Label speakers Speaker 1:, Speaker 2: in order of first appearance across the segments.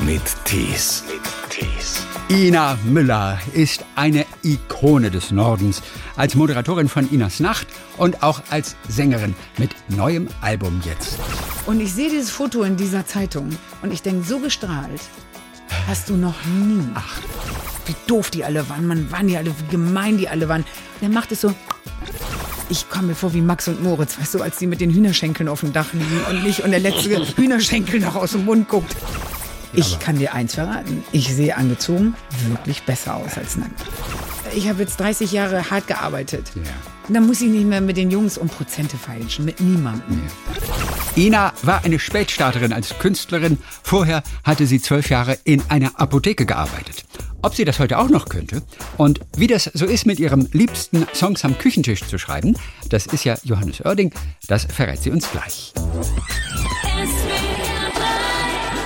Speaker 1: mit Tees.
Speaker 2: Ina Müller ist eine Ikone des Nordens. Als Moderatorin von Inas Nacht und auch als Sängerin mit neuem Album jetzt.
Speaker 3: Und ich sehe dieses Foto in dieser Zeitung und ich denke, so gestrahlt hast du noch nie. Ach, wie doof die alle waren, man waren die alle, wie gemein die alle waren. Und dann macht es so. Ich komme mir vor wie Max und Moritz, weißt du, als die mit den Hühnerschenkeln auf dem Dach liegen und nicht und der letzte Hühnerschenkel noch aus dem Mund guckt. Ich kann dir eins verraten. Ich sehe angezogen wirklich besser aus als nackt. Ich habe jetzt 30 Jahre hart gearbeitet.
Speaker 2: Ja.
Speaker 3: Da muss ich nicht mehr mit den Jungs um Prozente feilschen, mit niemandem.
Speaker 2: Ina war eine Spätstarterin als Künstlerin. Vorher hatte sie zwölf Jahre in einer Apotheke gearbeitet. Ob sie das heute auch noch könnte und wie das so ist, mit ihrem liebsten Songs am Küchentisch zu schreiben, das ist ja Johannes Oerding, das verrät sie uns gleich.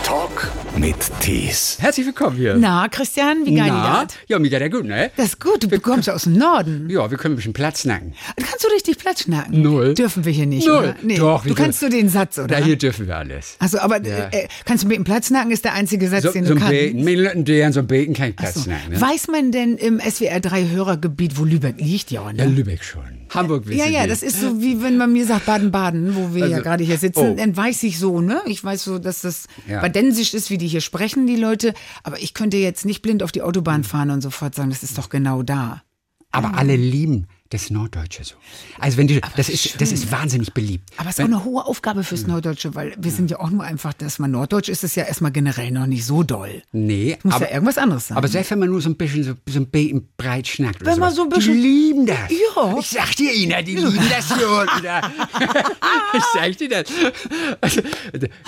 Speaker 1: Talk mit Tees.
Speaker 2: Herzlich willkommen hier.
Speaker 3: Na, Christian, wie geil die
Speaker 2: Na?
Speaker 3: Art?
Speaker 2: Ja, mega der gut, ne?
Speaker 3: Das ist gut, du kommst aus dem Norden.
Speaker 2: Ja, wir können ein bisschen Platz nacken.
Speaker 3: Kannst du richtig Platz schnacken?
Speaker 2: Null.
Speaker 3: Dürfen wir hier nicht,
Speaker 2: Null.
Speaker 3: oder?
Speaker 2: Doch, wir
Speaker 3: du kannst
Speaker 2: dürfen.
Speaker 3: nur den Satz, oder?
Speaker 2: Da hier dürfen wir alles.
Speaker 3: Also, aber äh, kannst du mit dem Platz nacken ist der einzige Satz,
Speaker 2: So,
Speaker 3: den
Speaker 2: so
Speaker 3: du
Speaker 2: ein
Speaker 3: kannst.
Speaker 2: Beten, mit Leuten, die an so ein Beten kann ich Platz
Speaker 3: So.
Speaker 2: nacken. Ne?
Speaker 3: Weiß man denn im SWR 3 Hörergebiet, wo Lübeck liegt? Ja,
Speaker 2: Ja,
Speaker 3: ne?
Speaker 2: Lübeck schon. Hamburg wissen
Speaker 3: Ja, ja,
Speaker 2: die.
Speaker 3: das ist so wie wenn man mir sagt Baden-Baden, wo wir ja
Speaker 2: Also,
Speaker 3: gerade hier sitzen,
Speaker 2: oh.
Speaker 3: dann weiß ich so, ne? Ich weiß so, dass das
Speaker 2: Ja.
Speaker 3: badensisch ist, wie die hier sprechen, die Leute. Aber ich könnte jetzt nicht blind auf die Autobahn
Speaker 2: Hm.
Speaker 3: fahren und sofort sagen, das ist doch genau da.
Speaker 2: Aber alle lieben das Norddeutsche so. Also wenn die, das ist, das ist wahnsinnig beliebt.
Speaker 3: Aber es ist auch eine hohe Aufgabe
Speaker 2: Mhm.
Speaker 3: fürs Norddeutsche, weil wir sind ja auch nur einfach, dass man Norddeutsch ist, ist ja erstmal generell noch nicht so doll.
Speaker 2: Nee,
Speaker 3: Muss
Speaker 2: aber,
Speaker 3: ja irgendwas anderes sein.
Speaker 2: aber selbst wenn man nur so ein bisschen so, so ein Beten breit schnackt. oder
Speaker 3: Wenn
Speaker 2: sowas,
Speaker 3: man so ein bisschen-
Speaker 2: Die lieben das.
Speaker 3: Ja.
Speaker 2: Ich sag dir, Ina, die lieben das hier unten. da. ich sag dir das. Also,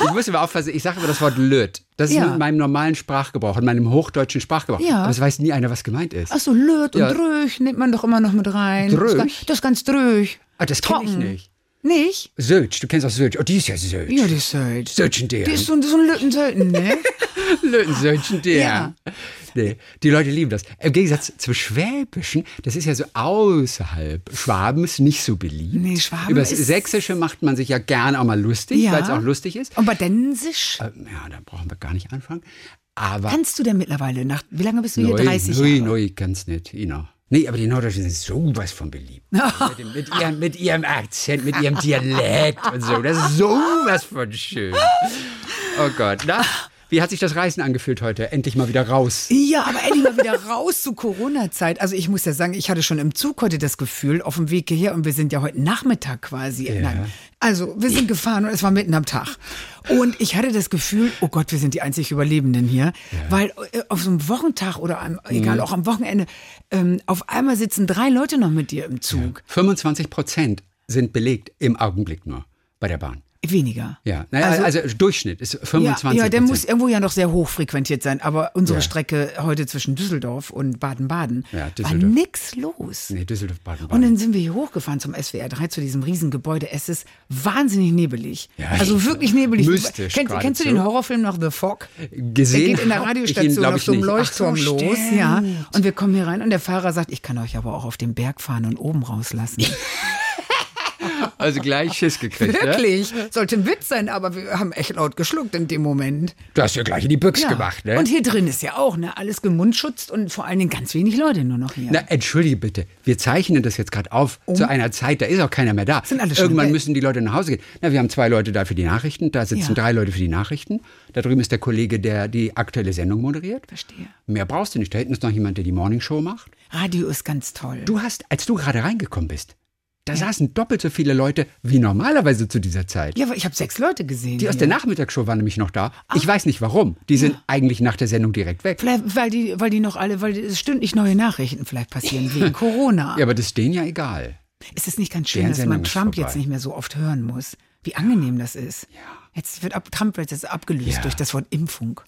Speaker 2: ich muss immer aufpassen, ich sage immer das Wort löt. Das ist
Speaker 3: Ja.
Speaker 2: nur in meinem normalen Sprachgebrauch, in meinem hochdeutschen Sprachgebrauch.
Speaker 3: Ja.
Speaker 2: Aber es weiß nie einer, was gemeint ist.
Speaker 3: Ach so, Löt und
Speaker 2: Ja.
Speaker 3: Dröch nimmt man doch immer noch mit rein.
Speaker 2: Dröch?
Speaker 3: Das ist ganz- Das ist ganz Dröch.
Speaker 2: Ah, das kenn ich nicht.
Speaker 3: Nicht?
Speaker 2: Sötsch, du kennst auch Sötsch. Oh, die ist ja Sötsch.
Speaker 3: Ja, die ist halt.
Speaker 2: Sötschen
Speaker 3: Die ist so, so ein Lüttensölten, ne?
Speaker 2: Lötensöhnchen, der.
Speaker 3: Ja.
Speaker 2: Nee, die Leute lieben das. Im Gegensatz zum Schwäbischen, das ist ja so außerhalb Schwabens nicht so beliebt.
Speaker 3: Nee, Schwaben
Speaker 2: Über das
Speaker 3: ist-
Speaker 2: Sächsische macht man sich ja gern auch mal lustig,
Speaker 3: Ja.
Speaker 2: weil es auch lustig ist.
Speaker 3: Und badensisch?
Speaker 2: Ähm, Ja, da brauchen wir gar nicht anfangen. Aber
Speaker 3: Kannst du denn mittlerweile nach, wie lange bist du hier? 30
Speaker 2: neu,
Speaker 3: Jahre?
Speaker 2: neu, ganz nett, Ina. Nee, aber die Norddeutschen sind sowas von beliebt. mit, dem, mit, ihrem, mit ihrem Akzent, mit ihrem Dialekt und so. Das ist sowas von schön. Oh Gott, na? Wie hat sich das Reisen angefühlt heute? Endlich mal wieder raus.
Speaker 3: Ja, aber endlich mal wieder raus zu Corona-Zeit. Also ich muss ja sagen, ich hatte schon im Zug heute das Gefühl, auf dem Weg hierher, und wir sind ja heute Nachmittag quasi. Nein, also wir sind gefahren und es war mitten am Tag. Und ich hatte das Gefühl, oh Gott, wir sind die einzig Überlebenden hier. Weil äh, auf so einem Wochentag oder am,
Speaker 2: Mhm.
Speaker 3: egal, auch am Wochenende, ähm, auf einmal sitzen drei Leute noch mit dir im Zug.
Speaker 2: 25 Prozent sind belegt im Augenblick nur bei der Bahn.
Speaker 3: Weniger.
Speaker 2: Ja, naja, also, Durchschnitt ist 25
Speaker 3: Ja, ja, der muss
Speaker 2: Prozent.
Speaker 3: irgendwo ja noch sehr hoch frequentiert sein. Aber unsere
Speaker 2: Ja.
Speaker 3: Strecke heute zwischen Düsseldorf und Baden-Baden
Speaker 2: Ja,
Speaker 3: war
Speaker 2: Düsseldorf.
Speaker 3: nix los.
Speaker 2: Nee, Düsseldorf,
Speaker 3: Und
Speaker 2: Baden-Baden.
Speaker 3: dann sind wir hier hochgefahren zum SWR 3 zu diesem Riesengebäude. Es ist wahnsinnig nebelig.
Speaker 2: Ja.
Speaker 3: also wirklich nebelig.
Speaker 2: Mystisch
Speaker 3: Kennst,
Speaker 2: geradezu.
Speaker 3: kennst du den Horrorfilm noch The Fog? Der
Speaker 2: Gesehen
Speaker 3: geht in der
Speaker 2: hab
Speaker 3: Radiostation
Speaker 2: ich ihn, glaub
Speaker 3: auf
Speaker 2: ich,
Speaker 3: so einem
Speaker 2: nicht. Ach so,
Speaker 3: Leuchtturm los.
Speaker 2: stimmt.
Speaker 3: Ja. Und wir kommen hier rein und der Fahrer sagt, ich kann euch aber auch auf den Berg fahren und oben rauslassen.
Speaker 2: Also gleich Schiss gekriegt. Ne?
Speaker 3: Wirklich? Sollte ein Witz sein, aber wir haben echt laut geschluckt in dem Moment.
Speaker 2: Du hast ja gleich in die Büchse
Speaker 3: Ja.
Speaker 2: gemacht. Ne?
Speaker 3: Und hier drin ist ja auch, ne? Alles gemundschutzt und vor allen Dingen ganz wenig Leute nur noch hier.
Speaker 2: Na, entschuldige bitte, wir zeichnen das jetzt gerade auf zu einer Zeit, da ist auch keiner mehr da.
Speaker 3: Oh. Sind alle schon
Speaker 2: Irgendwann
Speaker 3: weg.
Speaker 2: müssen die Leute nach Hause gehen. Na, wir haben zwei Leute da für die Nachrichten, da sitzen
Speaker 3: Ja.
Speaker 2: drei Leute für die Nachrichten. Da drüben ist der Kollege, der die aktuelle Sendung moderiert.
Speaker 3: Verstehe.
Speaker 2: Mehr brauchst du nicht. Da hinten ist noch jemand, der die Morningshow macht.
Speaker 3: Radio ist ganz toll.
Speaker 2: Du hast, als du gerade reingekommen bist, da saßen doppelt so viele Leute wie normalerweise zu dieser Zeit.
Speaker 3: ja, aber ich habe sechs Leute gesehen.
Speaker 2: Die aus
Speaker 3: hier.
Speaker 2: der Nachmittagsshow waren nämlich noch da. Ich weiß nicht warum. Die sind eigentlich nach der Sendung direkt weg.
Speaker 3: Vielleicht, weil die, weil die noch alle, weil es stündlich neue Nachrichten vielleicht passieren wegen Corona.
Speaker 2: Ja, aber das ist denen ja egal.
Speaker 3: Ist es nicht ganz schön,
Speaker 2: Deren
Speaker 3: dass man
Speaker 2: Sendung ist
Speaker 3: Trump
Speaker 2: vorbei.
Speaker 3: jetzt nicht mehr so oft hören muss? Wie angenehm das ist. Jetzt wird ab, Trump wird jetzt abgelöst
Speaker 2: Ja.
Speaker 3: durch das Wort Impfung.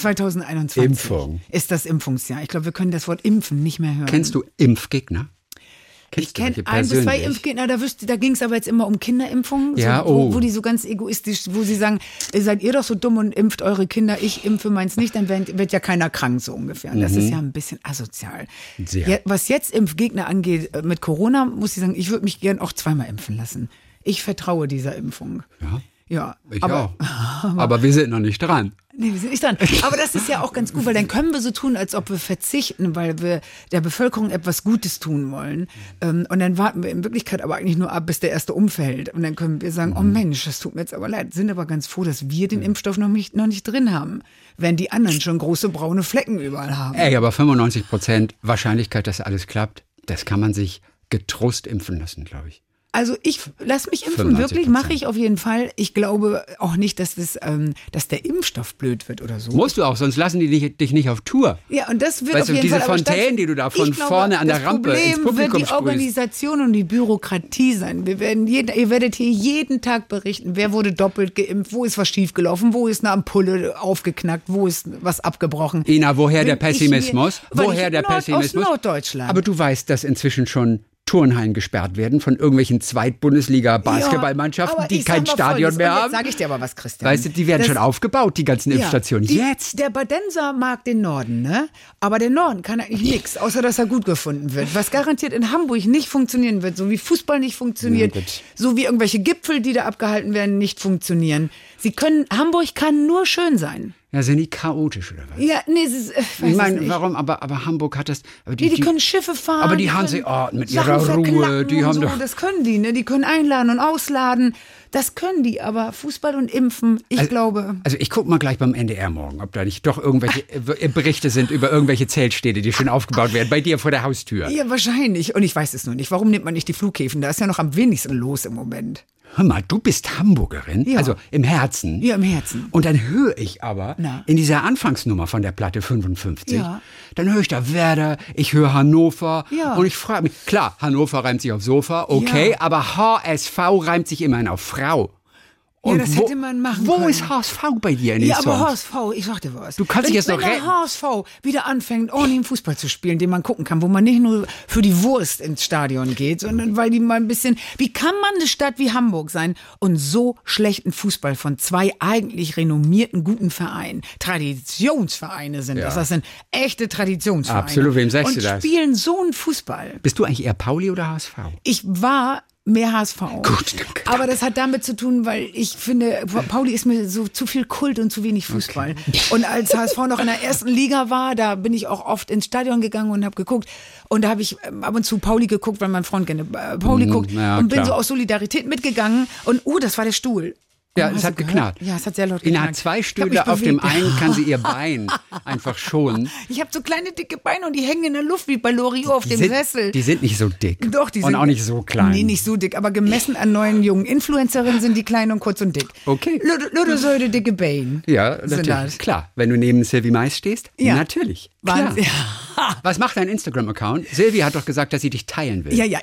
Speaker 3: 2021
Speaker 2: Impfung.
Speaker 3: ist das Impfungsjahr. Ich glaube, wir können das Wort Impfen nicht mehr hören.
Speaker 2: Kennst du Impfgegner? Kennst
Speaker 3: Ich kenne
Speaker 2: welche
Speaker 3: ein bis zwei
Speaker 2: persönlich?
Speaker 3: Impfgegner, da, wüsste- da ging es aber jetzt immer um Kinderimpfungen,
Speaker 2: Ja,
Speaker 3: so, wo,
Speaker 2: oh.
Speaker 3: wo die so ganz egoistisch, wo sie sagen, "Äh, seid ihr doch so dumm und impft eure Kinder, ich impfe meins nicht, dann wird, wird ja keiner krank, so ungefähr. Und das ist ja ein bisschen asozial.
Speaker 2: Mhm. Sehr.
Speaker 3: Ja, was jetzt Impfgegner angeht äh, mit Corona, muss ich sagen, ich würde mich gern auch zweimal impfen lassen. Ich vertraue dieser Impfung.
Speaker 2: Ja.
Speaker 3: Ja,
Speaker 2: Ich
Speaker 3: aber
Speaker 2: auch. Aber wir sind noch nicht dran.
Speaker 3: Nee, wir sind nicht dran. Aber das ist ja auch ganz gut, weil dann können wir so tun, als ob wir verzichten, weil wir der Bevölkerung etwas Gutes tun wollen. Ähm, Und dann warten wir in Wirklichkeit aber eigentlich nur ab, bis der erste umfällt. Und dann können wir sagen, oh Mensch, das tut mir jetzt aber leid. Sind aber ganz froh, dass wir den Impfstoff noch nicht, noch nicht drin haben, während die anderen schon große braune Flecken überall haben.
Speaker 2: Ey, aber 95 Prozent Wahrscheinlichkeit, dass alles klappt, das kann man sich getrost impfen lassen, glaube ich.
Speaker 3: Also ich lass mich impfen,
Speaker 2: 95%.
Speaker 3: wirklich, mache ich auf jeden Fall. Ich glaube auch nicht, dass, das, ähm, dass der Impfstoff blöd wird oder so.
Speaker 2: Musst du auch, sonst lassen die dich, dich nicht auf Tour.
Speaker 3: Ja, und das wird
Speaker 2: Weißt
Speaker 3: auf
Speaker 2: du,
Speaker 3: jeden
Speaker 2: diese
Speaker 3: Fall aber
Speaker 2: Fontänen,
Speaker 3: stattfinden.
Speaker 2: die du da von
Speaker 3: Ich glaube,
Speaker 2: vorne an der Rampe
Speaker 3: Das
Speaker 2: ins
Speaker 3: Problem
Speaker 2: Publikum
Speaker 3: wird die
Speaker 2: sprühst.
Speaker 3: Organisation und die Bürokratie sein. Wir werden jeden, ihr werdet hier jeden Tag berichten, wer wurde doppelt geimpft, wo ist was schiefgelaufen, wo ist eine Ampulle aufgeknackt, wo ist was abgebrochen.
Speaker 2: Ina, woher
Speaker 3: Wenn
Speaker 2: der
Speaker 3: ich
Speaker 2: Pessimismus?
Speaker 3: mir- weil
Speaker 2: woher
Speaker 3: ich
Speaker 2: der
Speaker 3: Nord- aus
Speaker 2: Pessimismus?
Speaker 3: Norddeutschland.
Speaker 2: Aber du weißt, dass inzwischen schon Turnhallen gesperrt werden von irgendwelchen Zweitbundesliga-Basketballmannschaften,
Speaker 3: Ja, aber
Speaker 2: die
Speaker 3: ich sag
Speaker 2: kein
Speaker 3: mal
Speaker 2: Stadion
Speaker 3: Folgendes,
Speaker 2: mehr
Speaker 3: und jetzt
Speaker 2: haben.
Speaker 3: Sag ich dir aber was, Christian.
Speaker 2: Weißt du, die werden
Speaker 3: Das-
Speaker 2: schon aufgebaut, die ganzen Impfstationen.
Speaker 3: die-
Speaker 2: Jetzt!
Speaker 3: Der Badenser mag den Norden, ne? Aber der Norden kann eigentlich nichts, außer dass er gut gefunden wird. Was garantiert in Hamburg nicht funktionieren wird, so wie Fußball nicht funktioniert,
Speaker 2: Ja, gut.
Speaker 3: so wie irgendwelche Gipfel, die da abgehalten werden, nicht funktionieren. Sie können, Hamburg kann nur schön sein.
Speaker 2: Ja, sind die chaotisch oder was?
Speaker 3: Ja, nee, es ist, äh, weiß
Speaker 2: Ich
Speaker 3: es
Speaker 2: meine,
Speaker 3: nicht.
Speaker 2: warum? Aber, aber Hamburg hat das. Aber
Speaker 3: Nee, die können Schiffe fahren.
Speaker 2: Aber die
Speaker 3: können
Speaker 2: Hanseaten mit
Speaker 3: Sachen
Speaker 2: ihrer Ruhe,
Speaker 3: verklappen
Speaker 2: die
Speaker 3: und
Speaker 2: haben
Speaker 3: so,
Speaker 2: doch-
Speaker 3: Das können die, ne? Die können einladen und ausladen. Das können die, aber Fußball und Impfen, ich glaube.
Speaker 2: Also ich gucke mal gleich beim NDR morgen, ob da nicht doch irgendwelche äh, Berichte sind über irgendwelche Zeltstädte, die schon aufgebaut werden, bei dir vor der Haustür.
Speaker 3: Ja, wahrscheinlich. Und ich weiß es nur nicht. Warum nimmt man nicht die Flughäfen? Da ist ja noch am wenigsten los im Moment.
Speaker 2: Hör mal, du bist Hamburgerin,
Speaker 3: Ja.
Speaker 2: also im Herzen.
Speaker 3: Ja, im Herzen.
Speaker 2: Und dann höre ich aber
Speaker 3: Na.
Speaker 2: in dieser Anfangsnummer von der Platte 55,
Speaker 3: Ja.
Speaker 2: dann höre ich da Werder, ich höre Hannover
Speaker 3: Ja.
Speaker 2: und ich frage mich, klar, Hannover reimt sich auf Sofa, okay,
Speaker 3: Ja.
Speaker 2: aber HSV reimt sich immerhin auf Frau.
Speaker 3: Ja,
Speaker 2: Und
Speaker 3: das
Speaker 2: wo,
Speaker 3: hätte man machen
Speaker 2: Wo
Speaker 3: können.
Speaker 2: ist HSV bei dir in den
Speaker 3: Ja,
Speaker 2: Songs?
Speaker 3: aber HSV, ich sag dir was.
Speaker 2: Du kannst
Speaker 3: wenn,
Speaker 2: dich jetzt
Speaker 3: wenn
Speaker 2: noch retten.
Speaker 3: der HSV wieder anfängt, ohne den Fußball zu spielen, den man gucken kann, wo man nicht nur für die Wurst ins Stadion geht, sondern weil die mal ein bisschen. Wie kann man eine Stadt wie Hamburg sein und so schlechten Fußball von zwei eigentlich renommierten guten Vereinen? Traditionsvereine sind das. Das sind echte Traditionsvereine.
Speaker 2: Absolut, wem sagst
Speaker 3: und
Speaker 2: du das?
Speaker 3: spielen so einen Fußball.
Speaker 2: Bist du eigentlich eher Pauli oder HSV?
Speaker 3: Ich war mehr HSV.
Speaker 2: Gut, danke.
Speaker 3: Aber das hat damit zu tun, weil ich finde, Pauli ist mir so zu viel Kult und zu wenig Fußball. Und als HSV noch in der ersten Liga war, da bin ich auch oft ins Stadion gegangen und habe geguckt. Und da habe ich ähm, ab und zu Pauli geguckt, weil mein Freund gerne äh, Pauli guckt.
Speaker 2: na Mhm, ja,
Speaker 3: und bin
Speaker 2: klar.
Speaker 3: so aus Solidarität mitgegangen. Und oh, das war der Stuhl.
Speaker 2: Ja,
Speaker 3: Oh,
Speaker 2: es
Speaker 3: hast
Speaker 2: hat
Speaker 3: du gehört?
Speaker 2: geknarrt.
Speaker 3: Ja, es hat sehr laut
Speaker 2: Ina
Speaker 3: geknarrt.
Speaker 2: hat zwei
Speaker 3: Ich hab mich
Speaker 2: Stühle, auf dem
Speaker 3: bewegt.
Speaker 2: einen kann sie ihr Bein einfach schonen.
Speaker 3: Ich habe so kleine, dicke Beine und die hängen in der Luft wie bei Loriot auf dem
Speaker 2: sind,
Speaker 3: Sessel.
Speaker 2: Die sind nicht so dick.
Speaker 3: Doch, die
Speaker 2: und
Speaker 3: sind
Speaker 2: auch nicht so klein.
Speaker 3: Nee, nicht so dick, aber gemessen an neuen jungen Influencerinnen sind die klein und kurz und dick.
Speaker 2: Okay.
Speaker 3: Lud- Ludosöde dicke Bane.
Speaker 2: Ja,
Speaker 3: Sind
Speaker 2: natürlich.
Speaker 3: das.
Speaker 2: Klar, wenn du neben Sylvie Mais stehst,
Speaker 3: Ja.
Speaker 2: natürlich. Klar.
Speaker 3: Wahnsinn.
Speaker 2: Was macht dein Instagram-Account? Sylvie hat doch gesagt, dass sie dich teilen will.
Speaker 3: Ja, ja.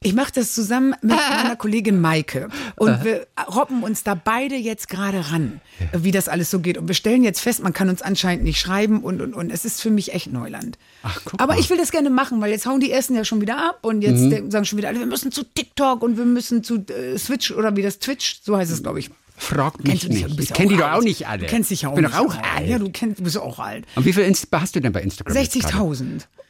Speaker 3: Ich mache das zusammen mit meiner Kollegin Maike.
Speaker 2: Äh.
Speaker 3: Und wir robben uns da beide jetzt gerade ran, wie das alles so geht. Und wir stellen jetzt fest, man kann uns anscheinend nicht schreiben und, und, und. Es ist für mich echt Neuland.
Speaker 2: Ach, guck
Speaker 3: Aber
Speaker 2: mal. Mhm.
Speaker 3: ich will das gerne machen, weil jetzt hauen die Ersten ja schon wieder ab und jetzt denken- sagen schon wieder alle, wir müssen zu TikTok und wir müssen zu äh, Switch oder wie das Twitch, so
Speaker 2: Mhm.
Speaker 3: heißt es, glaube ich.
Speaker 2: Frag
Speaker 3: Kennst
Speaker 2: mich
Speaker 3: du dich ja-
Speaker 2: nicht. Ich
Speaker 3: bist ja
Speaker 2: kenne die doch
Speaker 3: alt.
Speaker 2: auch nicht alle.
Speaker 3: Du kennst dich ja auch
Speaker 2: Bin
Speaker 3: nicht.
Speaker 2: doch auch alt.
Speaker 3: Ja, du, kennst, du bist auch alt.
Speaker 2: Und wie viel Insta hast du denn bei Instagram? jetzt gerade?
Speaker 3: 60.000.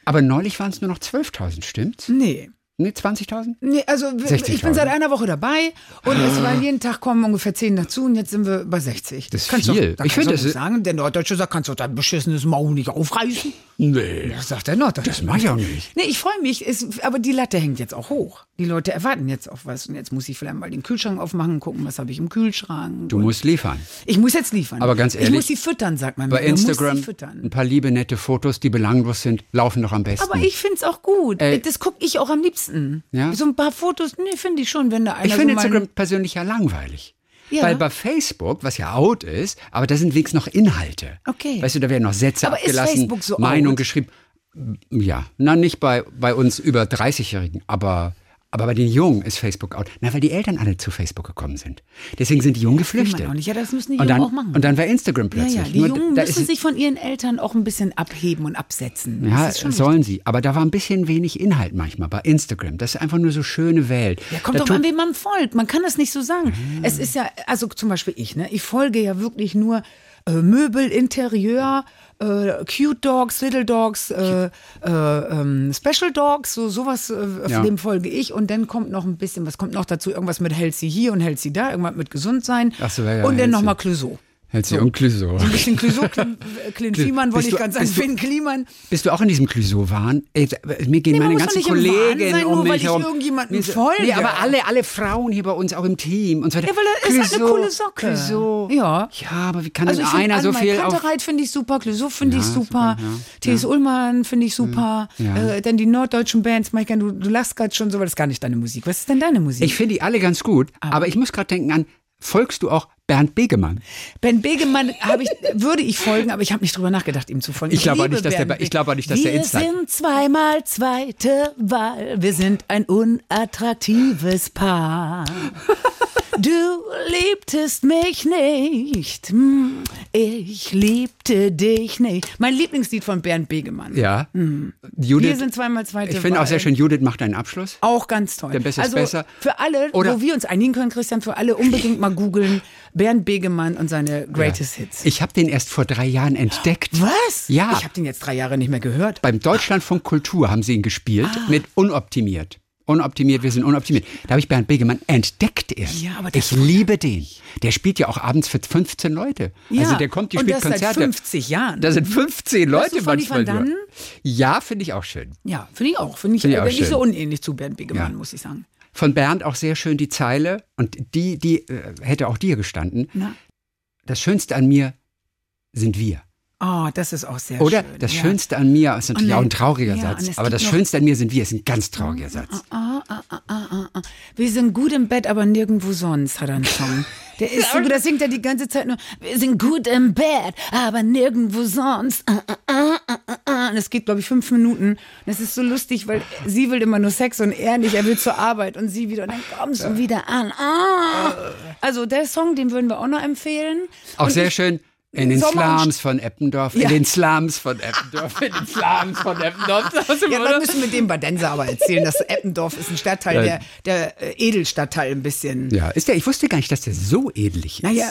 Speaker 2: Aber neulich waren es nur noch 12.000, stimmt's?
Speaker 3: Nee.
Speaker 2: Nee, 20.000?
Speaker 3: Nee, also wir- ich
Speaker 2: 60.000.
Speaker 3: bin seit einer Woche dabei und es waren jeden Tag kommen ungefähr 10 dazu und jetzt sind wir bei 60.
Speaker 2: Das ist
Speaker 3: kannst du-
Speaker 2: viel.
Speaker 3: da
Speaker 2: Ich
Speaker 3: kannst
Speaker 2: finde,
Speaker 3: du
Speaker 2: das
Speaker 3: nicht
Speaker 2: ist-
Speaker 3: sagen, der Norddeutsche sagt, kannst du dein beschissenes Maul nicht aufreißen?
Speaker 2: Nee.
Speaker 3: Das sagt der Norddeutsche.
Speaker 2: Das mach ich auch nicht.
Speaker 3: Nee, ich freue mich, es- aber die Latte hängt jetzt auch hoch. Die Leute erwarten jetzt auch was und jetzt muss ich vielleicht mal den Kühlschrank aufmachen und gucken, was habe ich im Kühlschrank.
Speaker 2: Du musst liefern.
Speaker 3: ich muss jetzt liefern.
Speaker 2: Aber ganz
Speaker 3: Ich
Speaker 2: ehrlich,
Speaker 3: muss sie füttern, sagt man.
Speaker 2: Bei
Speaker 3: mir. Man muss sie
Speaker 2: Instagram
Speaker 3: füttern.
Speaker 2: ein paar liebe, nette Fotos, die belanglos sind, laufen doch am besten.
Speaker 3: Aber ich find's auch gut.
Speaker 2: Ey.
Speaker 3: Das guck ich auch am liebsten.
Speaker 2: Äh, Ja?
Speaker 3: So ein paar Fotos, nee, finde ich schon, wenn da einer
Speaker 2: Ich finde
Speaker 3: so mal-
Speaker 2: Instagram persönlich ja langweilig.
Speaker 3: Also Ja.
Speaker 2: Weil bei Facebook, was ja out ist, aber da sind wenigstens noch Inhalte.
Speaker 3: Okay.
Speaker 2: Weißt du, da werden noch Sätze
Speaker 3: Aber ist
Speaker 2: abgelassen,
Speaker 3: Facebook so
Speaker 2: Meinung
Speaker 3: out?
Speaker 2: geschrieben. Ja, na nicht bei, bei uns über 30-Jährigen, aber, aber bei den Jungen ist Facebook out. Na, weil die Eltern alle zu Facebook gekommen sind. Deswegen sind die Jungen geflüchtet.
Speaker 3: auch nicht. Ja, das müssen die
Speaker 2: und
Speaker 3: Jungen
Speaker 2: dann,
Speaker 3: auch machen.
Speaker 2: Und dann war Instagram plötzlich.
Speaker 3: Ja, ja, die
Speaker 2: Nur
Speaker 3: Jungen
Speaker 2: da
Speaker 3: müssen
Speaker 2: ist,
Speaker 3: sich von ihren Eltern auch ein bisschen abheben und absetzen.
Speaker 2: ja,
Speaker 3: das ist schon
Speaker 2: sollen sie. Aber da war ein bisschen wenig Inhalt manchmal bei Instagram. Das ist einfach nur so schöne Welt.
Speaker 3: Ja, kommt
Speaker 2: da
Speaker 3: doch an, wem man folgt. Man kann das nicht so sagen. Es ist ja, also zum Beispiel ich, ne? Ich folge ja wirklich nur äh, Möbel, Interieur, äh, Cute Dogs, Little Dogs, äh, äh, ähm, Special Dogs, so sowas, äh,
Speaker 2: Ja.
Speaker 3: dem folge ich. Und dann kommt noch ein bisschen, was kommt noch dazu? Irgendwas mit Healthy hier und Healthy da, irgendwas mit gesund sein.
Speaker 2: Ach so, ja, ja,
Speaker 3: und dann
Speaker 2: healthy.
Speaker 3: nochmal Clouseau.
Speaker 2: Hält sie um Clouseau.
Speaker 3: Ein bisschen Clouseau, Clint, Clint
Speaker 2: Cl-
Speaker 3: Kliman wollte
Speaker 2: bist
Speaker 3: ich
Speaker 2: du-
Speaker 3: ganz sagen.
Speaker 2: bist du-
Speaker 3: Finn Kliman.
Speaker 2: Bist du auch in diesem Clouseau-Wahn? Äh, Mir gehen
Speaker 3: Nee, man
Speaker 2: meine
Speaker 3: muss
Speaker 2: ganzen
Speaker 3: doch nicht im Wahn
Speaker 2: Kollegen
Speaker 3: sein,
Speaker 2: um
Speaker 3: nur weil
Speaker 2: mich
Speaker 3: ich
Speaker 2: herum.
Speaker 3: irgendjemandem
Speaker 2: Mir ist-
Speaker 3: folge.
Speaker 2: Nee, aber alle, alle Frauen hier bei uns auch im Team und so weiter.
Speaker 3: Ja, weil er ist halt eine coole Socke.
Speaker 2: Clouseau.
Speaker 3: Ja.
Speaker 2: Ja, aber wie kann
Speaker 3: Also
Speaker 2: denn
Speaker 3: ich find
Speaker 2: einer so
Speaker 3: Anne-Mai
Speaker 2: viel auf...
Speaker 3: Kantereit finde ich super, Clouseau finde ich
Speaker 2: super,
Speaker 3: super, T.S. Ullmann finde ich super,
Speaker 2: Ja.
Speaker 3: äh, dann die norddeutschen Bands, Mike, du, du lachst gerade schon so, weil das ist gar nicht deine Musik. Was ist denn deine Musik?
Speaker 2: Ich finde die alle ganz gut,
Speaker 3: Ah.
Speaker 2: aber ich muss gerade denken an, folgst du auch Bernd Begemann?
Speaker 3: Ben Begemann habe ich, würde ich folgen, aber ich habe nicht drüber nachgedacht, ihm zu folgen.
Speaker 2: Ich glaube auch
Speaker 3: liebe
Speaker 2: nicht, dass der
Speaker 3: Ben
Speaker 2: Be- ich glaube auch nicht, dass
Speaker 3: Wir
Speaker 2: der Insta-
Speaker 3: Wir sind zweimal zweite Wahl. Wir sind ein unattraktives Paar. Du liebtest mich nicht. Hm, Ich liebte dich nicht. Mein Lieblingslied von Bernd Begemann.
Speaker 2: Ja.
Speaker 3: Hm. Wir
Speaker 2: Judith,
Speaker 3: sind Oh. zweimal zweite
Speaker 2: ich finde auch
Speaker 3: Wahl.
Speaker 2: sehr schön, Judith macht einen Abschluss.
Speaker 3: Auch ganz toll.
Speaker 2: Der Beste ist
Speaker 3: also
Speaker 2: besser.
Speaker 3: für alle,
Speaker 2: Oder-
Speaker 3: wo wir uns einigen können, Christian, für alle unbedingt mal googeln Bernd Begemann und seine Greatest Hits.
Speaker 2: Ich habe den erst vor drei Jahren entdeckt.
Speaker 3: Was?
Speaker 2: Ja.
Speaker 3: Ich habe den jetzt drei Jahre nicht mehr gehört.
Speaker 2: Beim Deutschlandfunk Kultur haben sie ihn gespielt
Speaker 3: Ah.
Speaker 2: mit unoptimiert. Unoptimiert, wir sind unoptimiert. Da habe ich Bernd Begemann entdeckt erst.
Speaker 3: Ja, aber
Speaker 2: ich
Speaker 3: das-
Speaker 2: liebe den. Der spielt ja auch abends für 15 Leute.
Speaker 3: Ja,
Speaker 2: Also der kommt, die
Speaker 3: und
Speaker 2: spielt
Speaker 3: das seit
Speaker 2: Konzerte.
Speaker 3: 50 Jahren.
Speaker 2: Da sind 15
Speaker 3: Hörst
Speaker 2: Leute
Speaker 3: du Fanny
Speaker 2: manchmal.
Speaker 3: van
Speaker 2: nur.
Speaker 3: Dannen?
Speaker 2: Ja, finde ich auch schön.
Speaker 3: Ja, finde ich auch. Finde ich,
Speaker 2: Finde ich
Speaker 3: äh,
Speaker 2: auch
Speaker 3: bin ich
Speaker 2: schön.
Speaker 3: so unähnlich zu Bernd Begemann,
Speaker 2: Ja.
Speaker 3: muss ich sagen.
Speaker 2: Von Bernd auch sehr schön die Zeile und die, die äh, hätte auch dir gestanden.
Speaker 3: Na.
Speaker 2: Das Schönste an mir sind wir.
Speaker 3: Oh, das ist auch sehr
Speaker 2: Oder
Speaker 3: schön.
Speaker 2: das
Speaker 3: ja.
Speaker 2: Schönste an mir ist natürlich
Speaker 3: Und
Speaker 2: auch ein
Speaker 3: dann-
Speaker 2: trauriger
Speaker 3: ja, und
Speaker 2: Satz,
Speaker 3: es
Speaker 2: aber
Speaker 3: gibt
Speaker 2: das
Speaker 3: noch-
Speaker 2: Schönste an mir sind wir ist ein ganz trauriger Satz.
Speaker 3: Ah, ah, ah, ah, ah. Wir sind gut im Bett, aber nirgendwo sonst, hat er einen Song. Der ist so gut, das singt er die ganze Zeit nur. Wir sind gut im Bett, aber nirgendwo sonst. Ah, ah, ah, ah, ah, ah. Und das geht, glaube ich, fünf Minuten. Und das ist so lustig, weil sie will immer nur Sex und er nicht. Er will zur Arbeit und sie wieder. Und dann kommst du wieder an. Ah. Also der Song, den würden wir auch noch empfehlen.
Speaker 2: Auch
Speaker 3: Und
Speaker 2: sehr
Speaker 3: ich-
Speaker 2: schön. In den
Speaker 3: Sommer und-
Speaker 2: Slums von Eppendorf, in
Speaker 3: Ja.
Speaker 2: den Slums von Eppendorf, in den Slums von Eppendorf. Das
Speaker 3: Ja,
Speaker 2: oder?
Speaker 3: wir müssen mit dem Badenser aber erzählen, dass Eppendorf ist ein Stadtteil,
Speaker 2: Ja.
Speaker 3: der, der äh, Edelstadtteil ein bisschen.
Speaker 2: ja, ist der, ich wusste gar nicht, dass der so edelig ist.
Speaker 3: Naja,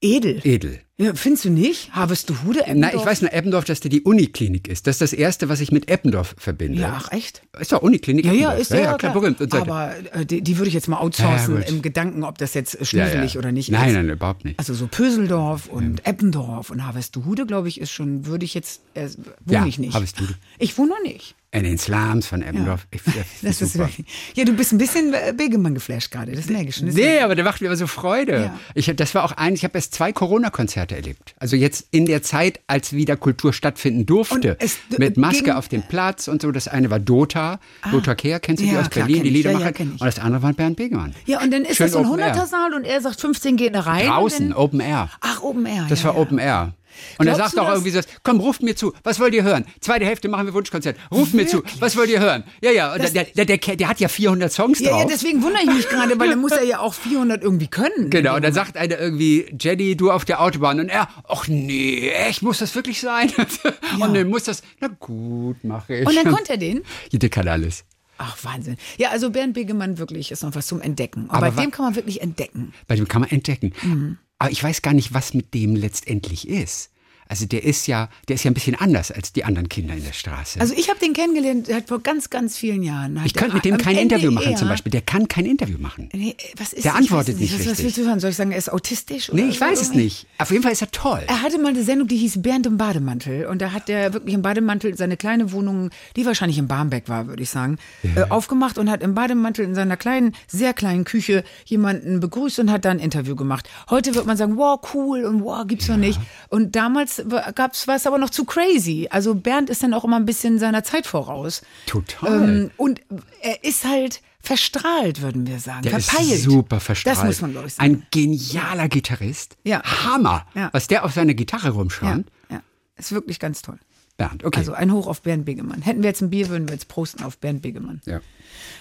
Speaker 3: äh, edel.
Speaker 2: Edel.
Speaker 3: Ja, findest du nicht? Harvestehude,
Speaker 2: Na,
Speaker 3: Eppendorf?
Speaker 2: ich weiß nur, Eppendorf, dass der die Uniklinik ist. Das ist das Erste, was ich mit Eppendorf verbinde.
Speaker 3: Ja, ach, echt?
Speaker 2: Ist doch Uniklinik.
Speaker 3: Ja, ja,
Speaker 2: Eppendorf.
Speaker 3: ist ja,
Speaker 2: klar, berühmt. Und so weiter.
Speaker 3: Aber äh, die, die würde ich jetzt mal outsourcen
Speaker 2: Ja, ja, gut.
Speaker 3: im Gedanken, ob das jetzt
Speaker 2: ja,
Speaker 3: schnuffelig
Speaker 2: ja.
Speaker 3: oder nicht
Speaker 2: Nein,
Speaker 3: ist.
Speaker 2: nein, überhaupt nicht.
Speaker 3: Also so Pöseldorf und Eppendorf und Harvestehude, glaube ich, ist schon, würde ich jetzt, äh, wohne
Speaker 2: Ja,
Speaker 3: ich nicht.
Speaker 2: Harvestehude.
Speaker 3: Ich wohne noch nicht.
Speaker 2: In den Slums von Eppendorf. Ich-
Speaker 3: Das ist
Speaker 2: super.
Speaker 3: wirklich, ja, du bist ein bisschen äh, Begemann geflasht gerade, das merke ich schon. Das
Speaker 2: Nee, aber der macht mir immer so Freude.
Speaker 3: Ja.
Speaker 2: Ich hab, das war auch ein, ich habe erst zwei Corona-Konzerte erlebt. Also jetzt in der Zeit, als wieder Kultur stattfinden durfte.
Speaker 3: Und es d-
Speaker 2: mit Maske
Speaker 3: ging- Ah.
Speaker 2: auf dem Platz und so. Das eine war Dota, Dota Kehr, kennst du die
Speaker 3: Ja,
Speaker 2: aus
Speaker 3: klar,
Speaker 2: Berlin,
Speaker 3: kenn
Speaker 2: die
Speaker 3: ich. Ja, ja,
Speaker 2: Liedermacher.
Speaker 3: kenn ich.
Speaker 2: und das andere war Bernd Begemann.
Speaker 3: Ja, und dann ist
Speaker 2: Schön
Speaker 3: das so ein
Speaker 2: Open Air.
Speaker 3: 100er-Saal und er sagt, 15 gehen da rein. und
Speaker 2: Draußen,
Speaker 3: Dann,
Speaker 2: Open Air.
Speaker 3: ach, Open Air.
Speaker 2: Das
Speaker 3: ja,
Speaker 2: war
Speaker 3: ja.
Speaker 2: Open Air. Und er
Speaker 3: Glaubst
Speaker 2: sagt
Speaker 3: du,
Speaker 2: auch
Speaker 3: dass-
Speaker 2: irgendwie so, komm, ruft mir zu, was wollt ihr hören? Zweite Hälfte machen wir Wunschkonzert. Ruft mir zu, was wollt ihr hören? Ja, ja, und
Speaker 3: Das-
Speaker 2: der, der, der, der hat ja 400 Songs
Speaker 3: Ja,
Speaker 2: drauf.
Speaker 3: ja, deswegen wundere ich mich gerade, weil dann muss er ja auch 400 irgendwie können.
Speaker 2: Genau, und dann sagt einer irgendwie, Jenny, du auf der Autobahn. Und er, ach nee, echt, muss das wirklich sein? Und dann muss das, na gut, mache ich.
Speaker 3: Und dann konnte er den?
Speaker 2: Ja, der kann alles.
Speaker 3: Ach, Wahnsinn. Ja, also Bernd Begemann wirklich ist noch was zum Entdecken. Und
Speaker 2: Aber wa-
Speaker 3: bei dem kann man wirklich entdecken.
Speaker 2: Bei dem kann man entdecken.
Speaker 3: Mhm.
Speaker 2: Aber ich weiß gar nicht, was mit dem letztendlich ist. Also der ist ja, der ist ja ein bisschen anders als die anderen Kinder in der Straße.
Speaker 3: Also ich habe den kennengelernt, der hat vor ganz, ganz vielen Jahren. hat
Speaker 2: ich könnte
Speaker 3: der-
Speaker 2: mit dem
Speaker 3: am
Speaker 2: kein Interview machen
Speaker 3: NDR
Speaker 2: zum Beispiel. Der kann kein Interview machen.
Speaker 3: Nee, was ist
Speaker 2: Der
Speaker 3: ich
Speaker 2: antwortet
Speaker 3: weiß
Speaker 2: nicht
Speaker 3: was, was
Speaker 2: richtig.
Speaker 3: willst du hören? Soll ich sagen, er ist autistisch?
Speaker 2: Nee,
Speaker 3: oder
Speaker 2: ich weiß
Speaker 3: so?
Speaker 2: es nicht. Auf jeden Fall ist er toll.
Speaker 3: Er hatte mal eine Sendung, die hieß Bernd im Bademantel. Und da hat er wirklich im Bademantel seine kleine Wohnung, die wahrscheinlich in Barmbek war, würde ich sagen, äh, aufgemacht und hat im Bademantel in seiner kleinen, sehr kleinen Küche jemanden begrüßt und hat da ein Interview gemacht. Heute wird man sagen, wow, cool und wow, gibt's noch nicht. Und damals gab es was aber noch zu crazy. Also Bernd ist dann auch immer ein bisschen seiner Zeit voraus.
Speaker 2: Total.
Speaker 3: Ähm, und er ist halt verstrahlt, würden wir sagen.
Speaker 2: Der
Speaker 3: Verpeilt.
Speaker 2: ist super verstrahlt.
Speaker 3: Das muss man, glaube ich, sagen.
Speaker 2: Ein genialer Gitarrist.
Speaker 3: Ja.
Speaker 2: Hammer.
Speaker 3: Ja.
Speaker 2: Was der auf seine Gitarre
Speaker 3: ja,
Speaker 2: rumschraubt.
Speaker 3: ja. Ist wirklich ganz toll.
Speaker 2: Bernd, okay.
Speaker 3: Also ein Hoch auf Bernd Begemann. Hätten wir jetzt ein Bier, würden wir jetzt prosten auf Bernd Begemann.
Speaker 2: ja.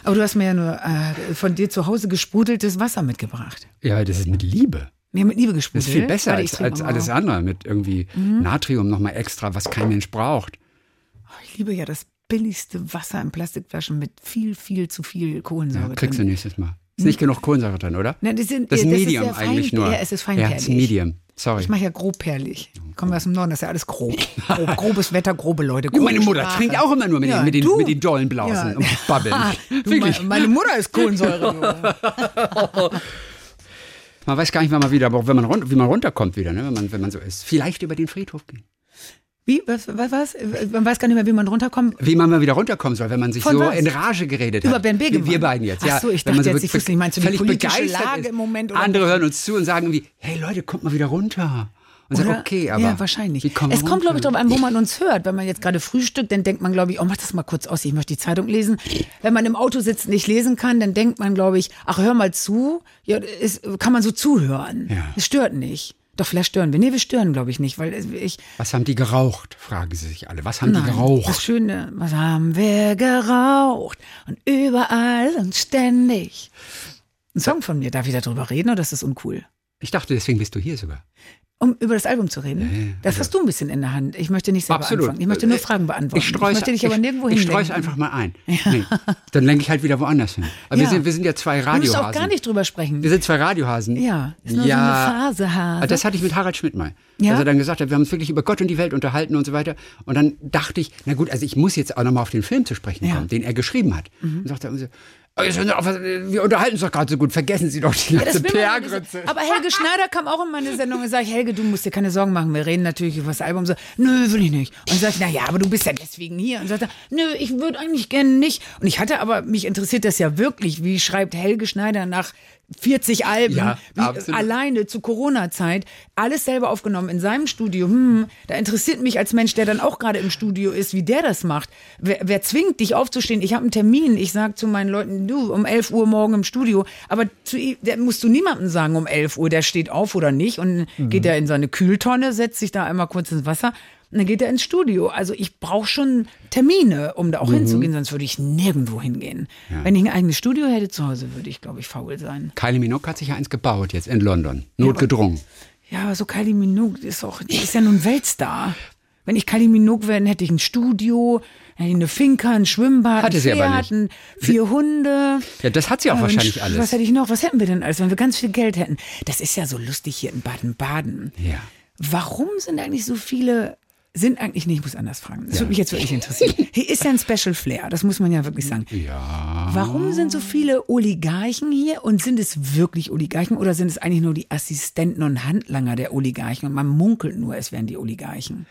Speaker 3: Aber du hast mir ja nur äh, von dir zu Hause gesprudeltes Wasser mitgebracht.
Speaker 2: ja, das ist mit Liebe.
Speaker 3: Mir mit Liebe
Speaker 2: Das
Speaker 3: gesprudelt.
Speaker 2: ist viel besser
Speaker 3: Warte,
Speaker 2: als,
Speaker 3: ich Mhm. trinke
Speaker 2: als
Speaker 3: mal
Speaker 2: alles
Speaker 3: auf.
Speaker 2: andere. Mit irgendwie Natrium nochmal extra, was kein Mensch braucht.
Speaker 3: Ich liebe ja das billigste Wasser in Plastikflaschen mit viel, viel zu viel Kohlensäure
Speaker 2: Ja, kriegst du
Speaker 3: drin.
Speaker 2: nächstes Mal. Ist nicht genug Kohlensäure drin, oder?
Speaker 3: Nein, Hm? das sind-
Speaker 2: das ist
Speaker 3: ja, das ist
Speaker 2: Medium
Speaker 3: ja fein-
Speaker 2: eigentlich nur.
Speaker 3: ja, es ist
Speaker 2: Ja,
Speaker 3: feinperlig.
Speaker 2: es ist Medium. Sorry.
Speaker 3: Ich mache ja grobperlig. Kommen wir aus dem Norden, das ist ja alles grob. grob grobes Wetter, grobe Leute. Grobe
Speaker 2: meine Mutter
Speaker 3: Sprache.
Speaker 2: trinkt auch immer nur mit den- mit den-
Speaker 3: du. Ah,
Speaker 2: mit den dollen Blausen und babbeln.
Speaker 3: du,
Speaker 2: Wirklich.
Speaker 3: meine, meine Mutter ist Kohlensäure.
Speaker 2: Man weiß gar nicht, wann man wieder, aber wenn man run- wie man runterkommt wieder, ne? wenn, man, wenn man so ist. Vielleicht über den Friedhof gehen.
Speaker 3: Wie? Was, was, was? Man weiß gar nicht mehr, wie man runterkommt.
Speaker 2: Wie man mal wieder runterkommen soll, wenn man sich
Speaker 3: Von
Speaker 2: so
Speaker 3: was?
Speaker 2: in Rage geredet
Speaker 3: Über
Speaker 2: hat.
Speaker 3: Ben Begemann?
Speaker 2: Wie Wir beiden jetzt,
Speaker 3: Ach
Speaker 2: ja.
Speaker 3: so, ich
Speaker 2: Wenn
Speaker 3: dachte
Speaker 2: man
Speaker 3: jetzt, ich wusste nicht, meinst du die
Speaker 2: völlig
Speaker 3: politische
Speaker 2: begeistert
Speaker 3: Lage
Speaker 2: ist.
Speaker 3: im Moment oder-
Speaker 2: Andere hören uns zu und sagen irgendwie, hey Leute, kommt mal wieder runter. Und sagen,
Speaker 3: Oder?
Speaker 2: okay, aber.
Speaker 3: ja, wahrscheinlich.
Speaker 2: Wie kommen wir
Speaker 3: es kommt, glaube ich,
Speaker 2: runter?
Speaker 3: darauf an, wo man uns hört. Wenn man jetzt gerade frühstückt, dann denkt man, glaube ich, oh, mach das mal kurz aus, ich möchte die Zeitung lesen. Wenn man im Auto sitzt und nicht lesen kann, dann denkt man, glaube ich, ach, hör mal zu. Ja, ist, kann man so zuhören.
Speaker 2: Ja.
Speaker 3: Es stört nicht. Doch, vielleicht stören wir. Nee, wir stören, glaube ich, nicht, weil ich.
Speaker 2: Was haben die geraucht? Fragen sie sich alle. Was haben die
Speaker 3: Nein, Das
Speaker 2: geraucht?
Speaker 3: Schöne, was haben wir geraucht? Und überall und ständig. Ein Song von mir, darf ich darüber reden oder ist das uncool?
Speaker 2: Ich dachte, deswegen bist du hier sogar.
Speaker 3: Um über das Album zu reden. das hast du ein bisschen in der Hand. Ich möchte nicht selber
Speaker 2: also Absolut.
Speaker 3: anfangen. Ich möchte nur
Speaker 2: Äh,
Speaker 3: Fragen beantworten.
Speaker 2: Ich streue
Speaker 3: möchte dich aber nirgendwo
Speaker 2: Ich, ich streue
Speaker 3: hinlenken.
Speaker 2: es einfach mal ein. Nee, dann lenke ich halt wieder woanders hin. Aber
Speaker 3: Ja.
Speaker 2: wir, sind, wir sind ja zwei
Speaker 3: Du musst
Speaker 2: Radiohasen.
Speaker 3: auch gar nicht drüber sprechen.
Speaker 2: Wir sind zwei Radiohasen.
Speaker 3: Ja, ist nur so eine Phase, Hase.
Speaker 2: Aber Das hatte ich mit Harald Schmidt mal.
Speaker 3: Ja?
Speaker 2: Als er dann gesagt hat, wir haben uns wirklich über Gott und die Welt unterhalten und so weiter. Und dann dachte ich, na gut, also ich muss jetzt auch nochmal auf den Film zu sprechen
Speaker 3: Ja. Mhm.
Speaker 2: kommen, den er geschrieben hat. Und sagte er so, "Oh, jetzt hören Sie auf, was- wir unterhalten uns doch gerade so gut, vergessen Sie doch die
Speaker 3: Ja,
Speaker 2: ganze
Speaker 3: das will man ja
Speaker 2: PR-Grütze.
Speaker 3: nicht. Aber Helge Schneider kam auch in meine Sendung und sagt, Helge, du musst dir keine Sorgen machen. Wir reden natürlich über das Album. So, nö, will ich nicht. Und sagt, na ja, aber du bist ja deswegen hier. Und sagt, er, nö, ich würde eigentlich gerne nicht. Und ich hatte aber, mich interessiert das ja wirklich, wie schreibt Helge Schneider nach 40 Alben,
Speaker 2: Ja,
Speaker 3: wie,
Speaker 2: absolut.
Speaker 3: alleine zu Corona-Zeit, alles selber aufgenommen in seinem Studio. Hm, da interessiert mich als Mensch, der dann auch gerade im Studio ist, wie der das macht. Wer, wer zwingt dich aufzustehen? Ich habe einen Termin. Ich sage zu meinen Leuten, du, um 11 Uhr morgen im Studio. Aber zu, ihm- der musst du niemandem sagen, um 11 Uhr, der steht auf oder nicht. Und geht er in seine Kühltonne, setzt sich da einmal kurz ins Wasser. Und dann geht er ins Studio. Also ich brauche schon Termine, um da auch hinzugehen, sonst würde ich nirgendwo hingehen. Wenn ich ein eigenes Studio hätte zu Hause, würde ich, glaube ich, faul sein.
Speaker 2: Kylie Minogue hat sich ja eins gebaut jetzt in London, notgedrungen.
Speaker 3: Ja, aber so Kylie Minogue die ist auch, die ist ja nun Weltstar. Wenn ich Kylie Minogue wäre, dann hätte ich ein Studio, hätte ich eine Finca, ein Schwimmbad,
Speaker 2: Hatte
Speaker 3: ein
Speaker 2: sie aber
Speaker 3: Pferd,
Speaker 2: nicht.
Speaker 3: ein- vier Hunde.
Speaker 2: Ja, das hat sie auch
Speaker 3: Ähm,
Speaker 2: wahrscheinlich alles.
Speaker 3: Was hätte ich noch? Was hätten wir denn alles, wenn wir ganz viel Geld hätten? Das ist ja so lustig hier in Baden-Baden.
Speaker 2: Ja.
Speaker 3: Warum sind eigentlich so viele sind eigentlich nicht, ich muss anders fragen. Das würde mich jetzt wirklich interessieren. Hier ist ja ein Special Flair, das muss man ja wirklich sagen.
Speaker 2: Ja.
Speaker 3: Warum sind so viele Oligarchen hier und sind es wirklich Oligarchen oder sind es eigentlich nur die Assistenten und Handlanger der Oligarchen und man munkelt nur, es wären die Oligarchen?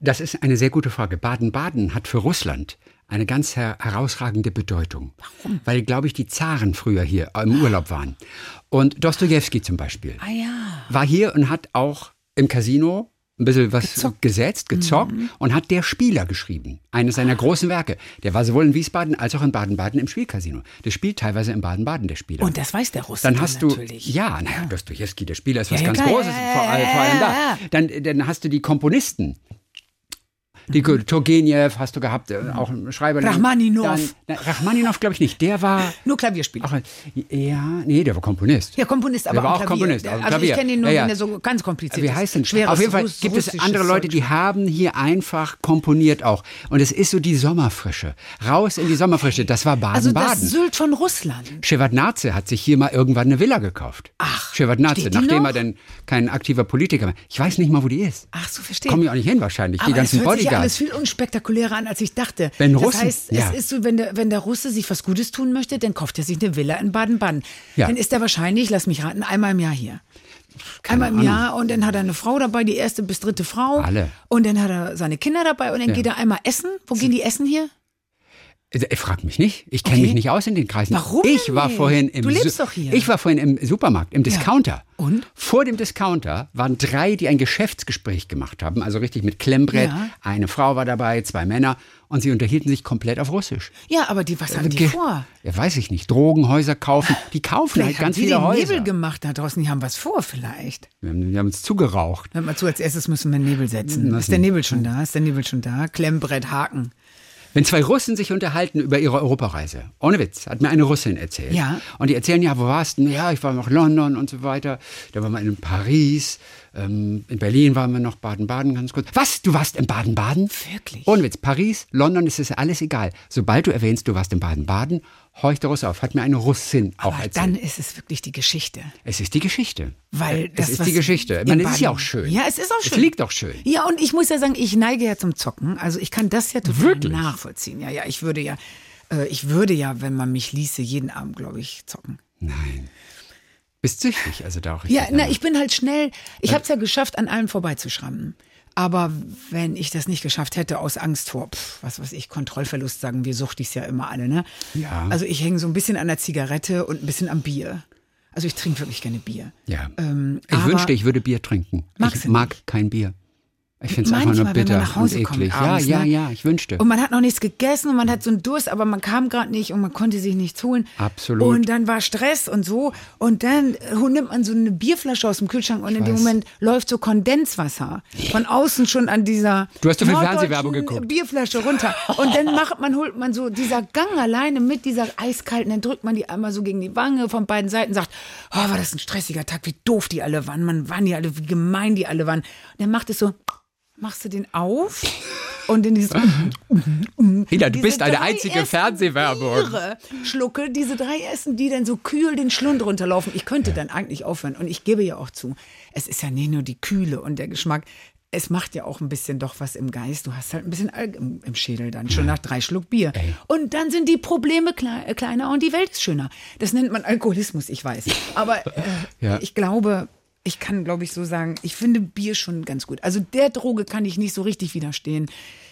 Speaker 2: Das ist eine sehr gute Frage. Baden-Baden hat für Russland eine ganz her herausragende Bedeutung. Warum? Weil, glaube ich, die Zaren früher hier äh, im Urlaub waren. Und Dostojewski zum Beispiel
Speaker 3: Ah ja.
Speaker 2: war hier und hat auch im Casino ein bisschen was gesetzt, gezockt Mhm. und hat der Spieler geschrieben. Eines seiner großen Werke. Der war sowohl in Wiesbaden als auch in Baden-Baden im Spielcasino. Der spielt teilweise in Baden-Baden, der Spieler.
Speaker 3: Und das weiß der Russe
Speaker 2: Dann hast du,
Speaker 3: natürlich.
Speaker 2: ja, naja, Dostojewski, der Spieler ist was
Speaker 3: ja,
Speaker 2: ganz
Speaker 3: klar, ja,
Speaker 2: Großes,
Speaker 3: ja,
Speaker 2: vor, allem,
Speaker 3: ja,
Speaker 2: vor allem
Speaker 3: ja,
Speaker 2: da. Dann, dann hast du die Komponisten. Die Ko- Turgenev hast du gehabt, äh, auch ein Schreiber.
Speaker 3: Rachmaninow.
Speaker 2: Dann, na, Rachmaninow glaube ich nicht. Der war
Speaker 3: Nur Klavierspieler.
Speaker 2: auch, ein- ja, nee, der war Komponist.
Speaker 3: Ja, Komponist, aber
Speaker 2: Der war
Speaker 3: am
Speaker 2: auch
Speaker 3: Klavier.
Speaker 2: Komponist,
Speaker 3: Also
Speaker 2: am
Speaker 3: ich
Speaker 2: Klavier.
Speaker 3: kenne ihn nur,
Speaker 2: Ja, ja.
Speaker 3: wenn er so ganz kompliziert
Speaker 2: Wie
Speaker 3: ist.
Speaker 2: heißt denn?
Speaker 3: Schweres
Speaker 2: Auf jeden Fall
Speaker 3: Russ-
Speaker 2: gibt es
Speaker 3: russisches
Speaker 2: andere Leute, die haben hier einfach komponiert auch. Und es ist so die Sommerfrische. Raus in die Sommerfrische. Das war
Speaker 3: Also
Speaker 2: Baden-Baden.
Speaker 3: das Sylt von Russland.
Speaker 2: Shevardnadze hat sich hier mal irgendwann eine Villa gekauft.
Speaker 3: Ach,
Speaker 2: Shevardnadze,
Speaker 3: steht die
Speaker 2: nachdem
Speaker 3: noch?
Speaker 2: er dann kein aktiver Politiker war. Ich weiß nicht mal, wo die ist.
Speaker 3: Ach so, verstehe.
Speaker 2: Kommen ja auch nicht hin wahrscheinlich, die
Speaker 3: Aber es
Speaker 2: ganzen
Speaker 3: hört sich ja alles
Speaker 2: Bodyguards.
Speaker 3: viel unspektakulärer an, als ich dachte.
Speaker 2: Wenn
Speaker 3: das
Speaker 2: Russen-
Speaker 3: heißt,
Speaker 2: ja.
Speaker 3: es ist so, wenn der, wenn der Russe sich was Gutes tun möchte, dann kauft er sich eine Villa in Baden-Baden.
Speaker 2: Ja.
Speaker 3: Dann ist er wahrscheinlich, lass mich raten, einmal im Jahr hier. einmal im Jahr und dann hat er eine Frau dabei, die erste bis dritte Frau.
Speaker 2: Alle.
Speaker 3: Und dann hat er seine Kinder dabei und dann
Speaker 2: Ja.
Speaker 3: geht er einmal essen. Wo gehen die essen hier?
Speaker 2: Also, Ich frag mich nicht. Ich kenne
Speaker 3: Okay.
Speaker 2: mich nicht aus in den Kreisen.
Speaker 3: Warum
Speaker 2: Ich
Speaker 3: denn
Speaker 2: war
Speaker 3: nicht?
Speaker 2: vorhin im
Speaker 3: Du lebst
Speaker 2: Su-
Speaker 3: doch hier.
Speaker 2: Ich war vorhin im Supermarkt, im Discounter.
Speaker 3: Und?
Speaker 2: Vor dem Discounter waren drei, die ein Geschäftsgespräch gemacht haben, also richtig mit Klemmbrett.
Speaker 3: Ja.
Speaker 2: Eine Frau war dabei, zwei Männer und sie unterhielten sich komplett auf Russisch. Also
Speaker 3: Ja, aber die, was haben die
Speaker 2: Äh, Ge-
Speaker 3: vor?
Speaker 2: Ja, weiß ich nicht. Drogenhäuser kaufen. Die kaufen halt
Speaker 3: Vielleicht
Speaker 2: ganz
Speaker 3: haben die
Speaker 2: viele
Speaker 3: den
Speaker 2: Häuser.
Speaker 3: Nebel gemacht da draußen, die haben was vor vielleicht.
Speaker 2: wir, haben, wir haben uns zugeraucht.
Speaker 3: Hört mal zu, als erstes müssen wir Nebel
Speaker 2: Hm,
Speaker 3: setzen. Ist der Nebel schon da? Ist der Nebel schon da? Klemmbrett, Haken.
Speaker 2: Wenn zwei Russen sich unterhalten über ihre Europareise, ohne Witz, hat mir eine Russin erzählt.
Speaker 3: Ja.
Speaker 2: Und die erzählen, ja, wo warst du? denn? Ja, ich war noch in London und so weiter. Da waren wir in Paris, ähm, in Berlin waren wir noch, Baden-Baden ganz kurz. Was, du warst in Baden-Baden?
Speaker 3: Wirklich?
Speaker 2: Ohne Witz, Paris, London, es ist alles egal. Sobald du erwähnst, du warst in Baden-Baden, horcht der Russe auf. Hat mir eine Russin auch
Speaker 3: Aber
Speaker 2: erzählt.
Speaker 3: dann ist es wirklich die Geschichte.
Speaker 2: es ist die Geschichte.
Speaker 3: Weil
Speaker 2: es
Speaker 3: das,
Speaker 2: ist
Speaker 3: was
Speaker 2: die Geschichte. Ich
Speaker 3: in
Speaker 2: meine, es ist ja
Speaker 3: Baden-
Speaker 2: auch schön.
Speaker 3: Ja, es ist auch schön.
Speaker 2: Es liegt auch schön.
Speaker 3: Ja, und ich muss ja sagen, ich neige ja zum Zocken. Also ich kann das ja total
Speaker 2: Wirklich?
Speaker 3: nachvollziehen. Ja, ja, ich würde ja, äh, ich würde ja, wenn man mich ließe, jeden Abend, glaube ich, zocken.
Speaker 2: Nein. Bist süchtig, also da auch richtig.
Speaker 3: Ja, na, ich bin halt schnell. Ich habe es ja geschafft, an allem vorbeizuschrammen. Aber wenn ich das nicht geschafft hätte, aus Angst vor, pf, was weiß ich, Kontrollverlust, sagen wir Suchtis ja immer alle, ne?
Speaker 2: Ja.
Speaker 3: Also ich hänge so ein bisschen an der Zigarette und ein bisschen am Bier. Also ich trinke wirklich gerne Bier.
Speaker 2: ja.
Speaker 3: ähm,
Speaker 2: ich
Speaker 3: aber-
Speaker 2: wünschte, ich würde Bier trinken.
Speaker 3: Magst
Speaker 2: Ich
Speaker 3: du
Speaker 2: mag kein Bier. Ich finde es einfach
Speaker 3: Manchmal,
Speaker 2: nur
Speaker 3: wenn
Speaker 2: bitter
Speaker 3: man nach Hause
Speaker 2: und
Speaker 3: kommt
Speaker 2: eklig.
Speaker 3: abends,
Speaker 2: ja, ja,
Speaker 3: ne?
Speaker 2: ja, ich wünschte.
Speaker 3: Und man hat noch nichts gegessen und man hat so einen Durst, aber man kam gerade nicht und man konnte sich nichts holen.
Speaker 2: Absolut.
Speaker 3: Und dann war Stress und so. Und dann äh, nimmt man so eine Bierflasche aus dem Kühlschrank und in dem
Speaker 2: weiß.
Speaker 3: Moment läuft so Kondenswasser von außen schon an dieser
Speaker 2: Du hast doch viel
Speaker 3: norddeutschen
Speaker 2: Fernsehwerbung geguckt.
Speaker 3: Bierflasche runter. Und dann macht man, holt man so dieser Gang alleine mit dieser eiskalten, dann drückt man die einmal so gegen die Wange von beiden Seiten, sagt, oh, war das ein stressiger Tag, wie doof die alle waren, man waren die alle, wie gemein die alle waren. Und dann macht es so, machst du den auf und in dieses
Speaker 2: Hina, du
Speaker 3: diese
Speaker 2: bist eine
Speaker 3: drei
Speaker 2: einzige
Speaker 3: ersten
Speaker 2: Fernsehwerbung.
Speaker 3: Biere schlucke, diese drei ersten, die dann so kühl den Schlund runterlaufen. Ich könnte dann eigentlich aufhören. Und ich gebe ja auch zu, es ist ja nicht nur die Kühle und der Geschmack. Es macht ja auch ein bisschen doch was im Geist. Du hast halt ein bisschen Alk im, im Schädel dann, schon nach drei Schluck Bier. Und dann sind die Probleme klei- äh, kleiner und die Welt ist schöner. Das nennt man Alkoholismus, ich weiß. Aber äh,
Speaker 2: Ja.
Speaker 3: ich glaube, ich kann, glaube ich, so sagen, ich finde Bier schon ganz gut. Also der Droge kann ich nicht so richtig widerstehen.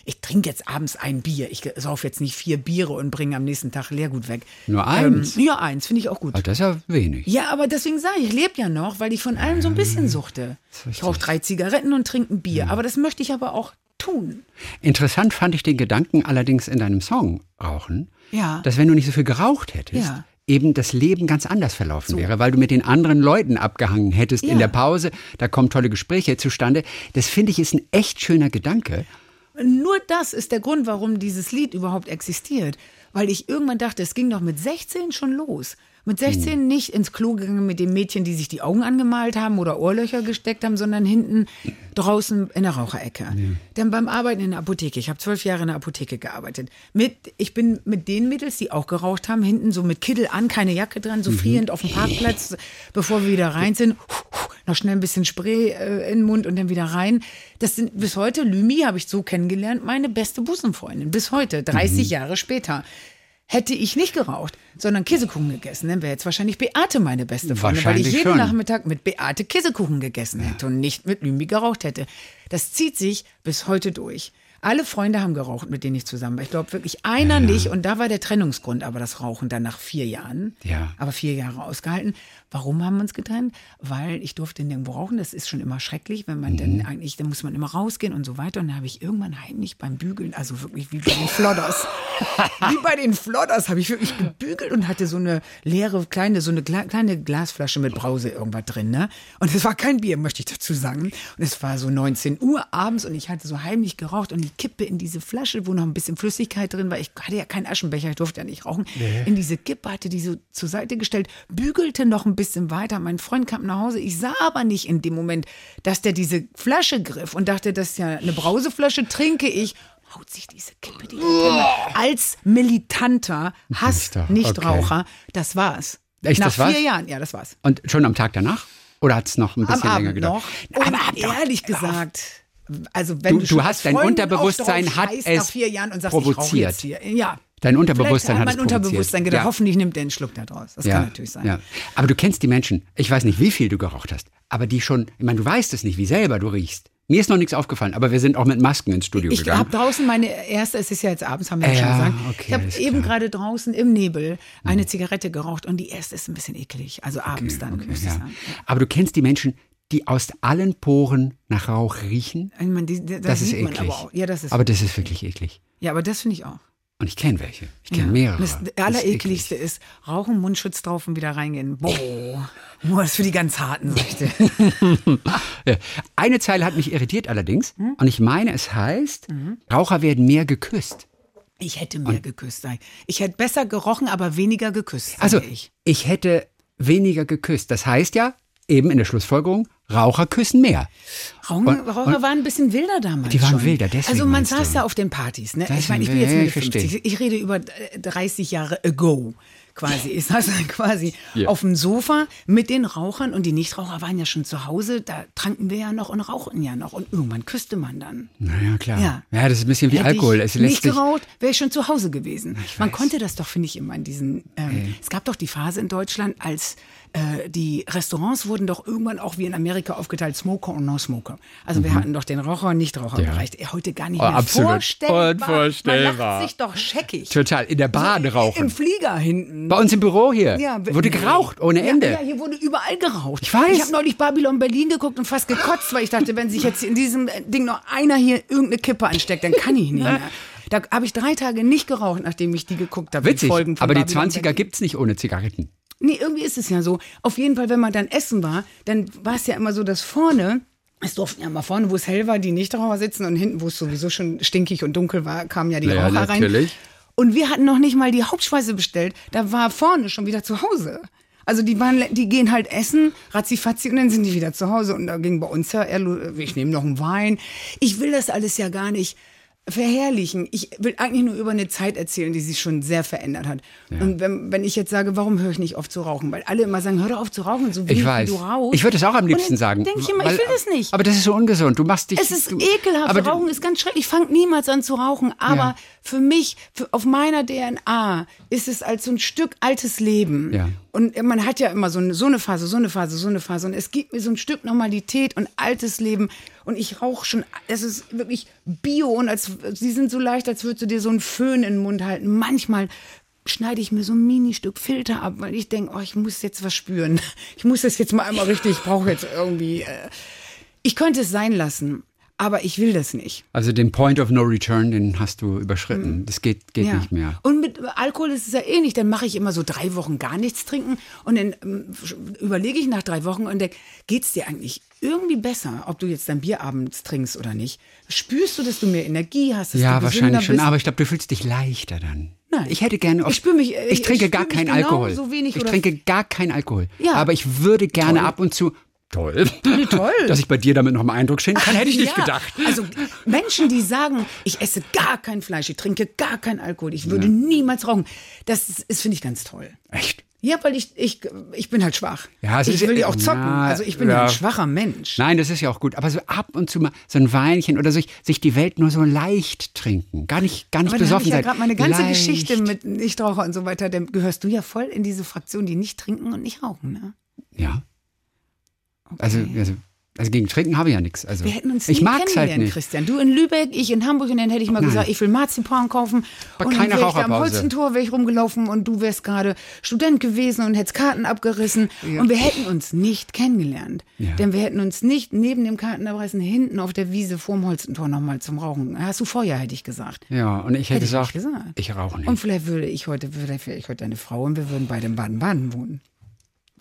Speaker 3: Ich trinke jetzt abends ein Bier. Ich sauf jetzt nicht vier Biere und bringe am nächsten Tag Leergut weg.
Speaker 2: Nur eins?
Speaker 3: Ähm, ja, eins, finde ich auch gut.
Speaker 2: Aber das ist ja wenig.
Speaker 3: Ja, aber deswegen sage ich, ich lebe ja noch, weil ich von allem so ein
Speaker 2: Ah,
Speaker 3: bisschen suchte. Ich rauche drei Zigaretten und trinke ein Bier. Aber das möchte ich aber auch tun.
Speaker 2: Interessant fand ich den Gedanken allerdings in deinem Song Rauchen,
Speaker 3: Ja.
Speaker 2: dass wenn du nicht so viel geraucht hättest,
Speaker 3: Ja.
Speaker 2: eben das Leben ganz anders verlaufen wäre, weil du mit den anderen Leuten abgehangen hättest in
Speaker 3: Ja.
Speaker 2: der Pause, da kommen tolle Gespräche zustande. Das finde ich ist ein echt schöner Gedanke.
Speaker 3: Nur das ist der Grund, warum dieses Lied überhaupt existiert. Weil ich irgendwann dachte, es ging doch mit 16 schon los. Mit 16 nicht ins Klo gegangen mit den Mädchen, die sich die Augen angemalt haben oder Ohrlöcher gesteckt haben, sondern hinten draußen in der Raucherecke. Dann beim Arbeiten in der Apotheke. Ich habe zwölf Jahre in der Apotheke gearbeitet. Mit, ich bin mit den Mädels, die auch geraucht haben, hinten so mit Kittel an, keine Jacke dran,
Speaker 2: Mhm.
Speaker 3: so frierend auf dem Parkplatz, bevor wir wieder rein sind. Noch schnell ein bisschen Spray äh, in den Mund und dann wieder rein. Das sind bis heute, Lümi habe ich so kennengelernt, meine beste Busenfreundin. Bis heute,
Speaker 2: Mhm.
Speaker 3: 30 Jahre später. Hätte ich nicht geraucht, sondern Käsekuchen gegessen, dann wäre jetzt wahrscheinlich Beate meine beste Freundin, weil ich
Speaker 2: Wahrscheinlich
Speaker 3: jeden
Speaker 2: schon.
Speaker 3: Nachmittag mit Beate Käsekuchen gegessen hätte und nicht mit Lümi geraucht hätte. Das zieht sich bis heute durch. Alle Freunde haben geraucht, mit denen ich zusammen war. Ich glaube wirklich einer nicht und da war der Trennungsgrund, aber das Rauchen dann nach vier Jahren.
Speaker 2: Ja.
Speaker 3: Aber vier Jahre ausgehalten. Warum haben wir uns getrennt? Weil ich durfte nirgendwo rauchen. Das ist schon immer schrecklich, wenn man dann eigentlich, dann muss man immer rausgehen und so weiter. Und dann habe ich irgendwann heimlich beim Bügeln, also wirklich wie bei den Flodders, wie bei den Flodders habe ich wirklich gebügelt und hatte so eine leere, kleine, so eine gla- kleine Glasflasche mit Brause irgendwas drin. Ne? Und es war kein Bier, möchte ich dazu sagen. Und es war so 19 Uhr abends und ich hatte so heimlich geraucht und die Kippe in diese Flasche, wo noch ein bisschen Flüssigkeit drin war. Ich hatte ja keinen Aschenbecher, ich durfte ja nicht rauchen. In diese Kippe hatte die so zur Seite gestellt, bügelte noch ein bisschen weiter. Mein Freund kam nach Hause. Ich sah aber nicht in dem Moment, dass der diese Flasche griff und dachte, das ist ja eine Brauseflasche, trinke ich. Haut sich diese Kippe die Kippe als militanter
Speaker 2: Nichter,
Speaker 3: Hass-Nichtraucher. Das war's.
Speaker 2: Echt,
Speaker 3: Nach
Speaker 2: das war's?
Speaker 3: vier Jahren, ja, das war's.
Speaker 2: Und schon am Tag danach? Oder hat es noch ein
Speaker 3: Am
Speaker 2: bisschen länger
Speaker 3: Abend
Speaker 2: gedauert?
Speaker 3: noch.
Speaker 2: Am
Speaker 3: Und
Speaker 2: Abend noch.
Speaker 3: ehrlich gesagt, also wenn
Speaker 2: Du-
Speaker 3: du,
Speaker 2: du
Speaker 3: schon als
Speaker 2: hast dein
Speaker 3: Freundin
Speaker 2: Unterbewusstsein
Speaker 3: auch drauf
Speaker 2: hat
Speaker 3: scheißt
Speaker 2: es
Speaker 3: nach vier Jahren und sagst, Ich
Speaker 2: provoziert.
Speaker 3: rauche jetzt hier. Ja.
Speaker 2: Dein Unterbewusstsein hat es
Speaker 3: Vielleicht hat mein
Speaker 2: provoziert.
Speaker 3: Unterbewusstsein gedacht,
Speaker 2: Ja.
Speaker 3: hoffentlich nimmt er einen Schluck da draus. Das kann natürlich sein.
Speaker 2: Ja. Aber du kennst die Menschen. Ich weiß nicht, wie viel du geraucht hast, aber die schon, ich meine, du weißt es nicht, wie selber du riechst. Mir ist noch nichts aufgefallen, aber wir sind auch mit Masken ins Studio
Speaker 3: Ich
Speaker 2: gegangen.
Speaker 3: habe draußen meine erste, es ist ja jetzt abends, haben wir ja,
Speaker 2: Ja,
Speaker 3: schon gesagt.
Speaker 2: okay,
Speaker 3: ich habe
Speaker 2: alles
Speaker 3: eben
Speaker 2: klar. Mhm.
Speaker 3: gerade draußen im Nebel eine Zigarette geraucht und die erste ist ein bisschen eklig. Also abends dann, muss ich
Speaker 2: ja.
Speaker 3: sagen.
Speaker 2: Aber du kennst die Menschen, die aus allen Poren nach Rauch riechen.
Speaker 3: Ich meine, die, das,
Speaker 2: Das, ist
Speaker 3: sieht
Speaker 2: eklig.
Speaker 3: man aber auch. Ja, das ist.
Speaker 2: aber das ist wirklich eklig.
Speaker 3: ja, aber das finde ich auch.
Speaker 2: Und ich kenne welche. Ich kenne
Speaker 3: ja.
Speaker 2: mehrere.
Speaker 3: Das Allerekligste ist, rauchen, Mundschutz drauf und wieder reingehen. Boah, nur das für die ganz harten, sag ich dir.
Speaker 2: Ja. Eine Zeile hat mich irritiert allerdings.
Speaker 3: Hm?
Speaker 2: Und ich meine, es heißt,
Speaker 3: Mhm.
Speaker 2: Raucher werden mehr geküsst.
Speaker 3: Ich hätte mehr geküsst. sag ich. Ich hätte besser gerochen, aber weniger geküsst.
Speaker 2: Also,
Speaker 3: sage ich.
Speaker 2: ich. hätte weniger geküsst. Das heißt ja, eben in der Schlussfolgerung, Raucher küssen mehr.
Speaker 3: Raucher, Raucher waren ein bisschen wilder damals.
Speaker 2: Die waren
Speaker 3: schon.
Speaker 2: wilder, deswegen
Speaker 3: Also man
Speaker 2: meinst
Speaker 3: saß
Speaker 2: du.
Speaker 3: da auf den Partys. Ne?
Speaker 2: Saß
Speaker 3: Ich meine, ich
Speaker 2: man-
Speaker 3: bin jetzt
Speaker 2: ja, ja,
Speaker 3: Mitte
Speaker 2: ich verstehe.
Speaker 3: 50. Ich rede über äh, 30 Jahre ago quasi. Ich saß dann quasi
Speaker 2: Ja.
Speaker 3: auf dem Sofa mit den Rauchern und die Nichtraucher waren ja schon zu Hause. Da tranken wir ja noch und rauchten ja noch und irgendwann küsste man dann.
Speaker 2: Naja, klar. Ja.
Speaker 3: Ja.
Speaker 2: das ist ein bisschen wie
Speaker 3: Hätte
Speaker 2: Alkohol.
Speaker 3: Ich
Speaker 2: Es lässt
Speaker 3: nicht
Speaker 2: sich,
Speaker 3: geraucht, wäre ich schon zu Hause gewesen. Man
Speaker 2: weiß.
Speaker 3: konnte das doch, finde ich, immer in diesen. Ähm, Es gab doch die Phase in Deutschland, als äh, die Restaurants wurden doch irgendwann auch wie in Amerika aufgeteilt, Smoker und No-Smoker. Also wir hatten doch den Raucher- und Nichtraucherbereich. der Heute gar nicht
Speaker 2: Mhm. Oh,
Speaker 3: mehr
Speaker 2: absolut.
Speaker 3: vorstellbar. Man
Speaker 2: Unvorstellbar.
Speaker 3: lacht sich doch scheckig.
Speaker 2: total in der Bahn rauchen.
Speaker 3: Also Im Flieger hinten.
Speaker 2: Bei uns im Büro hier
Speaker 3: Ja, w-
Speaker 2: wurde geraucht ohne
Speaker 3: ja,
Speaker 2: Ende.
Speaker 3: Ja, hier wurde überall geraucht.
Speaker 2: Ich weiß.
Speaker 3: Ich habe neulich Babylon Berlin geguckt und fast gekotzt, weil ich dachte, wenn sich jetzt in diesem äh, Ding noch einer hier irgendeine Kippe ansteckt, dann kann ich nicht mehr. Da habe ich drei Tage nicht geraucht, nachdem ich die geguckt habe.
Speaker 2: Witzig,
Speaker 3: Folgen von
Speaker 2: aber die
Speaker 3: Babylon
Speaker 2: 20er
Speaker 3: Berlin.
Speaker 2: gibt's nicht ohne Zigaretten.
Speaker 3: Nee, irgendwie ist es ja so. Auf jeden Fall, wenn man dann essen war, dann war es ja immer so, dass vorne, es durften ja mal vorne, wo es hell war, die Nichtraucher sitzen und hinten, wo es sowieso schon stinkig und dunkel war, kamen ja die
Speaker 2: Ja,
Speaker 3: Raucher
Speaker 2: natürlich.
Speaker 3: rein. Und wir hatten noch nicht mal die Hauptspeise bestellt. Da war vorne schon wieder zu Hause. Also die waren, die gehen halt essen, ratzifatzi und dann sind die wieder zu Hause. Und da ging bei uns ja, eher lo- ich nehme noch einen Wein. Ich will das alles ja gar nicht verherrlichen. Ich will eigentlich nur über eine Zeit erzählen, die sich schon sehr verändert hat. Und wenn, wenn ich jetzt sage, warum höre ich nicht auf zu rauchen? Weil alle immer sagen, hör doch auf zu rauchen, so wenig
Speaker 2: Ich
Speaker 3: wie
Speaker 2: weiß.
Speaker 3: du rauchst.
Speaker 2: Ich würde es auch am liebsten
Speaker 3: und dann
Speaker 2: sagen.
Speaker 3: Denke ich immer,
Speaker 2: weil-
Speaker 3: ich will das nicht.
Speaker 2: Aber das ist so ungesund. Du machst dich.
Speaker 3: Es ist
Speaker 2: du,
Speaker 3: ekelhaft.
Speaker 2: Aber du-
Speaker 3: Rauchen ist ganz schrecklich. Ich fange niemals an zu rauchen. Aber
Speaker 2: Ja.
Speaker 3: für mich, für, auf meiner DNA, ist es als so ein Stück altes Leben.
Speaker 2: Ja.
Speaker 3: Und man hat ja immer so eine, so eine Phase, so eine Phase, so eine Phase. Und es gibt mir so ein Stück Normalität und altes Leben. Und ich rauche schon, es ist wirklich bio. Und als, sie sind so leicht, als würdest du dir so einen Föhn in den Mund halten. Manchmal schneide ich mir so ein Ministück Filter ab, weil ich denke, oh, ich muss jetzt was spüren. Ich muss das jetzt mal einmal richtig, ich brauche jetzt irgendwie... Äh, ich könnte es sein lassen, aber ich will das nicht.
Speaker 2: Also den Point of No Return, den hast du überschritten. Das geht, geht
Speaker 3: Mhm. Ja.
Speaker 2: nicht mehr.
Speaker 3: Und mit Alkohol ist es ja ähnlich. Dann mache ich immer so drei Wochen gar nichts trinken und dann ähm, überlege ich nach drei Wochen und denke, geht's dir eigentlich irgendwie besser, ob du jetzt dein Bier abends trinkst oder nicht? Spürst du, dass du mehr Energie hast? Dass
Speaker 2: Ja,
Speaker 3: du gesünder
Speaker 2: wahrscheinlich schon.
Speaker 3: bist?
Speaker 2: Aber ich glaube, du fühlst dich leichter dann.
Speaker 3: Nein.
Speaker 2: Ich hätte gerne.
Speaker 3: Ich spür mich, äh,
Speaker 2: ich trinke
Speaker 3: ich
Speaker 2: gar
Speaker 3: spür mich
Speaker 2: keinen
Speaker 3: genau
Speaker 2: Alkohol.
Speaker 3: so wenig
Speaker 2: ich
Speaker 3: oder-
Speaker 2: trinke gar keinen Alkohol.
Speaker 3: Ja.
Speaker 2: Aber ich würde gerne ab und zu. Toll.
Speaker 3: toll.
Speaker 2: Dass ich bei dir damit noch mal Eindruck schenken kann, hätte ich nicht
Speaker 3: ja,
Speaker 2: gedacht.
Speaker 3: Also Menschen, die sagen, ich esse gar kein Fleisch, ich trinke gar keinen Alkohol, ich würde niemals rauchen. Das ist, ist finde ich ganz toll.
Speaker 2: Echt?
Speaker 3: Ja, weil ich, ich, ich bin halt schwach.
Speaker 2: Ja, es
Speaker 3: ich
Speaker 2: ist-
Speaker 3: will ja auch zocken.
Speaker 2: na,
Speaker 3: also ich bin
Speaker 2: ja.
Speaker 3: ja ein schwacher Mensch.
Speaker 2: Nein, das ist ja auch gut. Aber so ab und zu mal so ein Weinchen oder sich, sich die Welt nur so leicht trinken. Gar nicht, gar nicht
Speaker 3: Aber da habe
Speaker 2: besoffen
Speaker 3: ich ja
Speaker 2: sein.
Speaker 3: gerade meine ganze
Speaker 2: leicht.
Speaker 3: Geschichte mit Nichtraucher und so weiter, dann gehörst du ja voll in diese Fraktion, die nicht trinken und nicht rauchen. Ne?
Speaker 2: Ja. Also, also, also gegen Trinken habe ich ja nichts. Also,
Speaker 3: Wir hätten uns
Speaker 2: ich
Speaker 3: nie
Speaker 2: mag's halt
Speaker 3: kennengelernt,
Speaker 2: nicht.
Speaker 3: Christian. Du in Lübeck, ich in Hamburg und dann hätte ich mal
Speaker 2: Nein.
Speaker 3: gesagt, ich will Marzipan kaufen.
Speaker 2: Aber
Speaker 3: und
Speaker 2: keine
Speaker 3: dann wäre ich da am
Speaker 2: Raucherpause.
Speaker 3: Holzentor wäre ich rumgelaufen und du wärst gerade Student gewesen und hättest Karten abgerissen. Und wir hätten uns nicht kennengelernt.
Speaker 2: Ja.
Speaker 3: Denn wir hätten uns nicht neben dem Kartenabreißen hinten auf der Wiese vorm Holzentor nochmal zum Rauchen. Hast du vorher, hätte ich gesagt.
Speaker 2: Ja, und ich hätte
Speaker 3: Hätte ich
Speaker 2: gesagt,
Speaker 3: nicht gesagt.
Speaker 2: ich rauche nicht.
Speaker 3: Und vielleicht würde ich heute, vielleicht wäre ich heute eine Frau und wir würden beide in Baden-Baden wohnen.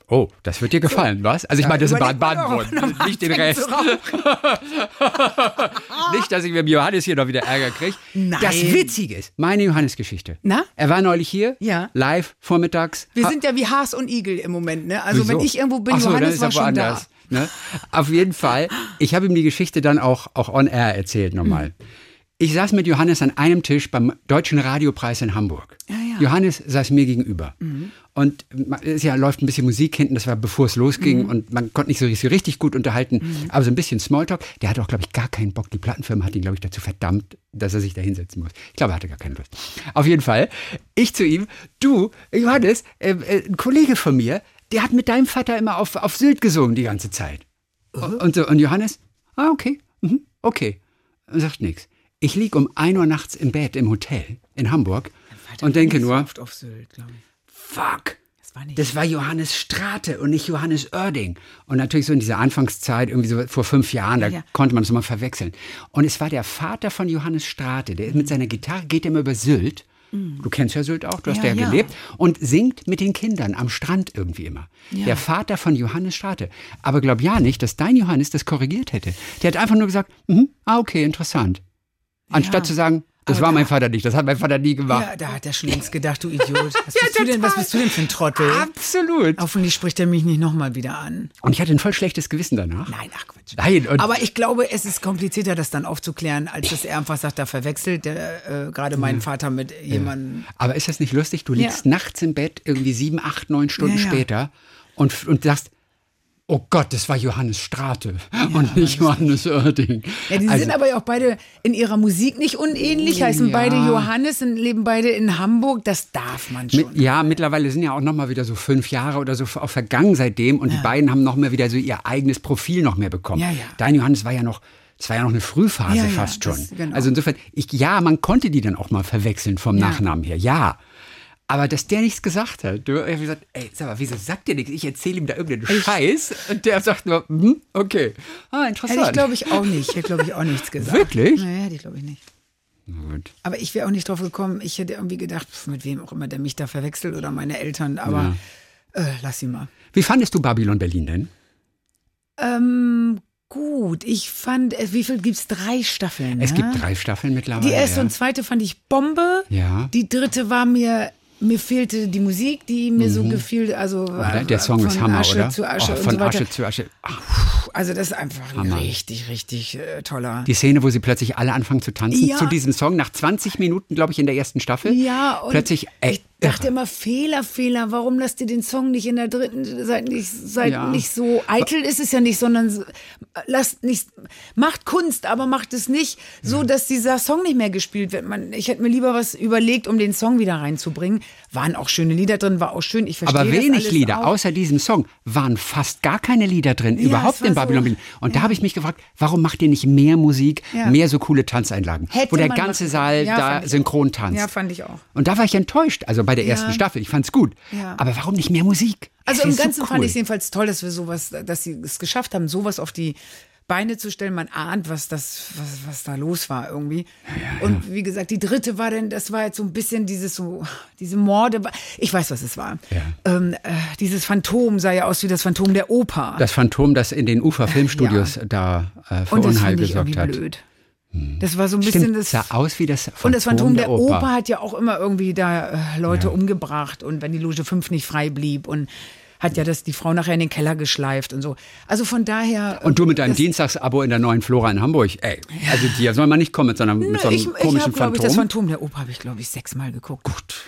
Speaker 2: oh, das wird dir gefallen, was? Also ich meine, das ist
Speaker 3: überleg mal
Speaker 2: Baden-Baden
Speaker 3: doch,
Speaker 2: wohnen,
Speaker 3: ob man
Speaker 2: nicht den
Speaker 3: anfängt zu
Speaker 2: Rest. nicht, dass ich mit dem Johannes hier noch wieder Ärger kriege.
Speaker 3: Nein.
Speaker 2: Das Witzige ist, meine Johannes-Geschichte.
Speaker 3: Na?
Speaker 2: Er war neulich hier,
Speaker 3: Ja.
Speaker 2: live, vormittags.
Speaker 3: Wir
Speaker 2: Ha-
Speaker 3: sind ja wie Haas und Igel im Moment, ne? Also
Speaker 2: Wieso?
Speaker 3: wenn ich irgendwo bin,
Speaker 2: Ach so, dann
Speaker 3: Johannes
Speaker 2: ist
Speaker 3: war
Speaker 2: er
Speaker 3: schon
Speaker 2: woanders, Ne? Auf jeden Fall, ich habe ihm die Geschichte dann auch, auch on air erzählt nochmal. Ich saß mit Johannes an einem Tisch beim Deutschen Radiopreis in Hamburg.
Speaker 3: ja.
Speaker 2: Johannes saß mir gegenüber. Und ma- es ja, läuft ein bisschen Musik hinten, das war bevor es
Speaker 3: Mhm.
Speaker 2: losging und man konnte nicht so richtig, richtig gut unterhalten, aber so ein bisschen Smalltalk. Der hatte auch, glaube ich, gar keinen Bock. Die Plattenfirma hat ihn, glaube ich, dazu verdammt, dass er sich da hinsetzen muss. Ich glaube, er hatte gar keine Lust. Auf jeden Fall, ich zu ihm, du, Johannes, äh, äh, ein Kollege von mir, der hat mit deinem Vater immer auf, auf Sylt gesungen die ganze Zeit. Und, so, und Johannes, ah, okay, mhm, okay, sagt nichts. Ich lieg um 1 Uhr nachts im Bett im Hotel in Hamburg
Speaker 3: da.
Speaker 2: und denke nur,
Speaker 3: Oft auf Sylt, glaube ich.
Speaker 2: fuck.
Speaker 3: Das war nicht.
Speaker 2: Das war Johannes Strate und nicht Johannes Oerding. Und natürlich so in dieser Anfangszeit, irgendwie so vor fünf Jahren, da
Speaker 3: Ja, ja.
Speaker 2: konnte man es immer verwechseln. Und es war der Vater von Johannes Strate, der ist mit seiner Gitarre geht immer über Sylt. Du kennst ja Sylt auch, du hast
Speaker 3: Mhm. Ja,
Speaker 2: ja,
Speaker 3: ja.
Speaker 2: gelebt. Und singt mit den Kindern am Strand irgendwie immer. Der Vater von Johannes Strate. Aber glaub ja nicht, dass dein Johannes das korrigiert hätte. Der hat einfach nur gesagt, mhm, ah, okay, interessant. Anstatt
Speaker 3: Ja.
Speaker 2: zu sagen, Das war mein Vater nicht, das hat mein Vater nie gemacht.
Speaker 3: Ja, da hat er schon längst gedacht, du Idiot. Was bist, du, denn, was bist du denn für ein Trottel?
Speaker 2: Absolut.
Speaker 3: Hoffentlich spricht er mich nicht nochmal wieder an.
Speaker 2: Und ich hatte ein voll schlechtes Gewissen danach.
Speaker 3: Nein, ach Quatsch.
Speaker 2: Nein, und
Speaker 3: Aber ich glaube, es ist komplizierter, das dann aufzuklären, als dass er einfach sagt, da verwechselt der, äh, gerade
Speaker 2: Mhm.
Speaker 3: meinen Vater mit jemandem.
Speaker 2: Aber ist das nicht lustig? Du
Speaker 3: Ja.
Speaker 2: liegst nachts im Bett, irgendwie sieben, acht, neun Stunden
Speaker 3: Ja, ja.
Speaker 2: später und, und sagst, oh Gott, das war Johannes Strate und nicht Johannes Oerding.
Speaker 3: Ja, die
Speaker 2: Also
Speaker 3: sind aber ja auch beide in ihrer Musik nicht unähnlich, heißen
Speaker 2: Oh Ja.
Speaker 3: beide Johannes und leben beide in Hamburg. Das darf man schon.
Speaker 2: Mit, ja, mittlerweile sind ja auch nochmal wieder so fünf Jahre oder so auch vergangen seitdem und die beiden haben nochmal wieder so ihr eigenes Profil noch mehr bekommen.
Speaker 3: Ja, ja.
Speaker 2: Dein Johannes war ja noch, es war ja noch eine Frühphase
Speaker 3: Ja, ja,
Speaker 2: fast
Speaker 3: das-
Speaker 2: schon.
Speaker 3: genau.
Speaker 2: Also insofern, ich, ja, man konnte die dann auch mal verwechseln vom Nachnamen her, ja. Aber dass der nichts gesagt hat, du, ich hab gesagt, ey, sag mal, wieso sagt der nichts? Ich erzähle ihm da irgendeinen Scheiß und der sagt nur, hm, okay, ah, interessant.
Speaker 3: Hätte ich, glaube ich, auch nicht. Hätte, glaube ich, auch nichts gesagt.
Speaker 2: Wirklich?
Speaker 3: Naja, hätte ich, glaube ich, nicht.
Speaker 2: Gut.
Speaker 3: Aber ich wäre auch nicht drauf gekommen. Ich hätte irgendwie gedacht, pf, mit wem auch immer der mich da verwechselt oder meine Eltern. Aber äh, lass sie mal.
Speaker 2: Wie fandest du Babylon Berlin denn?
Speaker 3: Ähm, gut, ich fand, äh, wie viel gibt's Drei Staffeln.
Speaker 2: Es
Speaker 3: ne?
Speaker 2: gibt drei Staffeln mittlerweile.
Speaker 3: Die erste
Speaker 2: ja.
Speaker 3: und zweite fand ich Bombe.
Speaker 2: Ja.
Speaker 3: Die dritte war mir, mir fehlte die Musik, die mir so gefiel. Also
Speaker 2: Oder? Mhm. Der Song
Speaker 3: von
Speaker 2: ist Hammer,
Speaker 3: Asche
Speaker 2: oder?
Speaker 3: Zu Asche
Speaker 2: oh,
Speaker 3: und
Speaker 2: von
Speaker 3: so weiter.
Speaker 2: Asche zu Asche. Ach,
Speaker 3: Also das ist einfach ein richtig, richtig äh, toller.
Speaker 2: die Szene, wo sie plötzlich alle anfangen zu tanzen
Speaker 3: Ja.
Speaker 2: zu diesem Song, nach 20 Minuten, glaube ich, in der ersten Staffel.
Speaker 3: ja, und
Speaker 2: plötzlich, äh, ey,
Speaker 3: ich dachte immer, Fehler, Fehler, warum lasst ihr den Song nicht in der dritten, seid nicht, seid
Speaker 2: Ja.
Speaker 3: nicht so, eitel ist es ja nicht, sondern so- lasst nicht, macht Kunst, aber macht es nicht so, dass dieser Song nicht mehr gespielt wird. Man, ich hätte mir lieber was überlegt, um den Song wieder reinzubringen. Waren auch schöne Lieder drin, war auch schön, ich verstehe
Speaker 2: aber
Speaker 3: das
Speaker 2: wenig
Speaker 3: alles
Speaker 2: Lieder,
Speaker 3: auch.
Speaker 2: außer diesem Song, waren fast gar keine Lieder drin, überhaupt
Speaker 3: es war
Speaker 2: in Babylon
Speaker 3: so-
Speaker 2: Berlin. Und da habe ich mich gefragt, warum macht ihr nicht mehr Musik,
Speaker 3: Ja.
Speaker 2: mehr so coole Tanzeinlagen,
Speaker 3: Hätte
Speaker 2: wo der
Speaker 3: man
Speaker 2: ganze
Speaker 3: machen
Speaker 2: Saal
Speaker 3: können. Ja,
Speaker 2: da
Speaker 3: fand ich
Speaker 2: synchron
Speaker 3: auch.
Speaker 2: tanzt.
Speaker 3: Ja, fand ich auch.
Speaker 2: Und da war ich enttäuscht, also bei der ersten Staffel. Ich fand's gut.
Speaker 3: Ja.
Speaker 2: Aber warum nicht mehr Musik?
Speaker 3: Also
Speaker 2: Es
Speaker 3: im
Speaker 2: ist so
Speaker 3: Ganzen fand
Speaker 2: cool.
Speaker 3: ich es jedenfalls toll, dass wir sowas, dass sie es geschafft haben, sowas auf die Beine zu stellen. Man ahnt, was das, was, was da los war irgendwie. Und wie gesagt, die dritte war denn, das war jetzt so ein bisschen dieses so, diese Morde. Ich weiß, was es war.
Speaker 2: Ja.
Speaker 3: Ähm, äh, dieses Phantom sah ja aus wie das Phantom der Oper.
Speaker 2: Das Phantom, das in den UFA-Filmstudios da äh, für
Speaker 3: Und das
Speaker 2: Unheil
Speaker 3: fand ich
Speaker 2: gesorgt
Speaker 3: irgendwie
Speaker 2: hat. Hm.
Speaker 3: blöd. Das war so ein bisschen
Speaker 2: Stimmt,
Speaker 3: das.
Speaker 2: sah aus wie das Phantom,
Speaker 3: Und das Phantom der,
Speaker 2: Oper.
Speaker 3: Oper. hat ja auch immer irgendwie da äh, Leute umgebracht und wenn die Loge 5 nicht frei blieb und hat ja das die Frau nachher in den Keller geschleift und so. Also von daher. äh,
Speaker 2: Und du mit deinem Dienstagsabo in der neuen Flora in Hamburg, ey, also dir soll man nicht kommen mit so, einer, mit so einem
Speaker 3: äh, ich ich
Speaker 2: komischen
Speaker 3: habe, glaube ich, das
Speaker 2: Phantom.
Speaker 3: Phantom der Oper habe ich, glaube ich, sechsmal geguckt. Gut.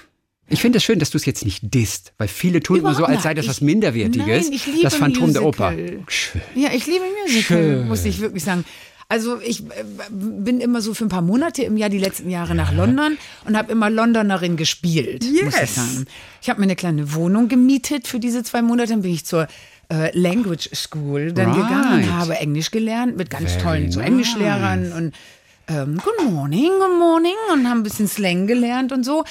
Speaker 2: Ich finde es schön, dass du es jetzt nicht disst, weil viele tun immer so,
Speaker 3: Überhaupt
Speaker 2: als sei das
Speaker 3: nicht.
Speaker 2: was Minderwertiges.
Speaker 3: Nein, ich liebe
Speaker 2: das Phantom der
Speaker 3: Musical.
Speaker 2: Oper. Schön.
Speaker 3: Ja, ich liebe Musical, muss ich wirklich sagen. Also ich äh, bin immer so für ein paar Monate im Jahr die letzten Jahre nach London und habe immer Londonerin gespielt, muss ich
Speaker 2: Yes.
Speaker 3: sagen. Ich habe mir eine kleine Wohnung gemietet für diese zwei Monate, dann bin ich zur äh, Language School dann
Speaker 2: Right.
Speaker 3: gegangen und habe Englisch gelernt mit ganz
Speaker 2: Very
Speaker 3: tollen so
Speaker 2: nice.
Speaker 3: Englischlehrern und ähm, Good Morning, Good Morning und haben ein bisschen Slang gelernt und so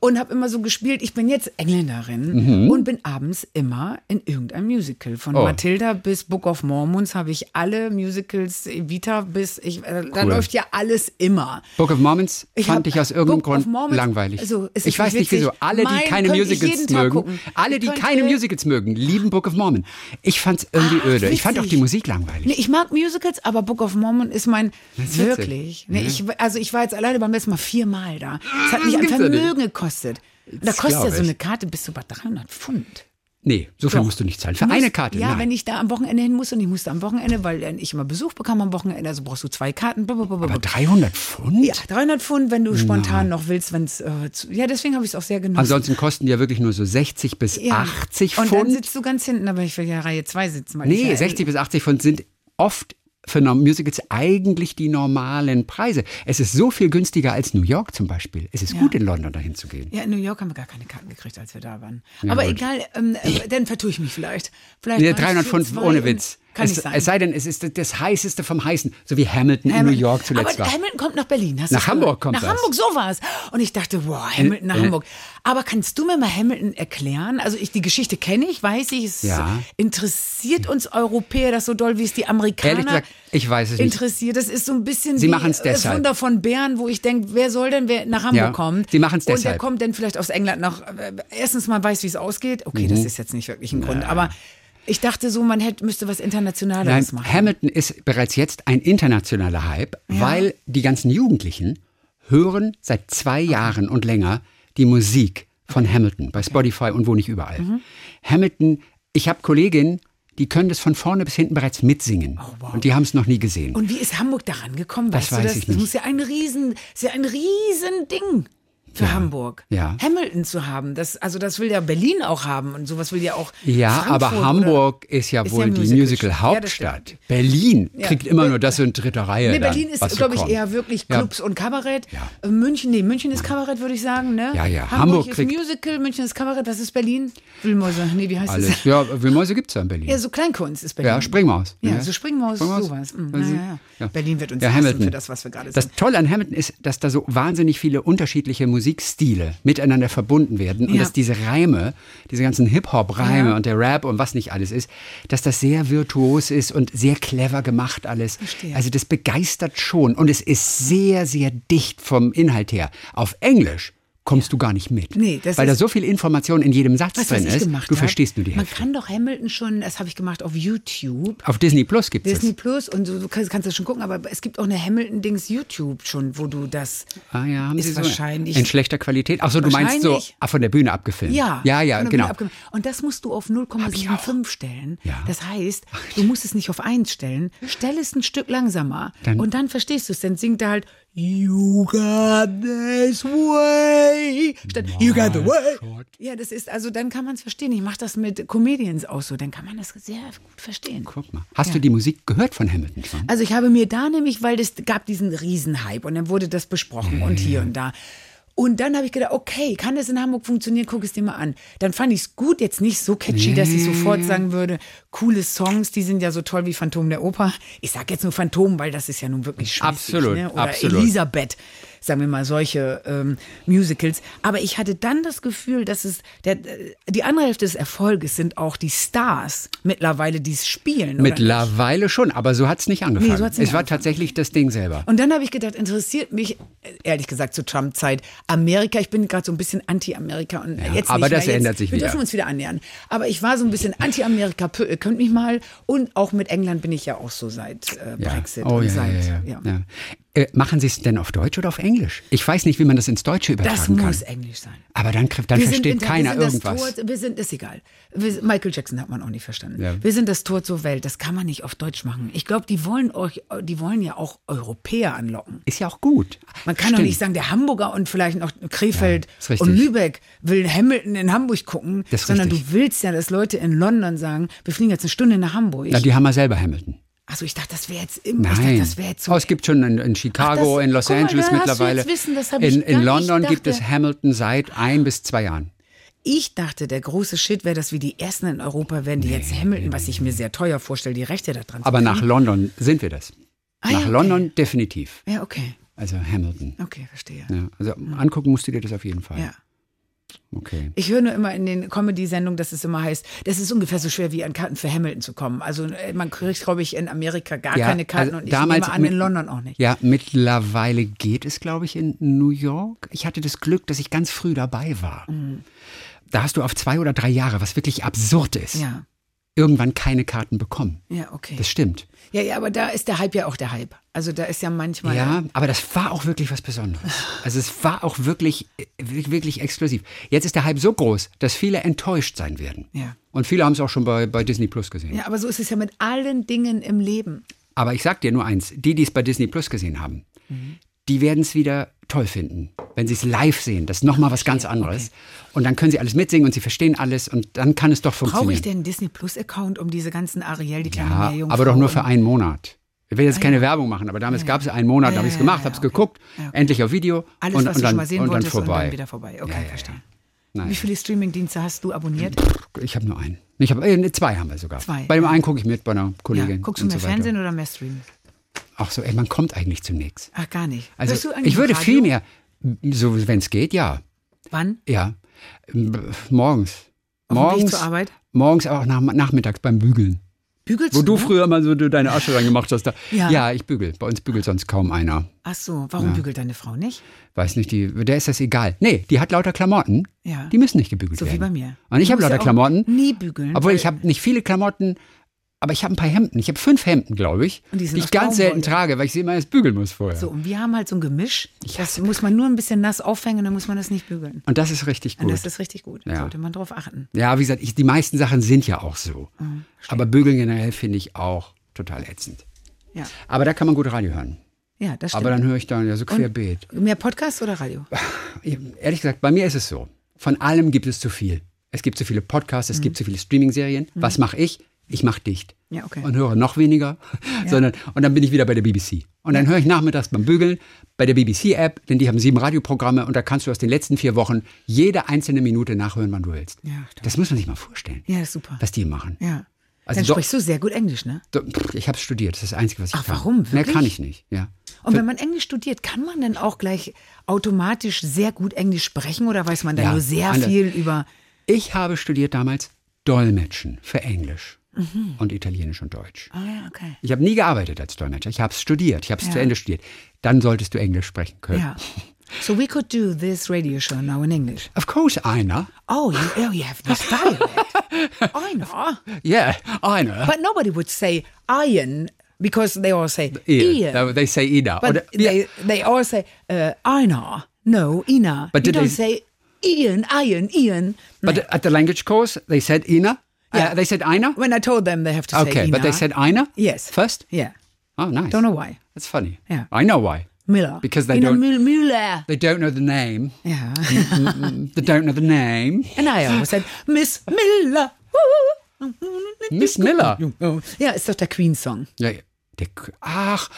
Speaker 3: und habe immer so gespielt. Ich bin jetzt Engländerin und bin abends immer in irgendeinem Musical von
Speaker 2: Mhm. Oh.
Speaker 3: Matilda bis Book of Mormons habe ich alle Musicals Evita bis ich äh, da
Speaker 2: Cool.
Speaker 3: läuft ja alles immer.
Speaker 2: Book of Mormons
Speaker 3: hab-
Speaker 2: fand ich aus irgendeinem
Speaker 3: Book of
Speaker 2: Grund
Speaker 3: Mormons-
Speaker 2: langweilig.
Speaker 3: Also, es ist
Speaker 2: ich weiß nicht
Speaker 3: witzig.
Speaker 2: wieso. Alle, die
Speaker 3: Mein,
Speaker 2: keine
Speaker 3: könnte ich
Speaker 2: Musicals
Speaker 3: jeden Tag
Speaker 2: mögen,
Speaker 3: gucken.
Speaker 2: alle, die
Speaker 3: Könnte-
Speaker 2: keine Musicals mögen, lieben Book of Mormon. Ich fand's irgendwie
Speaker 3: Ach,
Speaker 2: öde. Ich fand auch
Speaker 3: Ah, witzig.
Speaker 2: die Musik langweilig.
Speaker 3: Nee, ich mag Musicals, aber Book of Mormon ist mein
Speaker 2: ist witzig.
Speaker 3: wirklich. Nee, ich, also ich war jetzt alleine beim letzten Mal viermal da. Es hat
Speaker 2: Das
Speaker 3: mich ein
Speaker 2: Ah, gibt's ja nicht.
Speaker 3: Vermögen gekostet. Da
Speaker 2: Das
Speaker 3: kostet ja
Speaker 2: glaub
Speaker 3: so
Speaker 2: ich.
Speaker 3: eine Karte bis zu bei 300 Pfund.
Speaker 2: Nee, so viel
Speaker 3: Doch.
Speaker 2: musst du nicht zahlen. Für
Speaker 3: Muss-
Speaker 2: eine Karte,
Speaker 3: Ja,
Speaker 2: nein.
Speaker 3: wenn ich da am Wochenende hin muss und ich musste am Wochenende, weil äh, ich immer Besuch bekam am Wochenende, also brauchst du zwei Karten. blablabla.
Speaker 2: Aber 300 Pfund?
Speaker 3: Ja, 300 Pfund, wenn du spontan noch willst, wenn es. Äh, zu- ja, deswegen habe ich es auch sehr genossen.
Speaker 2: Ansonsten kosten die ja wirklich nur so 60 bis
Speaker 3: ja.
Speaker 2: 80
Speaker 3: Und dann
Speaker 2: Also Pfund.
Speaker 3: sitzt du ganz hinten, aber ich will ja Reihe 2 sitzen. Weil ich
Speaker 2: Nee,
Speaker 3: ja, äh,
Speaker 2: 60 bis 80 Pfund sind oft für Norm- Musicals eigentlich die normalen Preise. Es ist so viel günstiger als New York zum Beispiel. Es ist gut, in London dahin zu gehen.
Speaker 3: Ja, in New York haben wir gar keine Karten gekriegt, als wir da waren. aber egal, ähm, äh, dann vertue ich mich vielleicht. vielleicht
Speaker 2: Nee,
Speaker 3: waren es
Speaker 2: 300
Speaker 3: vier,
Speaker 2: Pfund
Speaker 3: zwei
Speaker 2: ohne
Speaker 3: und-
Speaker 2: Witz.
Speaker 3: Kann
Speaker 2: es,
Speaker 3: nicht sein.
Speaker 2: es sei denn, es ist das heißeste vom heißen, so wie Hamilton, in New York zuletzt
Speaker 3: Ähm, aber
Speaker 2: war.
Speaker 3: Hamilton kommt nach Berlin. Hast
Speaker 2: Nach
Speaker 3: du's
Speaker 2: Hamburg
Speaker 3: gehört?
Speaker 2: kommt
Speaker 3: Nach
Speaker 2: das.
Speaker 3: Hamburg, so war es. Und ich dachte, wow, Hamilton nach
Speaker 2: äh.
Speaker 3: Hamburg. Aber kannst du mir mal Hamilton erklären? Also ich, die Geschichte kenne ich, weiß ich. Es
Speaker 2: Ja.
Speaker 3: interessiert uns Europäer das so doll, wie es die Amerikaner
Speaker 2: Ehrlich gesagt, ich weiß es nicht.
Speaker 3: interessiert. Das ist so ein bisschen
Speaker 2: Sie
Speaker 3: wie
Speaker 2: machen's
Speaker 3: das
Speaker 2: deshalb.
Speaker 3: Wunder von Bern, wo ich denke, wer soll denn wer nach Hamburg
Speaker 2: Ja,
Speaker 3: kommen?
Speaker 2: sie machen's
Speaker 3: Und
Speaker 2: deshalb.
Speaker 3: der kommt dann vielleicht aus England nach. äh, Erstens mal weiß, wie es ausgeht. Okay,
Speaker 2: Mhm.
Speaker 3: das ist jetzt nicht wirklich ein Grund. Aber ich dachte so, man hätte, müsste was
Speaker 2: Nein,
Speaker 3: Internationaleres machen.
Speaker 2: Hamilton ist bereits jetzt ein internationaler Hype, weil die ganzen Jugendlichen hören seit zwei Jahren und länger die Musik von Hamilton bei Spotify und wo nicht überall.
Speaker 3: Mhm.
Speaker 2: Hamilton, ich habe Kolleginnen, die können das von vorne bis hinten bereits mitsingen. Und die haben es noch nie gesehen.
Speaker 3: Oh, Und wie ist Hamburg daran gekommen?
Speaker 2: Das
Speaker 3: Weißt du
Speaker 2: weiß
Speaker 3: das?
Speaker 2: ich
Speaker 3: Das
Speaker 2: nicht.
Speaker 3: muss ja ein riesen, das ist ja ein riesen Ding für Hamburg.
Speaker 2: Ja.
Speaker 3: Hamilton zu haben, das, also das will ja Berlin auch haben und sowas will ja auch.
Speaker 2: Ja,
Speaker 3: Frankfurt
Speaker 2: aber
Speaker 3: oder-
Speaker 2: Hamburg ist ja
Speaker 3: ist ja
Speaker 2: wohl die
Speaker 3: Musical- Ja,
Speaker 2: Musical-Hauptstadt.
Speaker 3: das stimmt.
Speaker 2: Berlin
Speaker 3: Ja.
Speaker 2: kriegt immer nur das in dritter Reihe.
Speaker 3: Nee,
Speaker 2: dann,
Speaker 3: Berlin
Speaker 2: was
Speaker 3: ist,
Speaker 2: so
Speaker 3: glaube ich,
Speaker 2: kommt.
Speaker 3: eher wirklich
Speaker 2: Ja.
Speaker 3: Clubs und Kabarett.
Speaker 2: Ja.
Speaker 3: Äh, München, nee, München ist Kabarett, würde ich sagen, ne?
Speaker 2: Ja, ja. Hamburg
Speaker 3: Hamburg, ist
Speaker 2: kriegt-
Speaker 3: Musical, München ist Kabarett. Was ist Berlin? Wilmose. Nee, wie heißt
Speaker 2: Alles.
Speaker 3: es?
Speaker 2: Ja, Wilmäuse gibt es ja in Berlin.
Speaker 3: Ja, so Kleinkunst ist Berlin.
Speaker 2: Ja, Springmaus.
Speaker 3: Ähm, Ja,
Speaker 2: ne?
Speaker 3: so Springmaus, sowas. Mhm,
Speaker 2: Also,
Speaker 3: ja, ja, ja. Berlin wird uns hassen für das, was wir gerade
Speaker 2: Das
Speaker 3: sind.
Speaker 2: Tolle an Hamilton ist, dass da so wahnsinnig viele unterschiedliche Musikstile miteinander verbunden werden und
Speaker 3: Ja.
Speaker 2: dass diese Reime, diese ganzen Hip-Hop-Reime
Speaker 3: Ja.
Speaker 2: und der Rap und was nicht alles ist, dass das sehr virtuos ist und sehr clever gemacht alles.
Speaker 3: Verstehe.
Speaker 2: Also das begeistert schon und es ist sehr, sehr dicht vom Inhalt her. Auf Englisch kommst du gar nicht mit,
Speaker 3: Nee, das
Speaker 2: weil
Speaker 3: ist-
Speaker 2: da so viel Information in jedem Satz
Speaker 3: Weißt du,
Speaker 2: drin
Speaker 3: was ich
Speaker 2: ist.
Speaker 3: gemacht
Speaker 2: Du
Speaker 3: hab?
Speaker 2: verstehst nur die
Speaker 3: Man
Speaker 2: Hälfte.
Speaker 3: kann doch Hamilton schon, das habe ich gemacht auf YouTube.
Speaker 2: Auf Disney Plus gibt es
Speaker 3: Disney Plus und du, du kannst, kannst das schon gucken, aber es gibt auch eine Hamilton-Dings YouTube schon, wo du das.
Speaker 2: Ah ja, haben
Speaker 3: ist
Speaker 2: Sie so
Speaker 3: wahrscheinlich.
Speaker 2: in schlechter Qualität. Ach so, du meinst so
Speaker 3: Wahrscheinlich.
Speaker 2: ah, von der Bühne abgefilmt.
Speaker 3: ja,
Speaker 2: ja, ja,
Speaker 3: von der
Speaker 2: genau.
Speaker 3: Bühne abgenommen. Und das musst du auf 0,75 stellen.
Speaker 2: Ja.
Speaker 3: Das heißt, du musst es nicht auf 1 stellen. Stell es ein Stück langsamer.
Speaker 2: Dann-
Speaker 3: und dann verstehst du es. Dann singt er halt You got this way. Statt You got the way. Ja, das ist, also dann kann man es verstehen. Ich mache das mit Comedians auch so. Dann kann man das sehr gut verstehen.
Speaker 2: Guck mal. Hast du die Musik gehört von Hamilton schon?
Speaker 3: Also ich habe mir da nämlich, weil es gab diesen Riesenhype und dann wurde das besprochen und hier
Speaker 2: Mhm.
Speaker 3: und da. Und dann habe ich gedacht, okay, kann das in Hamburg funktionieren? Guck es dir mal an. Dann fand ich es gut, jetzt nicht so catchy, dass ich sofort sagen würde, coole Songs, die sind ja so toll wie Phantom der Oper. Ich sag jetzt nur Phantom, weil das ist ja nun wirklich schwierig.
Speaker 2: Absolut,
Speaker 3: Ne? Oder
Speaker 2: absolut.
Speaker 3: Elisabeth, sagen wir mal, solche ähm, Musicals. Aber ich hatte dann das Gefühl, dass es, der, äh, die andere Hälfte des Erfolges sind auch die Stars mittlerweile, die es spielen. oder nicht?
Speaker 2: Mittlerweile schon, aber so hat es nicht angefangen.
Speaker 3: Nee, so hat's nicht
Speaker 2: es war
Speaker 3: angefangen.
Speaker 2: tatsächlich das Ding selber.
Speaker 3: Und dann habe ich gedacht, interessiert mich, äh, ehrlich gesagt, zur Trump-Zeit Amerika. Ich bin gerade so ein bisschen anti-Amerika. Und äh, jetzt
Speaker 2: aber
Speaker 3: nicht,
Speaker 2: das
Speaker 3: weil jetzt,
Speaker 2: ändert sich
Speaker 3: Wir
Speaker 2: wieder.
Speaker 3: dürfen uns wieder annähern. Aber ich war so ein bisschen anti-Amerika, pö, ihr könnt mich mal. Und auch mit England bin ich ja auch so seit äh,
Speaker 2: Ja.
Speaker 3: Brexit.
Speaker 2: Oh,
Speaker 3: und
Speaker 2: ja,
Speaker 3: seit,
Speaker 2: ja, ja, ja. Äh, machen Sie es denn auf Deutsch oder auf Englisch? Ich weiß nicht, wie man das ins Deutsche übertragen
Speaker 3: Das
Speaker 2: kann.
Speaker 3: muss Englisch sein.
Speaker 2: aber dann, kriegt- dann versteht
Speaker 3: inter-
Speaker 2: keiner
Speaker 3: wir sind
Speaker 2: irgendwas.
Speaker 3: Das Tor, wir sind, ist egal. Wir, Michael Jackson hat man auch nicht verstanden.
Speaker 2: Ja.
Speaker 3: Wir sind das Tor zur Welt. Das kann man nicht auf Deutsch machen. Ich glaube, die wollen euch, die wollen ja auch Europäer anlocken.
Speaker 2: Ist ja auch gut.
Speaker 3: Man kann doch nicht sagen, der Hamburger und vielleicht noch Krefeld
Speaker 2: ist richtig.
Speaker 3: und Lübeck will Hamilton in Hamburg gucken,
Speaker 2: Das ist
Speaker 3: sondern
Speaker 2: richtig.
Speaker 3: du willst ja, dass Leute in London sagen, wir fliegen jetzt eine Stunde nach Hamburg.
Speaker 2: Na, die haben ja selber Hamilton.
Speaker 3: also ich dachte, das wäre jetzt im, ich dachte,
Speaker 2: Nein.
Speaker 3: das wäre jetzt so.
Speaker 2: oh, es gibt schon in, in Chicago,
Speaker 3: Ach, das-
Speaker 2: in Los
Speaker 3: guck mal,
Speaker 2: Angeles
Speaker 3: da hast du
Speaker 2: mittlerweile.
Speaker 3: jetzt Wissen, das hab ich
Speaker 2: in
Speaker 3: gar
Speaker 2: in
Speaker 3: nicht
Speaker 2: London gibt es
Speaker 3: dachte.
Speaker 2: Hamilton seit ein bis zwei Jahren.
Speaker 3: ich dachte, der große Shit wäre, dass wir die ersten in Europa wären, die jetzt Hamilton, was ich mir sehr teuer vorstelle, die Rechte da dran
Speaker 2: Aber
Speaker 3: zu
Speaker 2: nach
Speaker 3: kriegen.
Speaker 2: London sind wir das.
Speaker 3: Ah, ja,
Speaker 2: nach
Speaker 3: okay.
Speaker 2: London definitiv.
Speaker 3: Ja, okay.
Speaker 2: Also Hamilton.
Speaker 3: Okay, verstehe.
Speaker 2: Ja, also angucken musst du dir das auf jeden Fall.
Speaker 3: ja.
Speaker 2: Okay.
Speaker 3: Ich höre nur immer in den Comedy-Sendungen, dass es immer heißt, das ist ungefähr so schwer wie an Karten für Hamilton zu kommen. Also äh, man kriegt, glaube ich, in Amerika gar
Speaker 2: Ja,
Speaker 3: keine Karten
Speaker 2: also
Speaker 3: und ich
Speaker 2: damals
Speaker 3: nehme an,
Speaker 2: mit-
Speaker 3: in London auch nicht.
Speaker 2: Ja, mittlerweile geht es, glaube ich, in New York. Ich hatte das Glück, dass ich ganz früh dabei war.
Speaker 3: Mhm.
Speaker 2: Da hast du auf zwei oder drei Jahre, was wirklich absurd ist,
Speaker 3: Ja,
Speaker 2: irgendwann keine Karten bekommen.
Speaker 3: ja, okay.
Speaker 2: Das stimmt.
Speaker 3: Ja, ja, aber da ist der Hype ja auch der Hype. Also da ist ja manchmal.
Speaker 2: Ja, aber das war auch wirklich was Besonderes. Also es war auch wirklich, äh, wirklich, wirklich exklusiv. Jetzt ist der Hype so groß, dass viele enttäuscht sein werden.
Speaker 3: Ja.
Speaker 2: Und viele haben es auch schon bei, bei Disney Plus gesehen.
Speaker 3: ja, aber so ist es ja mit allen Dingen im Leben.
Speaker 2: Aber ich sag dir nur eins, die, die es bei Disney Plus gesehen haben,
Speaker 3: Mhm.
Speaker 2: die werden es wieder toll finden, wenn sie es live sehen. Das ist nochmal was ganz anderes. Und dann können sie alles mitsingen und sie verstehen alles und dann kann es doch funktionieren.
Speaker 3: Brauche ich denn einen Disney Plus-Account, um diese ganzen Ariel, die kleine
Speaker 2: Ja,
Speaker 3: Meerjungfrau
Speaker 2: aber doch nur
Speaker 3: und-
Speaker 2: für einen Monat. Ich will jetzt keine Werbung machen, aber damals gab es einen Monat, da habe ich es
Speaker 3: Ah, ja,
Speaker 2: gemacht,
Speaker 3: ja,
Speaker 2: habe es
Speaker 3: okay.
Speaker 2: geguckt,
Speaker 3: Ja, okay.
Speaker 2: endlich auf Video und,
Speaker 3: Alles, was
Speaker 2: und
Speaker 3: du
Speaker 2: dann,
Speaker 3: schon mal sehen
Speaker 2: und dann
Speaker 3: wolltest
Speaker 2: vorbei.
Speaker 3: und dann wieder vorbei. Okay,
Speaker 2: Ja, ja, ja.
Speaker 3: verstehe.
Speaker 2: Nein. Hm,
Speaker 3: Wie viele Streaming-Dienste hast du abonniert?
Speaker 2: Ich habe nur einen. Ich hab, äh, zwei haben wir sogar.
Speaker 3: Zwei,
Speaker 2: Bei dem einen gucke ich mit, bei einer Kollegin.
Speaker 3: Ja. Guckst du
Speaker 2: und
Speaker 3: mehr
Speaker 2: so weiter.
Speaker 3: Fernsehen oder mehr Streaming?
Speaker 2: Ach so, ey, man kommt eigentlich zu nichts.
Speaker 3: Ach, gar nicht. Hörst
Speaker 2: Also
Speaker 3: du eigentlich
Speaker 2: ich würde
Speaker 3: Radio?
Speaker 2: viel mehr, so wenn es geht, ja.
Speaker 3: Wann?
Speaker 2: Ja, m- morgens.
Speaker 3: Auf dem Weg
Speaker 2: morgens
Speaker 3: zur Arbeit?
Speaker 2: Morgens, aber auch nach, nachmittags beim Bügeln.
Speaker 3: Bügelst
Speaker 2: Wo du
Speaker 3: ne?
Speaker 2: früher mal so deine Asche reingemacht hast. Da.
Speaker 3: Ja.
Speaker 2: ich bügel. Bei uns bügelt sonst kaum einer.
Speaker 3: Ach so, warum bügelt deine Frau nicht?
Speaker 2: Weiß nicht, die, der ist das egal. Nee, die hat lauter Klamotten.
Speaker 3: Ja.
Speaker 2: Die müssen nicht gebügelt
Speaker 3: So wie
Speaker 2: werden.
Speaker 3: bei mir.
Speaker 2: Und ich
Speaker 3: Du
Speaker 2: habe
Speaker 3: musst
Speaker 2: lauter
Speaker 3: ja auch
Speaker 2: Klamotten.
Speaker 3: nie bügeln,
Speaker 2: Obwohl
Speaker 3: weil-
Speaker 2: ich habe nicht viele Klamotten, Aber ich habe ein paar Hemden. Ich habe fünf Hemden, glaube ich,
Speaker 3: Und die
Speaker 2: die,
Speaker 3: sind
Speaker 2: ich
Speaker 3: aus
Speaker 2: ganz selten
Speaker 3: Baumwolle.
Speaker 2: trage, weil ich sie immer erst bügeln muss vorher.
Speaker 3: So, und wir haben halt so ein Gemisch. Das muss man nur ein bisschen nass aufhängen, dann muss man das nicht bügeln.
Speaker 2: Und das ist richtig
Speaker 3: Und
Speaker 2: gut.
Speaker 3: das ist richtig gut. Da
Speaker 2: Ja.
Speaker 3: sollte man drauf achten.
Speaker 2: ja, wie gesagt, ich, die meisten Sachen sind ja auch so.
Speaker 3: Ah,
Speaker 2: Aber bügeln generell finde ich auch total ätzend.
Speaker 3: Ja,
Speaker 2: Aber da kann man gut Radio hören.
Speaker 3: ja das stimmt.
Speaker 2: Aber dann höre ich dann ja so querbeet.
Speaker 3: Mehr Podcast oder Radio?
Speaker 2: Ehrlich gesagt, bei mir ist es so. Von allem gibt es zu viel. Es gibt zu viele Podcasts, es gibt zu viele Streaming-Serien. Was mache ich? Ich mache dicht.
Speaker 3: Mhm. Ja, okay.
Speaker 2: Und höre noch weniger. Sondern, und dann bin ich wieder bei der BBC. Und dann höre ich nachmittags beim Bügeln bei der BBC-App, denn die haben sieben Radioprogramme und da kannst du aus den letzten vier Wochen jede einzelne Minute nachhören, wann du willst.
Speaker 3: Ja, stimmt.
Speaker 2: das muss man sich mal vorstellen,
Speaker 3: Ja, das ist super.
Speaker 2: was die machen.
Speaker 3: Ja.
Speaker 2: Also
Speaker 3: dann
Speaker 2: doch-
Speaker 3: sprichst du sehr gut Englisch, ne?
Speaker 2: So, pff, Ich habe studiert, das ist das Einzige, was ich
Speaker 3: Ach,
Speaker 2: kann.
Speaker 3: warum?
Speaker 2: Mehr
Speaker 3: Wirklich?
Speaker 2: kann ich nicht, ja.
Speaker 3: Und wenn man Englisch studiert, kann man dann auch gleich automatisch sehr gut Englisch sprechen oder weiß man dann
Speaker 2: Ja,
Speaker 3: nur sehr
Speaker 2: alle-
Speaker 3: viel über.
Speaker 2: Ich habe studiert damals Dolmetschen für Englisch und Italienisch und Deutsch.
Speaker 3: Ah ja, okay.
Speaker 2: Ich habe nie gearbeitet als Dolmetscher. Ich habe es studiert. Ich habe es
Speaker 3: Ja.
Speaker 2: zu Ende studiert. Dann solltest du Englisch sprechen können.
Speaker 3: Ja. So we could do this radio show now in English.
Speaker 2: Of course, einer.
Speaker 3: Oh, you, oh, you have this dialect. I know.
Speaker 2: Yeah, einer.
Speaker 3: But nobody would say iron because they all say
Speaker 2: Ian.
Speaker 3: Ian.
Speaker 2: They say Ina.
Speaker 3: But
Speaker 2: Oder,
Speaker 3: they, they all say uh, Ina. No, Ina.
Speaker 2: But
Speaker 3: you
Speaker 2: did
Speaker 3: don't
Speaker 2: they-
Speaker 3: say Ian, Ian, Ian.
Speaker 2: but at the language course, they said Ina.
Speaker 3: Yeah.
Speaker 2: Uh, they said einer.
Speaker 3: When I told them they have to say
Speaker 2: Okay, but
Speaker 3: Ina.
Speaker 2: they said einer
Speaker 3: Yes.
Speaker 2: first.
Speaker 3: Yeah.
Speaker 2: Oh, nice.
Speaker 3: Don't know why.
Speaker 2: That's funny.
Speaker 3: Yeah.
Speaker 2: I know why.
Speaker 3: Miller.
Speaker 2: Because they
Speaker 3: Ina
Speaker 2: don't-
Speaker 3: Mü- Müller.
Speaker 2: They don't know the name.
Speaker 3: Yeah.
Speaker 2: they don't know the name.
Speaker 3: and I always said Miss Miller. Woo.
Speaker 2: Miss Miller.
Speaker 3: Oh. Ja, ist doch der Queen-Song.
Speaker 2: Ja, ja. der, K- ach,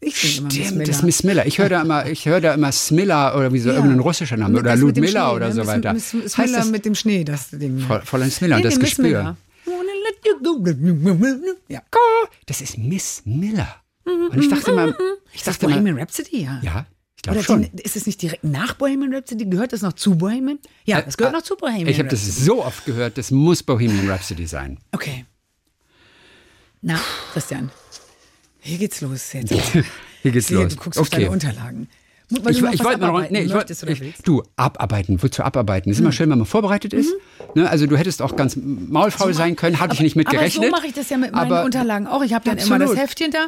Speaker 2: ich
Speaker 3: sing immer
Speaker 2: stimmt,
Speaker 3: Miss
Speaker 2: das
Speaker 3: Miller.
Speaker 2: ist Miss Miller. Ich höre da immer, ich höre da immer Smiller oder wie so
Speaker 3: Ja.
Speaker 2: irgendein russischer Name oder
Speaker 3: Das mit dem
Speaker 2: Ludmilla
Speaker 3: Schnee,
Speaker 2: oder
Speaker 3: ne?
Speaker 2: so
Speaker 3: Miss-
Speaker 2: weiter.
Speaker 3: Miss, Miss
Speaker 2: heißt
Speaker 3: Miller
Speaker 2: das
Speaker 3: mit dem Schnee, das Ding. ne?
Speaker 2: Fräu- Fräulein Smiller, das
Speaker 3: Miss
Speaker 2: Gespür.
Speaker 3: Miller. Wanna let you go. Ja.
Speaker 2: Go, das ist Miss Miller. Und ich dachte mal, ich
Speaker 3: Mhm, Ist das
Speaker 2: dachte mal,
Speaker 3: Bohemian Rhapsody? Ja.
Speaker 2: ja, ich glaube
Speaker 3: Oder
Speaker 2: schon.
Speaker 3: die, ne, ist es nicht direkt nach Bohemian Rhapsody? Gehört das noch zu Bohemian? Ja, es gehört noch zu Bohemian
Speaker 2: Äh, Ich habe das so oft gehört, das muss Bohemian Rhapsody sein.
Speaker 3: Okay. Na, Christian, hier geht's los jetzt.
Speaker 2: Hier geht's
Speaker 3: Hier,
Speaker 2: los.
Speaker 3: du guckst auf deine
Speaker 2: okay.
Speaker 3: Unterlagen. Weil du
Speaker 2: Ich,
Speaker 3: noch
Speaker 2: ich
Speaker 3: was
Speaker 2: wollte mal noch,
Speaker 3: abarbeiten ne?
Speaker 2: nee, ich wollte,
Speaker 3: möchtest oder
Speaker 2: ich,
Speaker 3: willst. Hm.
Speaker 2: du abarbeiten, wozu abarbeiten? Ist immer schön, wenn man vorbereitet ist. Ne, also du hättest auch ganz maulfaul sein können, hatte ich nicht mit gerechnet.
Speaker 3: Mhm. Aber so mache ich das ja mit meinen
Speaker 2: aber-
Speaker 3: Unterlagen auch. Ich habe dann immer das
Speaker 2: Absolut.
Speaker 3: Heftchen da.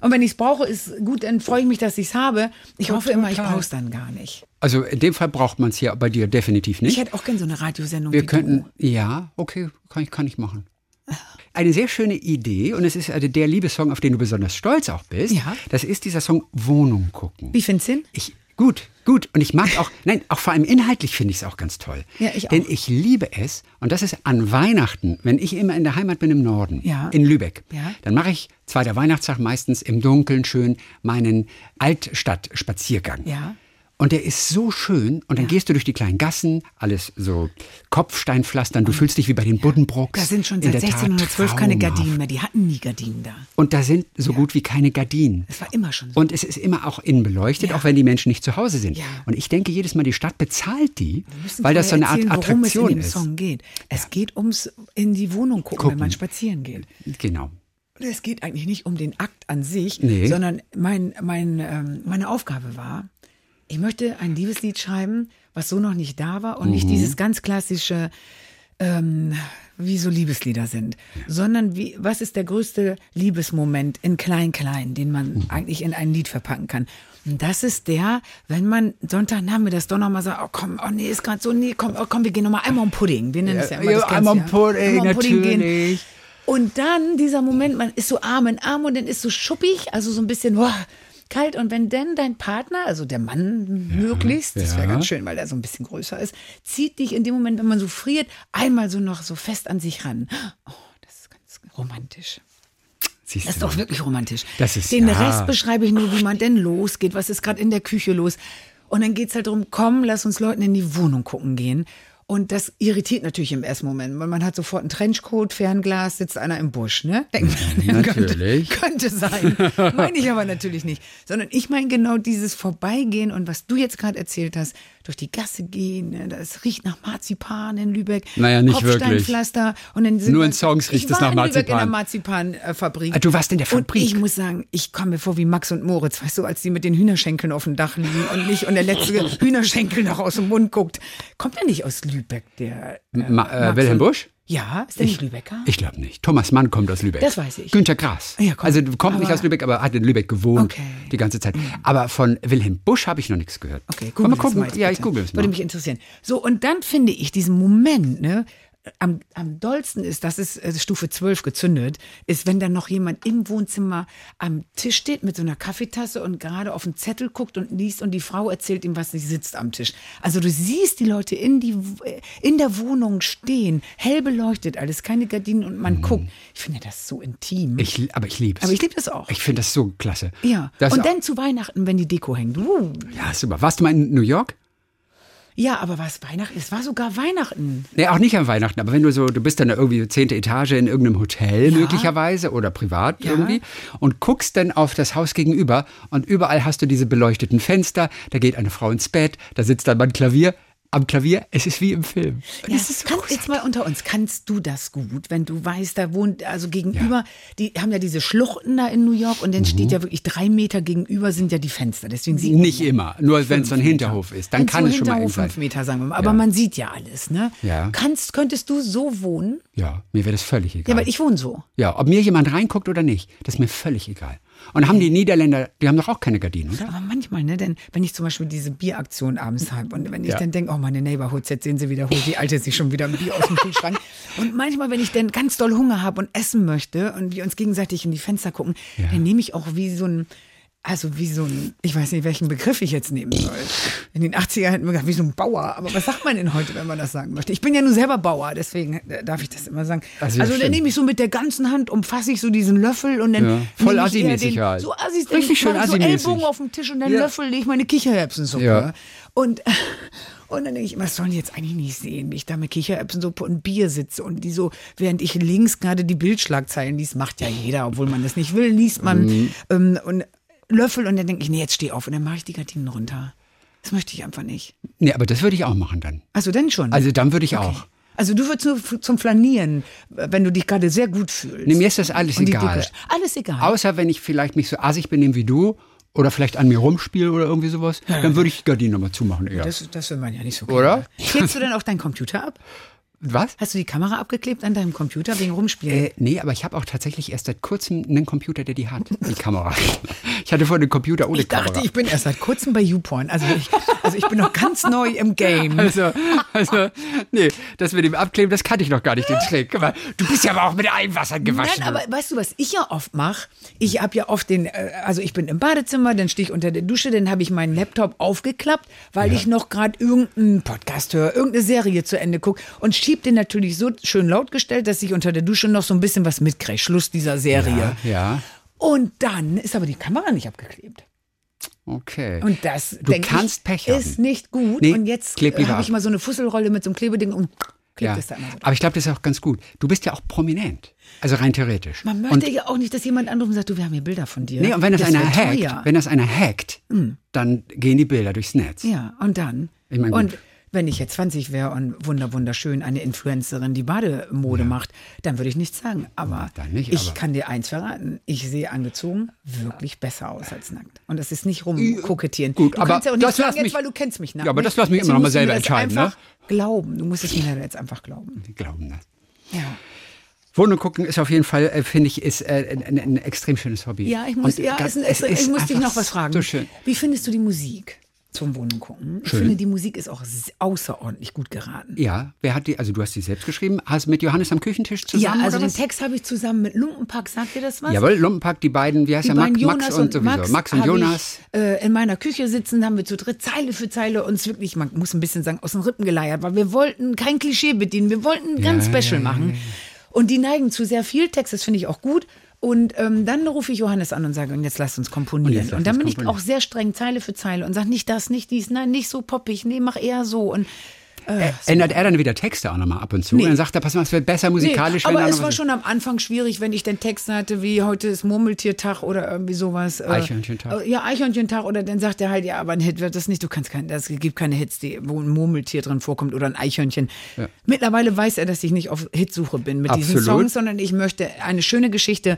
Speaker 3: Und wenn ich es brauche, ist gut, dann freue ich mich, dass ich es habe. Ich hoffe immer, ich brauche es dann gar nicht.
Speaker 2: Also in dem Fall braucht man es hier bei dir definitiv
Speaker 3: Ich
Speaker 2: nicht.
Speaker 3: hätte auch gerne so eine Radiosendung.
Speaker 2: Wir
Speaker 3: wie
Speaker 2: könnten, ja, okay, kann ich, kann ich machen.
Speaker 3: Ah.
Speaker 2: Eine sehr schöne Idee und es ist also der Liebessong, auf den du besonders stolz auch bist.
Speaker 3: Ja.
Speaker 2: Das ist dieser Song Wohnung gucken.
Speaker 3: Du. Wie findest du hin?
Speaker 2: Ich, gut, gut. Und ich mag auch, nein, auch vor allem inhaltlich finde ich es auch ganz toll.
Speaker 3: Ja, ich auch.
Speaker 2: Denn ich liebe es, und das ist an Weihnachten, wenn ich immer in der Heimat bin im Norden,
Speaker 3: Ja.
Speaker 2: in Lübeck,
Speaker 3: Ja.
Speaker 2: dann mache ich zweiter Weihnachtstag meistens im Dunkeln schön meinen Altstadtspaziergang.
Speaker 3: Ja.
Speaker 2: Und der ist so schön. Und dann gehst du durch die kleinen Gassen, alles so Kopfsteinpflastern. Du fühlst dich wie bei den Buddenbrooks.
Speaker 3: Mhm. Da sind schon
Speaker 2: In
Speaker 3: seit
Speaker 2: der Tat
Speaker 3: 1612 keine
Speaker 2: traumhaft.
Speaker 3: Gardinen mehr. Die hatten nie Gardinen da.
Speaker 2: Und da sind so gut wie keine Gardinen.
Speaker 3: Das war immer schon so.
Speaker 2: Und es ist immer auch innen beleuchtet,
Speaker 3: Ja.
Speaker 2: auch wenn die Menschen nicht zu Hause sind.
Speaker 3: Ja.
Speaker 2: Und ich denke jedes Mal, die Stadt bezahlt die,
Speaker 3: Wir müssen
Speaker 2: weil das so
Speaker 3: vorher
Speaker 2: eine Art
Speaker 3: erzählen, worum es in
Speaker 2: Attraktion
Speaker 3: dem
Speaker 2: ist.
Speaker 3: Song geht. Es geht ums in die Wohnung gucken, wenn man spazieren geht.
Speaker 2: Genau.
Speaker 3: Und es geht eigentlich nicht um den Akt an sich,
Speaker 2: Nee.
Speaker 3: sondern mein, mein, ähm, meine Aufgabe war, ich möchte ein Liebeslied schreiben, was so noch nicht da war und
Speaker 2: Mhm.
Speaker 3: nicht dieses ganz klassische, ähm, wie so Liebeslieder sind, sondern wie, was ist der größte Liebesmoment in Klein-Klein, den man
Speaker 2: Mhm.
Speaker 3: eigentlich in ein Lied verpacken kann. Und das ist der, wenn man Sonntagnachmittags doch nochmal sagt, oh komm, oh nee, ist gerade so, nee, komm, oh komm, wir gehen nochmal einmal um Pudding. Wir nennen es ja immer.
Speaker 2: Ja,
Speaker 3: das kennst
Speaker 2: einmal
Speaker 3: du
Speaker 2: um Pudding,
Speaker 3: Einmal um Pudding gehen.
Speaker 2: natürlich.
Speaker 3: Und dann dieser Moment, man ist so arm in arm und dann ist so schuppig, also so ein bisschen boah, kalt. Und wenn dann dein Partner, also der Mann möglichst, das wäre
Speaker 2: ja.
Speaker 3: ganz schön, weil er so ein bisschen größer ist, zieht dich in dem Moment, wenn man so friert, einmal so noch so fest an sich ran. Oh, das ist ganz romantisch.
Speaker 2: Siehst
Speaker 3: Das ist
Speaker 2: du
Speaker 3: doch
Speaker 2: mal.
Speaker 3: wirklich romantisch.
Speaker 2: Das ist-
Speaker 3: Den
Speaker 2: ja.
Speaker 3: Rest beschreibe ich nur, wie man denn losgeht, was ist gerade in der Küche los. Und dann geht es halt darum, komm, lass uns Leuten in die Wohnung gucken gehen. Und das irritiert natürlich im ersten Moment, weil man hat sofort einen Trenchcoat, Fernglas, sitzt einer im Busch, ne? Denkt man,
Speaker 2: Natürlich.
Speaker 3: Könnte, könnte sein. Meine ich aber natürlich nicht. Sondern ich meine genau dieses Vorbeigehen und was du jetzt gerade erzählt hast, durch die Gasse gehen, ne? das riecht nach Marzipan in Lübeck.
Speaker 2: Naja, nicht wirklich.
Speaker 3: Kopfsteinpflaster. Und dann sind
Speaker 2: Nur in
Speaker 3: wir-
Speaker 2: Songs riecht
Speaker 3: ich
Speaker 2: es
Speaker 3: war
Speaker 2: nach
Speaker 3: in Lübeck In der
Speaker 2: Marzipan.
Speaker 3: Marzipanfabrik.
Speaker 2: Ah, du warst in der Fabrik.
Speaker 3: äh, Und ich muss sagen, ich komme mir vor wie Max und Moritz, weißt du, als die mit den Hühnerschenkeln auf dem Dach liegen und nicht und der letzte Hühnerschenkel noch aus dem Mund guckt. Kommt der nicht aus Lübeck, der äh,
Speaker 2: Ma, äh,
Speaker 3: Max
Speaker 2: Wilhelm
Speaker 3: und-
Speaker 2: Busch?
Speaker 3: Ja, ist der nicht Lübecker?
Speaker 2: Ich glaube nicht. Thomas Mann kommt aus Lübeck.
Speaker 3: Das weiß ich. Ah
Speaker 2: Günter Grass.
Speaker 3: Ja, komm.
Speaker 2: also kommt nicht
Speaker 3: Aber-
Speaker 2: aus Lübeck, aber hat in Lübeck gewohnt
Speaker 3: Okay. Mhm.
Speaker 2: die ganze Zeit. Aber von Wilhelm Busch habe ich noch nichts gehört.
Speaker 3: Okay,
Speaker 2: Aber
Speaker 3: google
Speaker 2: mal
Speaker 3: das
Speaker 2: gucken.
Speaker 3: mal jetzt
Speaker 2: ja,
Speaker 3: bitte.
Speaker 2: ich google es mal.
Speaker 3: Würde mich interessieren. So, und dann finde ich diesen Moment, ne, am, am dollsten ist, das ist äh, Stufe 12 gezündet, ist, wenn dann noch jemand im Wohnzimmer am Tisch steht mit so einer Kaffeetasse und gerade auf den Zettel guckt und liest und die Frau erzählt ihm, was sie sitzt am Tisch. Also du siehst die Leute in, die, äh, in der Wohnung stehen, hell beleuchtet alles, keine Gardinen und man guckt. Ich finde das so intim.
Speaker 2: Mhm. ich, aber ich liebe es.
Speaker 3: Aber ich liebe das auch.
Speaker 2: Ich finde das so klasse.
Speaker 3: ja,
Speaker 2: Das
Speaker 3: und
Speaker 2: auch-
Speaker 3: dann zu Weihnachten, wenn die Deko hängt. Uh.
Speaker 2: ja, super. Warst du mal in New York?
Speaker 3: Ja, aber war es Weihnachten? Es war sogar Weihnachten.
Speaker 2: Nee, auch nicht an Weihnachten, aber wenn du so, du bist dann irgendwie zehnte Etage in irgendeinem Hotel möglicherweise oder privat irgendwie und guckst dann auf das Haus gegenüber und überall hast du diese beleuchteten Fenster, da geht eine Frau ins Bett, da sitzt dann mein Klavier, am Klavier, es ist wie im Film.
Speaker 3: Ja,
Speaker 2: es ist so
Speaker 3: kann,
Speaker 2: großartig.
Speaker 3: jetzt mal unter uns, kannst du das gut, wenn du weißt, da wohnt, also gegenüber, die haben ja diese Schluchten da in New York und dann
Speaker 2: Mhm.
Speaker 3: steht ja wirklich drei Meter gegenüber sind ja die Fenster. Deswegen sieht
Speaker 2: Nicht immer, nur wenn es Mhm. so ein Hinterhof ist, dann
Speaker 3: Wenn's
Speaker 2: kann
Speaker 3: so
Speaker 2: es schon mal eng
Speaker 3: Hinterhof
Speaker 2: sein.
Speaker 3: fünf Meter, sagen wir mal. Aber man sieht ja alles, ne?
Speaker 2: Ja.
Speaker 3: Kannst, könntest du so wohnen?
Speaker 2: Ja, mir wäre das völlig
Speaker 3: Ja,
Speaker 2: egal.
Speaker 3: aber ich wohne so.
Speaker 2: Ja, ob mir jemand reinguckt oder nicht, das ist mir völlig egal. Und haben die Niederländer, die haben doch auch keine Gardinen, oder?
Speaker 3: Aber manchmal, ne, denn wenn ich zum Beispiel diese Bieraktion abends habe und wenn ich
Speaker 2: Ja.
Speaker 3: dann denke, oh meine Neighborhoods, jetzt sehen sie wieder, holt die Alte sich schon wieder ein Bier aus dem Kühlschrank. Und manchmal, wenn ich dann ganz doll Hunger habe und essen möchte und wir uns gegenseitig in die Fenster gucken, dann nehme ich auch wie so ein, also wie so ein, ich weiß nicht, welchen Begriff ich jetzt nehmen soll. In den 80er hätten wir gesagt, wie so ein Bauer. Aber was sagt man denn heute, wenn man das sagen möchte? Ich bin ja nur selber Bauer, deswegen äh, darf ich das immer sagen.
Speaker 2: Also,
Speaker 3: Also,
Speaker 2: ja,
Speaker 3: dann
Speaker 2: stimmt.
Speaker 3: nehme ich so mit der ganzen Hand, umfasse ich so diesen Löffel und dann.
Speaker 2: Ja,
Speaker 3: nehme
Speaker 2: voll
Speaker 3: ich eher
Speaker 2: Assi-mäßig
Speaker 3: den-
Speaker 2: halt.
Speaker 3: So Assis, dann
Speaker 2: Richtig schön
Speaker 3: mache ich so
Speaker 2: Assi-mäßig.
Speaker 3: Ellbogen auf den Tisch und dann
Speaker 2: Ja.
Speaker 3: löffel ich meine Kichererbsensuppe.
Speaker 2: Ja.
Speaker 3: Und, und dann denke ich immer, das sollen die jetzt eigentlich nicht sehen, wie ich da mit Kichererbsensuppe und Bier sitze und die so, während ich links gerade die Bildschlagzeilen liest, macht ja jeder, obwohl man das nicht will, liest man
Speaker 2: Mhm.
Speaker 3: ähm, und Löffel und dann denke ich, nee, jetzt steh auf und dann mache ich die Gardinen runter. Das möchte ich einfach nicht.
Speaker 2: Nee, aber das würde ich auch machen dann.
Speaker 3: Also dann schon.
Speaker 2: Also dann würde ich auch.
Speaker 3: Also du würdest nur f- zum Flanieren, äh, wenn du dich gerade sehr gut fühlst.
Speaker 2: Nee, mir ist das alles
Speaker 3: Und die
Speaker 2: egal.
Speaker 3: Deko- Alles egal.
Speaker 2: Außer wenn ich vielleicht mich so assig benehme wie du oder vielleicht an mir rumspiele oder irgendwie sowas, dann würde ich die Gardinen nochmal zumachen eher.
Speaker 3: das, das will man ja nicht so
Speaker 2: Oder?
Speaker 3: gerne. Klebst du denn auch deinen Computer ab?
Speaker 2: Was?
Speaker 3: Hast du die Kamera abgeklebt an deinem Computer wegen Rumspielen?
Speaker 2: Äh, nee, aber ich habe auch tatsächlich erst seit kurzem einen Computer, der die hat, die Kamera. Ich hatte vorhin einen Computer ohne
Speaker 3: ich dachte,
Speaker 2: Kamera.
Speaker 3: ich bin erst seit kurzem bei YouPorn. Also ich, also ich bin noch ganz neu im Game.
Speaker 2: Also, also, nee, das mit dem Abkleben, das kannte ich noch gar nicht, den Trick. Guck mal, du bist ja aber auch mit Eiwasser gewaschen.
Speaker 3: Nein, aber weißt du, was ich ja oft mache? Ich habe ja oft den, äh, also ich bin im Badezimmer, dann stehe ich unter der Dusche, dann habe ich meinen Laptop aufgeklappt, weil ich noch gerade irgendeinen Podcast höre, irgendeine Serie zu Ende gucke und schieb den natürlich so schön laut gestellt, dass ich unter der Dusche noch so ein bisschen was mitkriege. Schluss dieser Serie.
Speaker 2: ja,
Speaker 3: Und dann ist aber die Kamera nicht abgeklebt.
Speaker 2: okay.
Speaker 3: Und das
Speaker 2: du
Speaker 3: denk
Speaker 2: kannst
Speaker 3: ich,
Speaker 2: Pech haben.
Speaker 3: ist nicht gut.
Speaker 2: Nee,
Speaker 3: und jetzt
Speaker 2: kleb lieber
Speaker 3: habe ich
Speaker 2: ab.
Speaker 3: mal so eine Fusselrolle mit so einem Klebeding und klebt
Speaker 2: ja.
Speaker 3: es da immer so drauf.
Speaker 2: Aber ich glaube, das also ist auch ganz gut. Du bist ja auch prominent. Also rein theoretisch.
Speaker 3: Man möchte ja auch nicht, dass jemand anruft und sagt, du, wir haben hier Bilder von dir.
Speaker 2: Nee, und wenn das, einer
Speaker 3: wär
Speaker 2: hackt,
Speaker 3: halt teuer. Hm.
Speaker 2: wenn das einer hackt, dann gehen die Bilder durchs Netz.
Speaker 3: Ja, und dann?
Speaker 2: Ich mein, gut.
Speaker 3: und wenn ich jetzt 20 wäre und wunder wunderschön eine Influencerin die Bademode macht, dann würde ich nichts sagen. Aber
Speaker 2: Dann nicht,
Speaker 3: ich
Speaker 2: aber-
Speaker 3: kann dir eins verraten. Ich sehe angezogen wirklich besser aus als nackt. Und das ist nicht rumkokettieren.
Speaker 2: Gut,
Speaker 3: du
Speaker 2: aber
Speaker 3: kannst ja auch nicht
Speaker 2: das lass
Speaker 3: sagen, jetzt,
Speaker 2: mich-
Speaker 3: weil du kennst mich nackt.
Speaker 2: Ja, aber
Speaker 3: nicht?
Speaker 2: das lass mich
Speaker 3: Deswegen
Speaker 2: immer noch mal
Speaker 3: musst du mir
Speaker 2: selber
Speaker 3: das
Speaker 2: entscheiden, ne?
Speaker 3: einfach Glauben. Du musst es mir jetzt einfach glauben.
Speaker 2: Die glauben das.
Speaker 3: Ja.
Speaker 2: Wohnen gucken ist auf jeden Fall, äh, finde ich, ist äh, ein, ein, ein extrem schönes Hobby.
Speaker 3: Ja, ich muss,
Speaker 2: Und
Speaker 3: ja,
Speaker 2: das-
Speaker 3: es, es,
Speaker 2: es ist
Speaker 3: ich muss dich
Speaker 2: einfach
Speaker 3: noch was fragen.
Speaker 2: So schön.
Speaker 3: Wie findest du die Musik zum Wohnen gucken? Ich
Speaker 2: Schön.
Speaker 3: finde, die Musik ist auch s- außerordentlich gut geraten.
Speaker 2: Ja, wer hat die, also du hast die selbst geschrieben, hast mit Johannes am Küchentisch zusammen
Speaker 3: ja, also
Speaker 2: oder
Speaker 3: den
Speaker 2: was?
Speaker 3: Text habe ich zusammen mit Lumpenpack. Sagt dir das was?
Speaker 2: Jawohl, Lumpenpack, die beiden, wie heißt
Speaker 3: Die
Speaker 2: der, Max,
Speaker 3: beiden
Speaker 2: Max und sowieso. Max, und
Speaker 3: habe
Speaker 2: Jonas.
Speaker 3: Ich, äh, in meiner Küche sitzen, da haben wir zu dritt Zeile für Zeile uns wirklich, man muss ein bisschen sagen, aus den Rippen geleiert, weil wir wollten kein Klischee bedienen, wir wollten ganz
Speaker 2: ja,
Speaker 3: special
Speaker 2: ja,
Speaker 3: machen. Und die neigen zu sehr viel Text, das finde ich auch gut. Und ähm, dann rufe ich Johannes an und sage, und jetzt lasst uns
Speaker 2: Und
Speaker 3: komponieren.
Speaker 2: jetzt
Speaker 3: Und,
Speaker 2: lasst
Speaker 3: dann
Speaker 2: uns
Speaker 3: bin ich
Speaker 2: komponieren.
Speaker 3: auch sehr streng Zeile für Zeile und sage, nicht das, nicht dies, nein, nicht so poppig, nee, mach eher so. Und äh,
Speaker 2: Ändert er dann wieder Texte auch nochmal ab und zu?
Speaker 3: Nee.
Speaker 2: Und dann sagt er, pass mal, es wird besser musikalisch,
Speaker 3: nee,
Speaker 2: wenn
Speaker 3: aber
Speaker 2: da
Speaker 3: es
Speaker 2: noch
Speaker 3: war
Speaker 2: was-
Speaker 3: schon am Anfang schwierig, wenn ich den Text hatte, wie heute ist Murmeltiertag oder irgendwie sowas. äh,
Speaker 2: Eichhörnchentag.
Speaker 3: äh, Ja, Eichhörnchentag oder dann sagt er halt, ja, aber ein Hit wird das nicht, du kannst keinen, es gibt keine Hits, die, wo ein Murmeltier drin vorkommt oder ein Eichhörnchen. Mittlerweile weiß er, dass ich nicht auf Hitsuche bin mit diesen
Speaker 2: Absolut.
Speaker 3: Songs, sondern ich möchte eine schöne Geschichte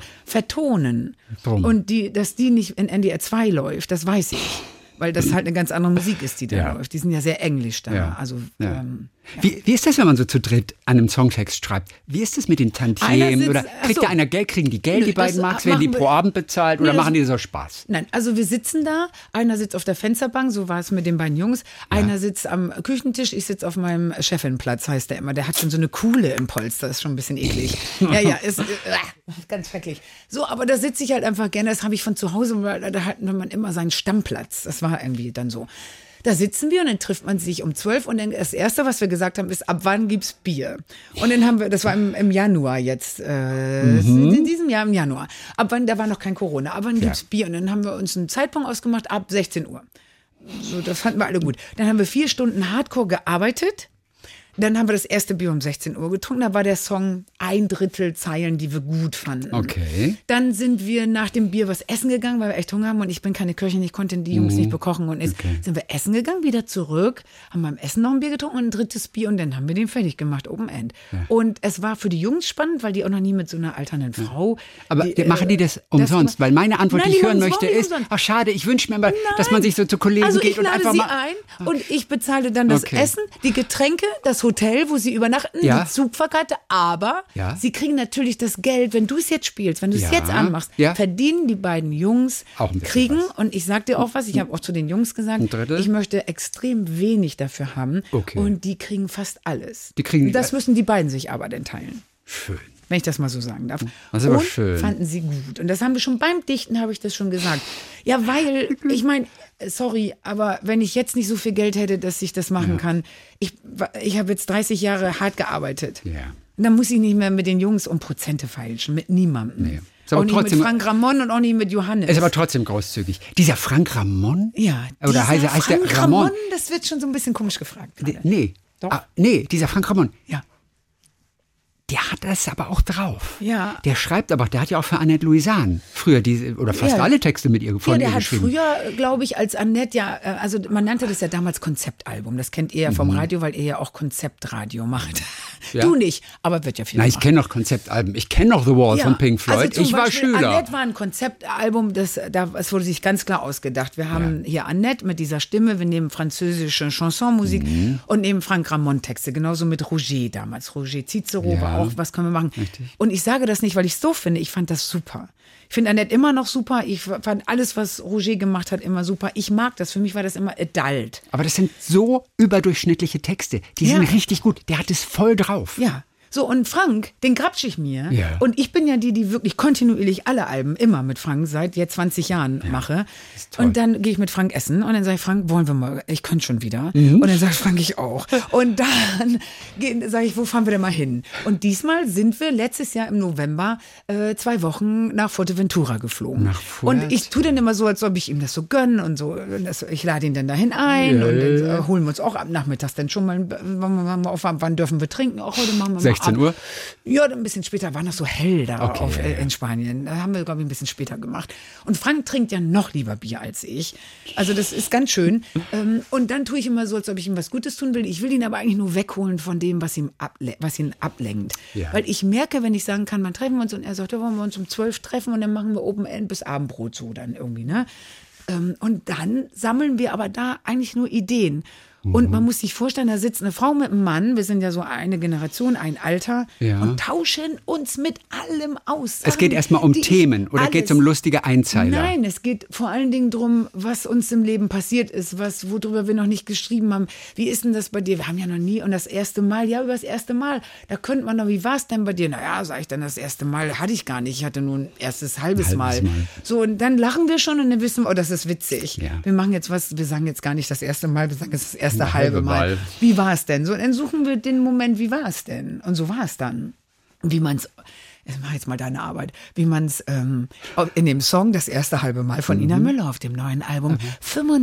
Speaker 3: vertonen.
Speaker 2: Drum.
Speaker 3: Und die, dass die nicht in NDR 2 läuft, das weiß ich. Weil das halt eine ganz andere Musik ist, die da
Speaker 2: Ja.
Speaker 3: läuft. Die sind ja sehr englisch da.
Speaker 2: Ja.
Speaker 3: Also
Speaker 2: Ja.
Speaker 3: Ähm,
Speaker 2: Wie, wie ist das, wenn man so zu dritt an einem Songtext schreibt? Wie ist das mit den
Speaker 3: Einer
Speaker 2: Tantiemen?
Speaker 3: sitzt-
Speaker 2: Oder
Speaker 3: ach
Speaker 2: kriegt
Speaker 3: so.
Speaker 2: da einer Geld, kriegen die Geld,
Speaker 3: Nö,
Speaker 2: die
Speaker 3: das
Speaker 2: beiden Marks? Werden die
Speaker 3: machen wir-
Speaker 2: pro Abend bezahlt oder
Speaker 3: Nee, das-
Speaker 2: machen die so Spaß?
Speaker 3: Nein, also wir sitzen da, einer sitzt auf der Fensterbank, so war es mit den beiden Jungs, einer sitzt am Küchentisch, ich sitze auf meinem Chefinplatz, heißt der immer. Der hat schon so eine Kuhle im Polster, ist schon ein bisschen eklig. ja, ja, ist äh, ah, ganz schrecklich. So, aber da sitze ich halt einfach gerne, das habe ich von zu Hause, weil da hat man immer seinen Stammplatz. Das war irgendwie dann so. Da sitzen wir und dann trifft man sich um 12 und dann das Erste, was wir gesagt haben, ist, ab wann gibt's Bier? Und dann haben wir, das war im, im Januar jetzt, äh, in diesem Jahr im Januar. Ab wann, da war noch kein Corona, ab wann gibt's Bier? Und dann haben wir uns einen Zeitpunkt ausgemacht, ab 16 Uhr. So, das fanden wir alle gut. Dann haben wir vier Stunden Hardcore gearbeitet. Dann haben wir das erste Bier um 16 Uhr getrunken. Da war der Song ein Drittel Zeilen, die wir gut fanden.
Speaker 2: Okay.
Speaker 3: Dann sind wir nach dem Bier was essen gegangen, weil wir echt Hunger haben und ich bin keine Köchin, ich konnte die Jungs nicht bekochen und ist. Sind wir essen gegangen, wieder zurück, haben beim Essen noch ein Bier getrunken und ein drittes Bier und dann haben wir den fertig gemacht, Open End. Und es war für die Jungs spannend, weil die auch noch nie mit so einer alternden Frau.
Speaker 2: Aber die, machen die das umsonst? Weil meine Antwort,
Speaker 3: äh, Nein,
Speaker 2: die ich
Speaker 3: die
Speaker 2: hören
Speaker 3: machen's
Speaker 2: möchte,
Speaker 3: überhaupt nicht
Speaker 2: ist,
Speaker 3: umsonst.
Speaker 2: ach schade, ich wünsche mir mal, dass man
Speaker 3: Nein.
Speaker 2: sich so zu Kollegen
Speaker 3: also
Speaker 2: geht
Speaker 3: ich
Speaker 2: und
Speaker 3: lade
Speaker 2: einfach
Speaker 3: sie
Speaker 2: mal... Ah.
Speaker 3: ein und ich bezahle dann das
Speaker 2: Okay.
Speaker 3: Essen, die Getränke, das Hotel, wo sie übernachten,
Speaker 2: Ja.
Speaker 3: die Zugfahrkarte, aber
Speaker 2: Ja.
Speaker 3: sie kriegen natürlich das Geld, wenn du es jetzt spielst, wenn du es
Speaker 2: Ja.
Speaker 3: jetzt anmachst,
Speaker 2: Ja.
Speaker 3: verdienen die beiden Jungs
Speaker 2: Auch ein bisschen
Speaker 3: kriegen und ich sag dir auch was, ich habe auch zu den Jungs gesagt,
Speaker 2: Ein Drittel?
Speaker 3: ich möchte extrem wenig dafür haben
Speaker 2: Okay.
Speaker 3: und die kriegen fast alles.
Speaker 2: Die kriegen-
Speaker 3: das müssen die beiden sich aber dann teilen.
Speaker 2: Schön.
Speaker 3: Wenn ich das mal so sagen darf.
Speaker 2: Das ist aber
Speaker 3: und
Speaker 2: schön.
Speaker 3: fanden sie gut. Und das haben wir schon beim Dichten, habe ich das schon gesagt. Ja, weil, ich meine, äh, sorry, aber wenn ich jetzt nicht so viel Geld hätte, dass ich das machen kann, ich, wa- ich habe jetzt 30 Jahre hart gearbeitet.
Speaker 2: Ja.
Speaker 3: Und dann muss ich nicht mehr mit den Jungs um Prozente feilschen, mit niemandem.
Speaker 2: Ist aber
Speaker 3: auch nicht
Speaker 2: trotzdem-
Speaker 3: mit Frank Ramon und auch nicht mit Johannes.
Speaker 2: Ist aber trotzdem großzügig. Dieser Frank Ramon?
Speaker 3: ja,
Speaker 2: Oder
Speaker 3: dieser
Speaker 2: heißt, er- heißt der
Speaker 3: Frank
Speaker 2: Ramon?
Speaker 3: das wird schon so ein bisschen komisch gefragt.
Speaker 2: D-
Speaker 3: gerade.
Speaker 2: Nee.
Speaker 3: Doch.
Speaker 2: Ah, nee, dieser Frank Ramon,
Speaker 3: Ja.
Speaker 2: der hat das aber auch drauf.
Speaker 3: Ja.
Speaker 2: Der schreibt aber, der hat ja auch für Annette Louisan früher diese, oder fast
Speaker 3: Ja.
Speaker 2: alle Texte mit ihr von
Speaker 3: ja, der
Speaker 2: ihr
Speaker 3: hat
Speaker 2: geschrieben.
Speaker 3: früher, glaube ich, als Annette ja, äh, also man nannte das ja damals Konzeptalbum. Das kennt ihr ja vom Radio, weil ihr ja auch Konzeptradio macht.
Speaker 2: Mhm. Ja.
Speaker 3: Du nicht, aber wird ja viel
Speaker 2: Nein, ich kenne noch Konzeptalben. Ich kenne noch The Wall
Speaker 3: ja.
Speaker 2: von Pink Floyd.
Speaker 3: Also zum
Speaker 2: ich war
Speaker 3: Beispiel,
Speaker 2: Schüler.
Speaker 3: Annette war ein Konzeptalbum, das, da, es wurde sich ganz klar ausgedacht. Wir haben hier Annette mit dieser Stimme, wir nehmen französische Chansonmusik
Speaker 2: Mhm.
Speaker 3: und nehmen Frank Ramon Texte, genauso mit Roger damals. Roger Cicero war auch, was können wir machen? Und ich sage das nicht, weil ich es doof finde, ich fand das super. Ich finde Annette immer noch super, ich fand alles, was Roger gemacht hat, immer super. Ich mag das, für mich war das immer adult.
Speaker 2: aber das sind so überdurchschnittliche Texte. Die
Speaker 3: Ja.
Speaker 2: sind richtig gut. Der hat es voll drauf.
Speaker 3: Ja. So, und Frank, den grapsch ich mir.
Speaker 2: Ja.
Speaker 3: Und ich bin ja die, die wirklich kontinuierlich alle Alben immer mit Frank seit jetzt 20 Jahren mache. Und dann gehe ich mit Frank essen und dann sage ich, Frank, wollen wir mal, ich könnte schon wieder.
Speaker 2: Mhm.
Speaker 3: Und dann sagt Frank, ich auch. Und dann sage ich, wo fahren wir denn mal hin? Und diesmal sind wir letztes Jahr im November äh, zwei Wochen nach Fuerteventura geflogen.
Speaker 2: Nach
Speaker 3: und ich tue dann immer so, als ob ich ihm das so gönne und so. Und das, ich lade ihn dann dahin ein und dann äh, holen wir uns auch ab Nachmittags dann schon mal, ein- wann, wann, wann, wann dürfen wir trinken? Auch heute machen wir mal
Speaker 2: 16
Speaker 3: ab.
Speaker 2: Uhr?
Speaker 3: Ja, ein bisschen später war noch so hell da
Speaker 2: Okay,
Speaker 3: auf,
Speaker 2: ja,
Speaker 3: äh,
Speaker 2: ja.
Speaker 3: in Spanien. Da haben wir, glaube ich, ein bisschen später gemacht. Und Frank trinkt ja noch lieber Bier als ich. Also das ist ganz schön. ähm, und dann tue ich immer so, als ob ich ihm was Gutes tun will. Ich will ihn aber eigentlich nur wegholen von dem, was, ihm able was ihn ablenkt.
Speaker 2: Ja.
Speaker 3: Weil ich merke, wenn ich sagen kann, man treffen wir uns und er sagt, ja, wollen wir uns um zwölf treffen und dann machen wir Open End bis Abendbrot so dann irgendwie, ne? Ähm, Und dann sammeln wir aber da eigentlich nur Ideen.
Speaker 2: Mhm.
Speaker 3: Und man muss sich vorstellen, da sitzt eine Frau mit einem Mann, wir sind ja so eine Generation, ein Alter,
Speaker 2: Ja.
Speaker 3: und tauschen uns mit allem aus.
Speaker 2: Es geht
Speaker 3: Sachen,
Speaker 2: erstmal um
Speaker 3: die ich-
Speaker 2: Themen oder geht es um
Speaker 3: alles-
Speaker 2: lustige Einzeiler?
Speaker 3: Nein, es geht vor allen Dingen darum, was uns im Leben passiert ist, was, worüber wir noch nicht geschrieben haben. Wie ist denn das bei dir? Wir haben ja noch nie und das erste Mal, ja, über das erste Mal. Da könnte man noch, wie war es denn bei dir? Naja, sag ich dann, das erste Mal hatte ich gar nicht. Ich hatte nur ein erstes halbes,
Speaker 2: Ein
Speaker 3: Mal.
Speaker 2: halbes Mal.
Speaker 3: So, und dann lachen wir schon und dann wissen wir, oh, das ist witzig.
Speaker 2: Ja.
Speaker 3: Wir machen jetzt was, wir sagen jetzt gar nicht das erste Mal, wir sagen jetzt das erste halbe
Speaker 2: halbe
Speaker 3: Mal.
Speaker 2: Mal.
Speaker 3: Wie war es denn? So, und dann suchen wir den Moment, wie war es denn? Und so war es dann. Und wie man es, ich mach jetzt mal deine Arbeit, wie man es ähm, in dem Song das erste halbe Mal von
Speaker 2: Mhm.
Speaker 3: Ina Müller auf dem neuen Album